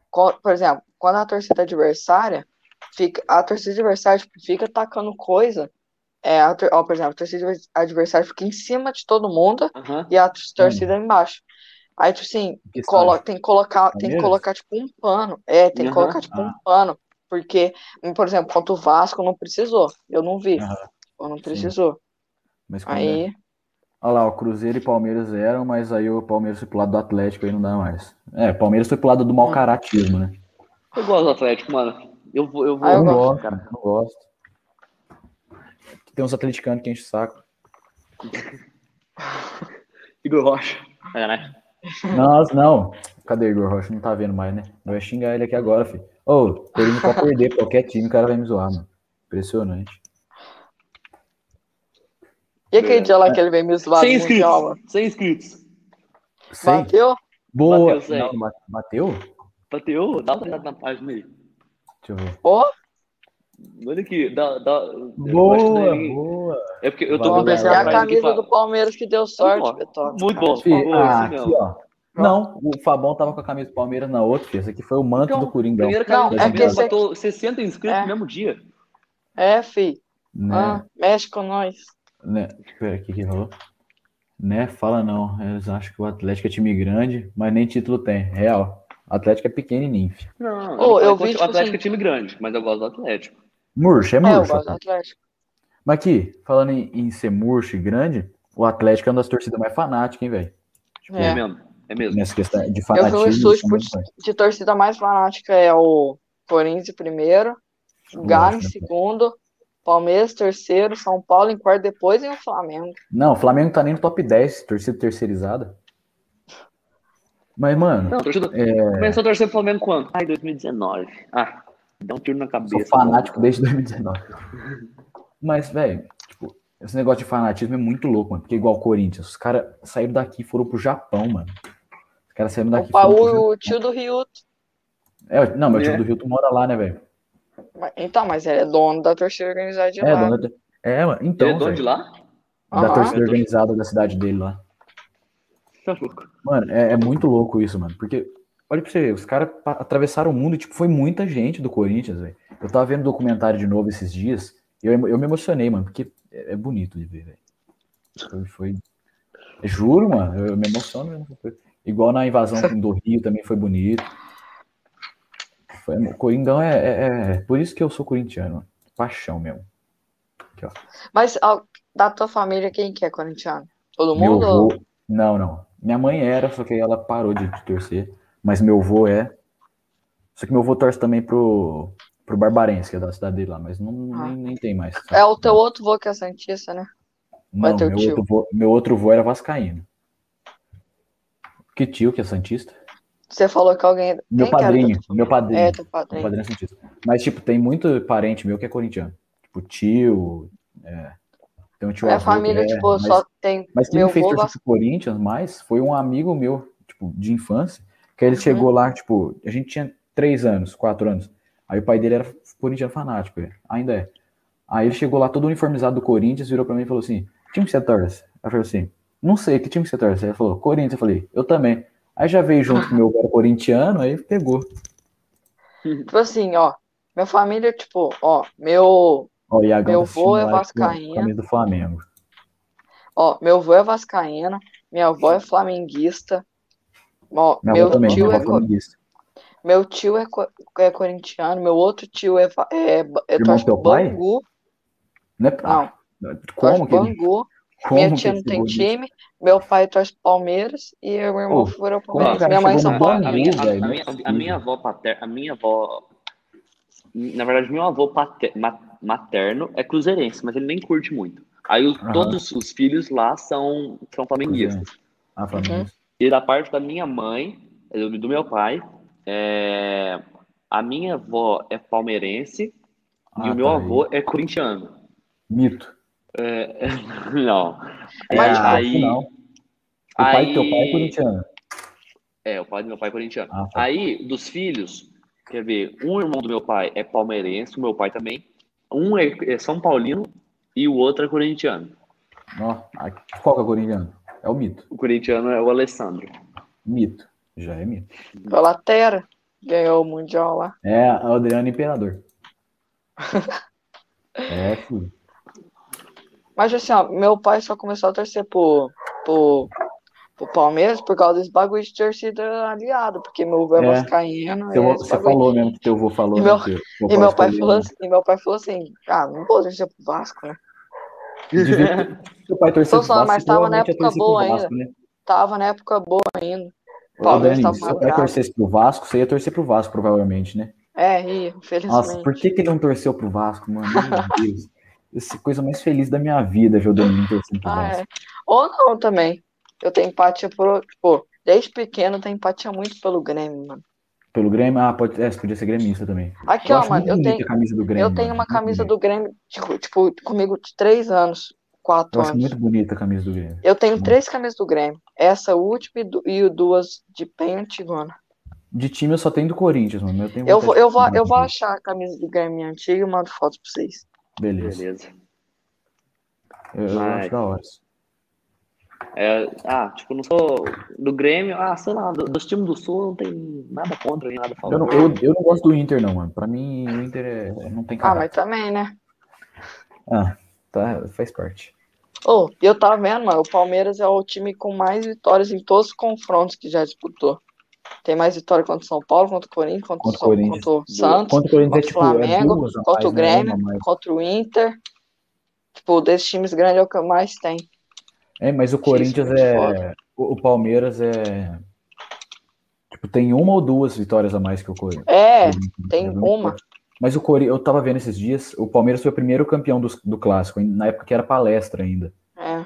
[SPEAKER 1] co- por exemplo, quando a torcida adversária fica, a torcida adversária tipo, fica atacando coisa, é, a tor- ó, por exemplo, a torcida adver- adversária fica em cima de todo mundo
[SPEAKER 2] Aham.
[SPEAKER 1] e a tor- torcida embaixo. Aí, tipo assim,
[SPEAKER 3] Que
[SPEAKER 1] colo-
[SPEAKER 3] estádio?
[SPEAKER 1] tem que colocar, tem que
[SPEAKER 3] Palmeiras?
[SPEAKER 1] colocar tipo um pano. É, tem que
[SPEAKER 2] Aham.
[SPEAKER 1] colocar tipo
[SPEAKER 3] Ah.
[SPEAKER 1] um pano, porque, por exemplo, contra o Vasco não precisou. Eu não vi.
[SPEAKER 3] Aham.
[SPEAKER 1] Eu não precisou.
[SPEAKER 3] Mas quando é-
[SPEAKER 1] Aí,
[SPEAKER 3] Olha lá, o Cruzeiro e Palmeiras eram, mas aí o Palmeiras foi pro lado do Atlético aí não dá mais. É, Palmeiras foi pro lado do mau
[SPEAKER 1] Hum.
[SPEAKER 3] caratismo, né?
[SPEAKER 2] Eu gosto do Atlético, mano. Eu vou. Eu vou
[SPEAKER 1] Ah, eu
[SPEAKER 3] não
[SPEAKER 1] gosto.
[SPEAKER 3] gosto, cara. Não gosto. Tem uns atleticanos que enchem o saco.
[SPEAKER 2] Igor Rocha. Sacanagem.
[SPEAKER 3] Nossa, não. Cadê o Igor Rocha? Não tá vendo mais, né? Vai xingar ele aqui agora, filho. Ô, o Corinthians pra perder pra qualquer time, o cara vai me zoar, mano. Impressionante.
[SPEAKER 1] e aquele
[SPEAKER 2] É.
[SPEAKER 1] dia lá que ele veio me zoar no
[SPEAKER 2] Sem
[SPEAKER 1] Mundial, mano?
[SPEAKER 2] inscritos. Sem inscritos.
[SPEAKER 3] Sei.
[SPEAKER 1] Bateu?
[SPEAKER 3] Boa.
[SPEAKER 2] Bateu, Zé.
[SPEAKER 3] Não, ba- bateu?
[SPEAKER 2] Bateu? Dá uma olhada na página aí.
[SPEAKER 3] Deixa eu ver.
[SPEAKER 1] Ó,
[SPEAKER 2] Olha aqui. Dá, dá, eu acho que
[SPEAKER 3] Boa,
[SPEAKER 2] daí-
[SPEAKER 3] boa.
[SPEAKER 2] É porque eu tô
[SPEAKER 3] Valeu,
[SPEAKER 1] Vamos ver se é a
[SPEAKER 3] Mas
[SPEAKER 2] página que
[SPEAKER 1] camisa
[SPEAKER 2] fala-
[SPEAKER 1] do Palmeiras que deu sorte,
[SPEAKER 2] Muito bom.
[SPEAKER 1] Betão.
[SPEAKER 2] Muito bom. assim,
[SPEAKER 1] Cara,
[SPEAKER 3] Fi,
[SPEAKER 2] Pô,
[SPEAKER 3] ah,
[SPEAKER 2] esse não.
[SPEAKER 3] aqui, ó. Não, o Fabão tava com a camisa do Palmeiras na outra, fi. Esse aqui foi o manto
[SPEAKER 2] Então,
[SPEAKER 3] do Coringão.
[SPEAKER 2] Primeiro
[SPEAKER 1] Não,
[SPEAKER 2] cara
[SPEAKER 3] é
[SPEAKER 2] que
[SPEAKER 3] que
[SPEAKER 2] botou 60 inscritos
[SPEAKER 1] É.
[SPEAKER 2] no mesmo dia.
[SPEAKER 1] É, fi.
[SPEAKER 3] Né?
[SPEAKER 1] Ah, mexe com nós.
[SPEAKER 3] Né? Pera, o que que falou? Né? Fala não. Eles acham que o Atlético é time grande, mas nem título tem. Real. O Atlético é pequenininho. fi.
[SPEAKER 2] Não,
[SPEAKER 1] Ô, eu vi,
[SPEAKER 2] o
[SPEAKER 1] tipo
[SPEAKER 2] Atlético
[SPEAKER 1] assim-
[SPEAKER 2] é time grande, mas eu gosto do Atlético.
[SPEAKER 3] Murcho, é
[SPEAKER 1] É, eu gosto
[SPEAKER 3] murcho.
[SPEAKER 1] do
[SPEAKER 3] Atlético.
[SPEAKER 1] Atlético.
[SPEAKER 3] Mas aqui, falando em, em ser murcho e grande, o Atlético é uma das torcidas mais fanáticas, hein, velho? Tipo,
[SPEAKER 2] É.
[SPEAKER 1] É.
[SPEAKER 2] mesmo. É mesmo.
[SPEAKER 3] Nessa questão de
[SPEAKER 1] Eu vi
[SPEAKER 3] fanatismo.
[SPEAKER 1] um estudo tipo,
[SPEAKER 3] muito
[SPEAKER 1] de,
[SPEAKER 3] mais.
[SPEAKER 1] de torcida mais fanática é o Corinthians em primeiro, o Galo em
[SPEAKER 3] Lógico, né?
[SPEAKER 1] segundo, Palmeiras terceiro, São Paulo em quarto, depois e o Flamengo.
[SPEAKER 3] Não, o Flamengo não tá nem no top 10, torcida terceirizada. Mas, mano,
[SPEAKER 2] Não, torcida...
[SPEAKER 3] é.
[SPEAKER 2] Começou a torcer pro Flamengo quando? Ah, em 2019. Ah, dá um tiro na cabeça.
[SPEAKER 3] sou fanático desde 2019. Mas, velho, tipo, esse negócio de fanatismo é muito louco, mano. Porque igual o Corinthians, os caras saíram daqui e foram pro Japão, mano. Os caras saíram daqui
[SPEAKER 1] O
[SPEAKER 3] e foram pro
[SPEAKER 1] Paú,
[SPEAKER 3] Japão.
[SPEAKER 1] o tio do Rio.
[SPEAKER 3] É, não, meu tio
[SPEAKER 2] É.
[SPEAKER 3] do Rio tu mora lá, né, velho?
[SPEAKER 1] Mas- Então, mas ele é dono da torcida organizada de
[SPEAKER 3] É,
[SPEAKER 1] lá.
[SPEAKER 3] dona... é, mano, então,
[SPEAKER 2] Ele é dono de
[SPEAKER 3] velho,
[SPEAKER 2] lá?
[SPEAKER 3] da
[SPEAKER 1] Aham.
[SPEAKER 3] torcida organizada da cidade dele lá.
[SPEAKER 2] Tá louco.
[SPEAKER 3] Mano, é, é muito louco isso, mano. Porque, olha pra você ver, os caras pa- atravessaram o mundo e, tipo, foi muita gente do Corinthians, velho. Eu tava vendo documentário de novo esses dias e eu, emo- eu me emocionei, mano, porque é, é bonito de ver, velho. Foi, foi- Juro, mano, eu, eu me emociono mesmo. Foi- Igual na invasão do Rio também foi bonito. Foi, o Coringão é, é- é- é- Por isso que eu sou corintiano, mano. Paixão mesmo.
[SPEAKER 1] Mas ó, da tua família, quem que é corintiano? Todo
[SPEAKER 3] Meu
[SPEAKER 1] mundo?
[SPEAKER 3] avô. Não, não. Minha mãe era, só que aí ela parou de, de torcer. Mas meu avô é. Só que meu avô torce também pro, pro Barbarense, que é da cidade dele lá, mas não,
[SPEAKER 1] Ah.
[SPEAKER 3] nem, nem tem mais. sabe?
[SPEAKER 1] É o teu outro vô que é Santista, né?
[SPEAKER 3] Não,
[SPEAKER 1] é teu
[SPEAKER 3] meu,
[SPEAKER 1] tio?
[SPEAKER 3] Outro vô, meu outro vô era Vascaíno. Que tio que é Santista?
[SPEAKER 1] Você falou que alguém.
[SPEAKER 3] Meu
[SPEAKER 1] Quem que era
[SPEAKER 3] padrinho. Meu
[SPEAKER 1] teu-
[SPEAKER 3] padrinho.
[SPEAKER 1] É, teu
[SPEAKER 3] meu
[SPEAKER 1] padrinho.
[SPEAKER 3] padrinho é Santista. Mas, tipo, tem muito parente meu que é corintiano. Tipo, tio. É, tem um tio
[SPEAKER 1] Minha
[SPEAKER 3] avô que
[SPEAKER 1] família,
[SPEAKER 3] é,
[SPEAKER 1] tipo,
[SPEAKER 3] mas-
[SPEAKER 1] só tem
[SPEAKER 3] Mas quem
[SPEAKER 1] meu
[SPEAKER 3] me fez
[SPEAKER 1] avô
[SPEAKER 3] torcer
[SPEAKER 1] Vasco.
[SPEAKER 3] pro Corinthians mais foi um amigo meu, tipo, de infância, que ele
[SPEAKER 1] Uhum.
[SPEAKER 3] chegou lá, tipo, a gente tinha três anos, quatro anos. Aí o pai dele era corintiano fanático, ele ainda é. Aí ele chegou lá todo uniformizado do Corinthians, virou pra mim e falou assim: time que você torce? Aí eu falei assim: não sei, que time que você torce? Aí ele falou: Corinthians. Eu falei: eu também. Aí já veio junto com o meu avô corintiano, aí pegou.
[SPEAKER 1] Tipo assim, ó. Minha família, tipo, ó, meu.
[SPEAKER 3] Ó, o Iagão
[SPEAKER 1] Meu
[SPEAKER 3] tá assistindo
[SPEAKER 1] vô é
[SPEAKER 3] lá, com a
[SPEAKER 1] vascaíno.
[SPEAKER 3] Camisa do Flamengo.
[SPEAKER 1] Ó, meu avô é vascaíno, minha avó é flamenguista. Ó,
[SPEAKER 3] Minha
[SPEAKER 1] meu
[SPEAKER 3] avó também,
[SPEAKER 1] tio
[SPEAKER 3] minha
[SPEAKER 1] é
[SPEAKER 3] avó
[SPEAKER 1] co-
[SPEAKER 3] flamenguista.
[SPEAKER 1] Meu tio é, co- é corintiano, meu outro tio é, fa- é, ba- é
[SPEAKER 3] Irmão
[SPEAKER 1] torce pro
[SPEAKER 3] do teu pai?
[SPEAKER 1] Bangu.
[SPEAKER 3] Não é
[SPEAKER 1] Não,
[SPEAKER 3] pra...
[SPEAKER 1] torce
[SPEAKER 3] Como
[SPEAKER 1] pro
[SPEAKER 3] que ele...
[SPEAKER 1] Bangu.
[SPEAKER 3] Como
[SPEAKER 1] Minha
[SPEAKER 3] que
[SPEAKER 1] tia não
[SPEAKER 3] esse
[SPEAKER 1] tem
[SPEAKER 3] bonito-
[SPEAKER 1] time, meu pai torce pro Palmeiras e meu irmão
[SPEAKER 3] Ô,
[SPEAKER 1] foi pro
[SPEAKER 3] como que o
[SPEAKER 1] Palmeiras.
[SPEAKER 3] cara
[SPEAKER 1] Minha mãe é
[SPEAKER 3] chegou
[SPEAKER 1] São
[SPEAKER 3] no
[SPEAKER 1] Paulo.
[SPEAKER 2] a,
[SPEAKER 3] Bangu,
[SPEAKER 2] minha, a,
[SPEAKER 3] velho,
[SPEAKER 2] a
[SPEAKER 3] não é
[SPEAKER 2] minha, a
[SPEAKER 3] possível.
[SPEAKER 2] minha avó paterna, a minha avó. Na verdade, meu avô pater- ma- materno é cruzeirense, mas ele nem curte muito. Aí o-
[SPEAKER 3] Aham.
[SPEAKER 2] todos os filhos lá são, são flamenguistas.
[SPEAKER 3] é.
[SPEAKER 1] Uhum.
[SPEAKER 3] Ah, Flamengo.
[SPEAKER 2] E da parte da minha mãe, do do meu pai, é, a minha avó é palmeirense e
[SPEAKER 3] Ah,
[SPEAKER 2] o meu
[SPEAKER 3] tá aí.
[SPEAKER 2] avô é corintiano.
[SPEAKER 3] Mito.
[SPEAKER 2] Não.
[SPEAKER 1] Mas,
[SPEAKER 3] Ah,
[SPEAKER 2] É, aí,
[SPEAKER 3] não. O pai do teu pai
[SPEAKER 2] aí-
[SPEAKER 3] é corintiano.
[SPEAKER 2] É, o pai do meu pai é corintiano.
[SPEAKER 3] Ah, tá.
[SPEAKER 2] Aí, dos filhos, quer ver, um irmão do meu pai é palmeirense, o meu pai também. Um é, é São Paulino e o outro é corintiano.
[SPEAKER 3] Ó, a- qual que é o corintiano? É o mito.
[SPEAKER 2] O corintiano é o Alessandro.
[SPEAKER 3] Mito. Já é mito.
[SPEAKER 1] Foi Latera, ganhou o Mundial lá.
[SPEAKER 3] É o Adriano Imperador. é, filho.
[SPEAKER 1] Mas assim, ó, meu pai só começou a torcer pro, pro, pro Palmeiras por causa desse bagulho de torcida aliada, porque meu avô é,
[SPEAKER 3] É.
[SPEAKER 1] vascaíno.
[SPEAKER 3] Seu-
[SPEAKER 1] e, esse
[SPEAKER 3] você
[SPEAKER 1] bagulho.
[SPEAKER 3] falou mesmo que teu avô falou.
[SPEAKER 1] E
[SPEAKER 3] né,
[SPEAKER 1] meu-
[SPEAKER 3] que o
[SPEAKER 1] e meu pai
[SPEAKER 3] escolheu,
[SPEAKER 1] falou
[SPEAKER 3] né?
[SPEAKER 1] assim, e meu pai falou assim, ah, não vou torcer pro Vasco, né?
[SPEAKER 3] Devia ter- Seu pai torceu
[SPEAKER 1] Tô falando, mas tava na época boa Tava na época boa ainda. Palmeiras
[SPEAKER 3] Palmeiras
[SPEAKER 1] tava
[SPEAKER 3] né? Se seu pai
[SPEAKER 1] magoado.
[SPEAKER 3] torcesse pro Vasco, você ia torcer pro Vasco, provavelmente, né?
[SPEAKER 1] É, e,
[SPEAKER 3] Nossa,
[SPEAKER 1] infelizmente.
[SPEAKER 3] por que, que ele não torceu pro Vasco, mano? Meu Deus. Essa coisa mais feliz da minha vida, ver o Domingo torcendo pro
[SPEAKER 1] Ah,
[SPEAKER 3] Vasco.
[SPEAKER 1] é. Ou não também. Eu tenho empatia por. Tipo, desde pequeno eu tenho empatia muito pelo Grêmio, mano.
[SPEAKER 3] Pelo Grêmio, ah, pode, é, você podia ser gremista também.
[SPEAKER 1] Aqui,
[SPEAKER 3] Eu
[SPEAKER 1] ó,
[SPEAKER 3] acho
[SPEAKER 1] mano,
[SPEAKER 3] muito
[SPEAKER 1] eu
[SPEAKER 3] bonita
[SPEAKER 1] tenho,
[SPEAKER 3] a camisa do Grêmio.
[SPEAKER 1] eu tenho
[SPEAKER 3] mano.
[SPEAKER 1] uma
[SPEAKER 3] Muito
[SPEAKER 1] camisa
[SPEAKER 3] bonita.
[SPEAKER 1] do Grêmio, tipo, tipo, comigo de três anos, quatro
[SPEAKER 3] Eu acho
[SPEAKER 1] anos.
[SPEAKER 3] muito bonita a camisa do Grêmio.
[SPEAKER 1] Eu tenho três camisas do Grêmio. Essa última e, du- e duas de bem antigona.
[SPEAKER 3] De time eu só tenho do Corinthians, mano. Eu, tenho
[SPEAKER 1] Eu
[SPEAKER 3] vontade
[SPEAKER 1] vou,
[SPEAKER 3] de
[SPEAKER 1] eu, vou,
[SPEAKER 3] comprar
[SPEAKER 1] eu vou
[SPEAKER 3] também.
[SPEAKER 1] achar a camisa do Grêmio minha antiga e mando foto pra vocês.
[SPEAKER 3] Beleza.
[SPEAKER 2] Beleza.
[SPEAKER 3] Eu, eu
[SPEAKER 2] Vai.
[SPEAKER 3] acho da hora. isso.
[SPEAKER 2] É, ah, tipo, não sou do Grêmio, ah, sei lá, do- dos times do Sul não tem nada contra, nem nada a favor.
[SPEAKER 3] Eu não, eu, eu não gosto do Inter, não, mano. Pra mim, o Inter é- não tem
[SPEAKER 1] Ah,
[SPEAKER 3] cara.
[SPEAKER 1] mas também, né?
[SPEAKER 3] Ah, tá, faz parte.
[SPEAKER 1] Ô, e eu tava vendo, mano, o Palmeiras é o time com mais vitórias em todos os confrontos que já disputou. Tem mais vitória contra o São Paulo, contra o Corinthians, contra,
[SPEAKER 3] Contra
[SPEAKER 1] o São-
[SPEAKER 3] o Corinthians.
[SPEAKER 1] contra o Santos,
[SPEAKER 3] Contra o Corinthians é
[SPEAKER 1] Contra o
[SPEAKER 3] tipo.
[SPEAKER 1] Flamengo,
[SPEAKER 3] é duas, a
[SPEAKER 1] contra o
[SPEAKER 3] mais, né?
[SPEAKER 1] Grêmio,
[SPEAKER 3] Uma a mais.
[SPEAKER 1] contra o Inter. Tipo, desses times grandes é o que eu mais tem.
[SPEAKER 3] É, mas o Corinthians
[SPEAKER 1] muito
[SPEAKER 3] é. O, o Palmeiras é. Tipo, tem uma ou duas vitórias a mais que o Corinthians.
[SPEAKER 1] É,
[SPEAKER 3] Uhum.
[SPEAKER 1] tem
[SPEAKER 3] Uhum.
[SPEAKER 1] uma.
[SPEAKER 3] Mas o Cori, eu tava vendo esses dias, o Palmeiras foi o primeiro campeão dos- do, clássico, em- na época que era palestra ainda.
[SPEAKER 1] É. E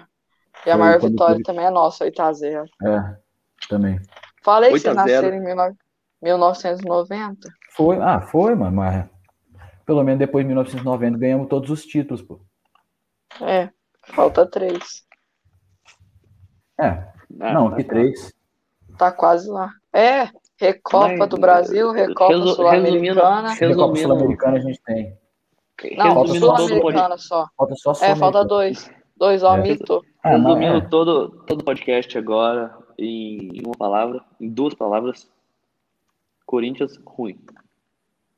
[SPEAKER 3] Foi
[SPEAKER 1] a maior
[SPEAKER 3] quando
[SPEAKER 1] vitória
[SPEAKER 3] teve-
[SPEAKER 1] também é nossa, 8x0.
[SPEAKER 3] É, também.
[SPEAKER 1] Falei que vocês
[SPEAKER 2] 8 a 0.
[SPEAKER 1] nasceram em 19- 1990.
[SPEAKER 3] Foi, ah, foi, mano, mas pelo menos depois de 1990 ganhamos todos os títulos, pô.
[SPEAKER 1] É, falta três.
[SPEAKER 3] É,
[SPEAKER 2] Ah,
[SPEAKER 3] não,
[SPEAKER 2] tá,
[SPEAKER 3] que
[SPEAKER 2] tá.
[SPEAKER 3] três.
[SPEAKER 1] Tá quase lá. É, Recopa
[SPEAKER 2] Mas,
[SPEAKER 1] do Brasil, Recopa
[SPEAKER 2] resu-
[SPEAKER 1] Sul-Americana.
[SPEAKER 2] resumindo-
[SPEAKER 3] Recopa
[SPEAKER 2] Resumindo-
[SPEAKER 3] Sul-Americana a gente tem.
[SPEAKER 1] Não,
[SPEAKER 2] resumindo todo o podcast-
[SPEAKER 1] Sul-Americana só.
[SPEAKER 3] Falta só a
[SPEAKER 1] É,
[SPEAKER 3] Sul-Americana.
[SPEAKER 1] falta dois. Dois, ó,
[SPEAKER 3] É.
[SPEAKER 1] mito.
[SPEAKER 3] Ah, mas é,
[SPEAKER 2] Resumindo todo, todo o podcast agora em uma palavra, em duas palavras. Corinthians ruim.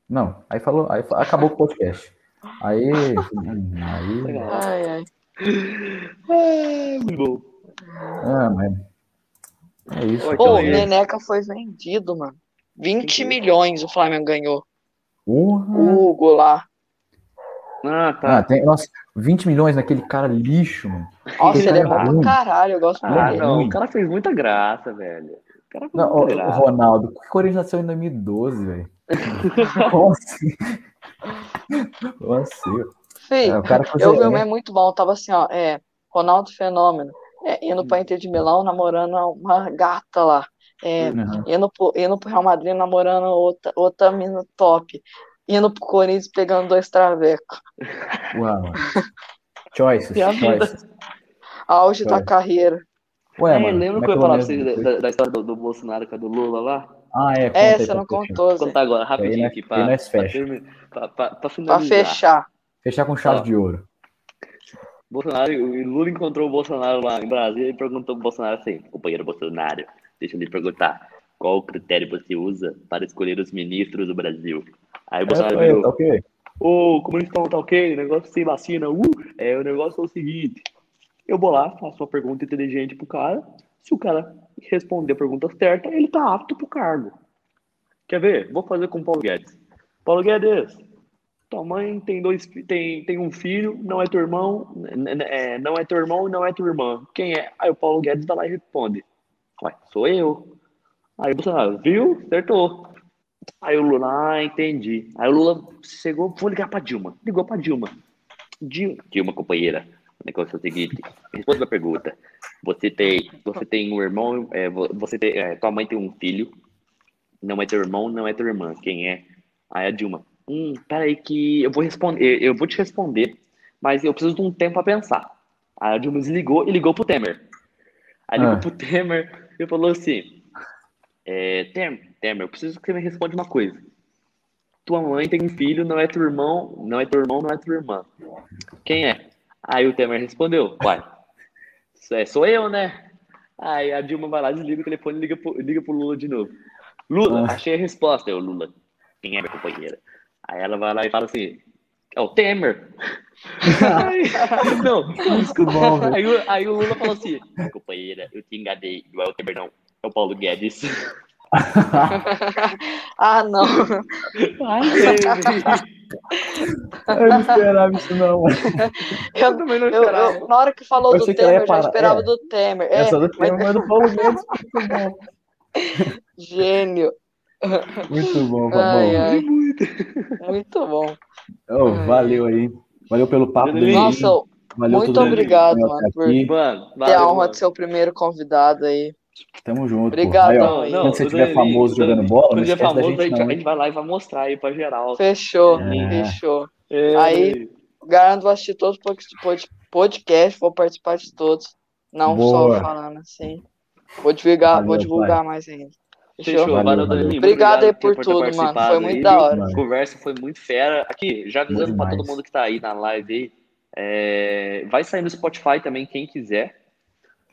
[SPEAKER 3] Não, aí falou, aí fa- acabou o podcast. Aí, hum, aí,
[SPEAKER 2] Legal.
[SPEAKER 1] Ai, ai.
[SPEAKER 2] É muito bom.
[SPEAKER 3] ah, mas é isso.
[SPEAKER 2] Oi,
[SPEAKER 1] Pô,
[SPEAKER 2] Então,
[SPEAKER 1] o
[SPEAKER 2] é isso.
[SPEAKER 1] Neneca foi vendido, mano. 20 milhões o Flamengo ganhou.
[SPEAKER 3] Porra.
[SPEAKER 1] O Hugo lá.
[SPEAKER 2] Ah, tá.
[SPEAKER 3] Ah, tem, nossa, 20 milhões naquele cara lixo, mano.
[SPEAKER 1] Nossa, ele é bom
[SPEAKER 3] Caralho.
[SPEAKER 1] pra caralho, eu gosto muito
[SPEAKER 2] Ah,
[SPEAKER 1] dele.
[SPEAKER 2] não.
[SPEAKER 3] é ruim.
[SPEAKER 2] O cara fez muita graça, velho. O cara fez
[SPEAKER 3] Não, o,
[SPEAKER 2] muita graça.
[SPEAKER 3] Ronaldo, que Corinthians nasceu em 2012, velho. Como assim? Como assim? É,
[SPEAKER 1] Filho,
[SPEAKER 3] o cara fazer,
[SPEAKER 1] eu vi um
[SPEAKER 3] é,
[SPEAKER 1] meme muito bom, tava assim, ó, é, Ronaldo Fenômeno, é, indo
[SPEAKER 3] Hum.
[SPEAKER 1] pra Inter de Milão, namorando uma gata lá, é,
[SPEAKER 3] Uhum.
[SPEAKER 1] indo, pro, indo pro Real Madrid, namorando outra, outra mina top, indo pro Corinthians, pegando dois travecos,
[SPEAKER 3] Uau, mano. Choices,
[SPEAKER 2] Minha vida.
[SPEAKER 3] choices.
[SPEAKER 1] auge da
[SPEAKER 3] Vai.
[SPEAKER 1] carreira.
[SPEAKER 3] Ué,
[SPEAKER 2] É,
[SPEAKER 3] mano,
[SPEAKER 2] lembra
[SPEAKER 3] mas
[SPEAKER 2] que eu ia
[SPEAKER 1] É,
[SPEAKER 3] pelo
[SPEAKER 2] falar pra
[SPEAKER 3] menos-
[SPEAKER 2] vocês da, da- da história do, do Bolsonaro com a do Lula lá?
[SPEAKER 3] Ah, é.
[SPEAKER 1] É,
[SPEAKER 3] aí
[SPEAKER 1] você
[SPEAKER 3] pra
[SPEAKER 1] não
[SPEAKER 3] fechar.
[SPEAKER 1] contou,
[SPEAKER 2] Vou
[SPEAKER 1] Zé.
[SPEAKER 2] contar agora,
[SPEAKER 3] Aí
[SPEAKER 2] rapidinho
[SPEAKER 3] nós-
[SPEAKER 2] aqui,
[SPEAKER 3] aí é
[SPEAKER 2] pra,
[SPEAKER 3] nós
[SPEAKER 2] pra,
[SPEAKER 3] fecha.
[SPEAKER 2] termi- pra, pra, pra
[SPEAKER 1] Pra
[SPEAKER 2] finalizar.
[SPEAKER 1] fechar.
[SPEAKER 3] Fechar com chave
[SPEAKER 2] Ó.
[SPEAKER 3] de ouro.
[SPEAKER 2] Bolsonaro, o Lula encontrou o Bolsonaro lá em Brasília e perguntou pro Bolsonaro assim, companheiro Bolsonaro, deixa eu lhe perguntar, qual o critério você usa para escolher os ministros do Brasil? Aí o Bolsonaro
[SPEAKER 3] É,
[SPEAKER 2] virou,
[SPEAKER 3] tá ok.
[SPEAKER 2] Ô, comunista tá ok, negócio sem vacina, uh, é, o negócio é o seguinte, eu vou lá, faço uma pergunta inteligente pro cara, se o cara responder a pergunta certa, ele tá apto pro cargo. Quer ver? Vou fazer com o Paulo Guedes. Paulo Guedes, tua mãe tem dois, fi- tem, tem um filho, não é teu irmão, n- n- é, não é teu irmão e não é tua irmã. Quem é? Aí o Paulo Guedes vai lá e responde, ué, sou eu. Aí o Bolsonaro, viu? Acertou. Aí o Lula, ah, entendi. Aí o Lula chegou, vou ligar pra Dilma. Ligou pra Dilma. Dilma, Dilma companheira, o negócio é o seguinte: responda a pergunta. Você tem, você tem um irmão, é, vo- você tem, é, tua mãe tem um filho, não é teu irmão, não é tua irmã. Quem é? Aí a Dilma, hum, peraí que eu vou responder, eu vou te responder, mas eu preciso de um tempo pra pensar. Aí a Dilma desligou e ligou pro Temer. Aí ligou
[SPEAKER 3] Ah.
[SPEAKER 2] pro Temer e falou assim: é, Temer, Temer, eu preciso que você me responda uma coisa. Tua mãe tem um filho, não é teu irmão, não é teu irmão, não é tua irmã. Quem é? Aí o Temer respondeu, pai, "Isso é, sou eu, né? Aí a Dilma vai lá, desliga o telefone e liga pro, liga pro Lula de novo. Lula,
[SPEAKER 3] Ah.
[SPEAKER 2] achei a resposta. Eu, Lula, quem é minha companheira? Aí ela vai lá e fala assim, é o Temer. Aí- não,
[SPEAKER 3] Muito bom, velho.
[SPEAKER 2] aí, o- aí o Lula falou assim, "Minha companheira, eu te enganei, não é o Temer não, é o Paulo Guedes.
[SPEAKER 1] Ah, não.
[SPEAKER 2] Ai, gente.
[SPEAKER 3] Eu não esperava isso, não.
[SPEAKER 1] Eu,
[SPEAKER 2] também não
[SPEAKER 1] eu-
[SPEAKER 2] esperava.
[SPEAKER 1] eu- na hora que falou
[SPEAKER 3] Eu
[SPEAKER 1] do
[SPEAKER 3] achei que ela ia
[SPEAKER 1] Temer, eu já
[SPEAKER 3] parar.
[SPEAKER 1] esperava
[SPEAKER 3] É.
[SPEAKER 1] do Temer. É,
[SPEAKER 3] Essa do tema é do Paulo Guedes. Muito bom.
[SPEAKER 1] gênio.
[SPEAKER 3] Muito Tá bom,
[SPEAKER 1] Ai,
[SPEAKER 3] Fabão.
[SPEAKER 1] ai. Muito bom.
[SPEAKER 3] Ô,
[SPEAKER 1] ai.
[SPEAKER 3] valeu aí. Valeu pelo papo.
[SPEAKER 2] Valeu.
[SPEAKER 3] Dani.
[SPEAKER 1] Nossa,
[SPEAKER 3] valeu
[SPEAKER 1] muito
[SPEAKER 3] todo mundo que
[SPEAKER 1] obrigado,
[SPEAKER 3] veio
[SPEAKER 1] mano,
[SPEAKER 3] até
[SPEAKER 1] por-
[SPEAKER 3] aqui.
[SPEAKER 2] Mano,
[SPEAKER 1] ter a
[SPEAKER 2] valeu,
[SPEAKER 1] honra
[SPEAKER 2] mano.
[SPEAKER 1] de ser o primeiro convidado aí.
[SPEAKER 3] Tamo junto. pô.
[SPEAKER 1] Obrigado,
[SPEAKER 3] Aí, ó,
[SPEAKER 1] Não, não,
[SPEAKER 3] quando você
[SPEAKER 2] o
[SPEAKER 3] estiver
[SPEAKER 2] Danilo,
[SPEAKER 3] famoso
[SPEAKER 2] o Danilo,
[SPEAKER 3] jogando bola, não
[SPEAKER 2] Quando tiver
[SPEAKER 3] esquece da
[SPEAKER 2] famoso,
[SPEAKER 3] gente,
[SPEAKER 2] a, gente,
[SPEAKER 3] não.
[SPEAKER 2] a
[SPEAKER 3] hein?
[SPEAKER 2] gente vai lá e vai mostrar aí pra geral.
[SPEAKER 1] Fechou,
[SPEAKER 3] É.
[SPEAKER 1] fechou.
[SPEAKER 2] É.
[SPEAKER 1] Aí- Garanto, vou assistir todos os pod- pod- podcasts, vou participar de todos. Não
[SPEAKER 3] Boa.
[SPEAKER 1] só falando assim. Vou divulgar,
[SPEAKER 3] Valeu,
[SPEAKER 1] vou divulgar mais ainda. Fechou?
[SPEAKER 2] Fechou,
[SPEAKER 3] Valeu,
[SPEAKER 2] valeu,
[SPEAKER 3] valeu.
[SPEAKER 2] Danilo.
[SPEAKER 1] Obrigado aí por
[SPEAKER 2] ter
[SPEAKER 1] tudo, mano.
[SPEAKER 2] participado
[SPEAKER 1] Foi muito
[SPEAKER 2] aí.
[SPEAKER 1] da hora.
[SPEAKER 2] A conversa foi muito fera. Aqui, já avisando
[SPEAKER 3] Muito
[SPEAKER 2] pra todo
[SPEAKER 3] demais.
[SPEAKER 2] mundo que tá aí na live aí. é, Vai sair no Spotify também, quem quiser.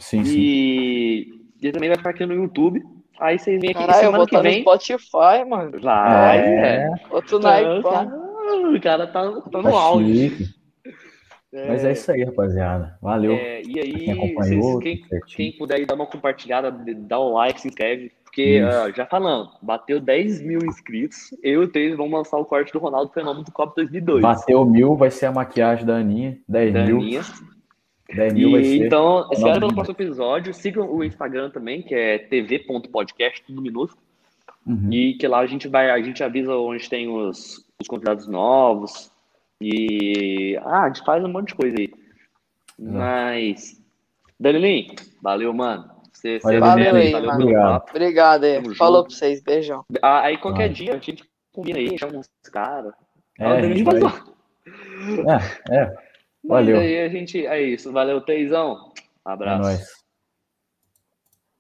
[SPEAKER 3] Sim, sim.
[SPEAKER 2] E... e também vai ficar aqui no YouTube. Aí vocês vêm aqui
[SPEAKER 1] Caralho, eu vou
[SPEAKER 2] semana que
[SPEAKER 1] estar no
[SPEAKER 2] vem.
[SPEAKER 1] Spotify, mano.
[SPEAKER 2] Vai, é.
[SPEAKER 1] Outro
[SPEAKER 2] Não,
[SPEAKER 1] Nike,
[SPEAKER 2] cara, o cara tá, tá no
[SPEAKER 3] Tá
[SPEAKER 2] auge.
[SPEAKER 3] chique. Mas é isso aí, rapaziada. Valeu.
[SPEAKER 2] É, e aí,
[SPEAKER 3] Quem acompanhou,
[SPEAKER 2] vocês- quem,
[SPEAKER 3] tudo certinho.
[SPEAKER 2] quem puder dar uma compartilhada, dá um like, se inscreve. Porque,
[SPEAKER 3] Isso.
[SPEAKER 2] ah, já falando, bateu 10 mil inscritos. Eu e o Thaís vamos lançar o corte do Ronaldo Fenômeno do Copa 2002.
[SPEAKER 3] Bateu mil, vai ser a maquiagem da Aninha. 10
[SPEAKER 2] Da
[SPEAKER 3] mil.
[SPEAKER 2] minha.
[SPEAKER 3] 10 mil vai
[SPEAKER 2] E,
[SPEAKER 3] ser.
[SPEAKER 2] então, espero pelo
[SPEAKER 3] demais.
[SPEAKER 2] próximo episódio. Sigam o Instagram também, que é tv.podcast, tudo minúsculo.
[SPEAKER 3] Uhum.
[SPEAKER 2] E que lá a gente vai, a gente avisa onde tem os, os convidados novos. E. Ah, a gente faz um monte de coisa aí. Mas. Danilinho, valeu, mano. Você, você
[SPEAKER 3] Valeu,
[SPEAKER 1] Danilinho.
[SPEAKER 2] é fera aí,
[SPEAKER 1] Valeu aí, mano.
[SPEAKER 2] valeu pelo
[SPEAKER 3] Obrigado.
[SPEAKER 2] papo.
[SPEAKER 1] Obrigado aí.
[SPEAKER 2] Tamo
[SPEAKER 1] Falou
[SPEAKER 2] junto.
[SPEAKER 1] pra vocês. Beijão.
[SPEAKER 2] Ah, Aí qualquer
[SPEAKER 3] Valeu.
[SPEAKER 2] dia a gente combina aí, chama uns caras.
[SPEAKER 3] É,
[SPEAKER 2] Ah, o
[SPEAKER 3] a
[SPEAKER 2] Danilinho
[SPEAKER 3] gente vai-
[SPEAKER 2] vai zoar.
[SPEAKER 3] é, é.
[SPEAKER 2] Mas
[SPEAKER 3] Valeu.
[SPEAKER 2] Aí a gente, é isso. Valeu, Teizão.
[SPEAKER 3] É
[SPEAKER 2] Abraço.
[SPEAKER 3] nóis.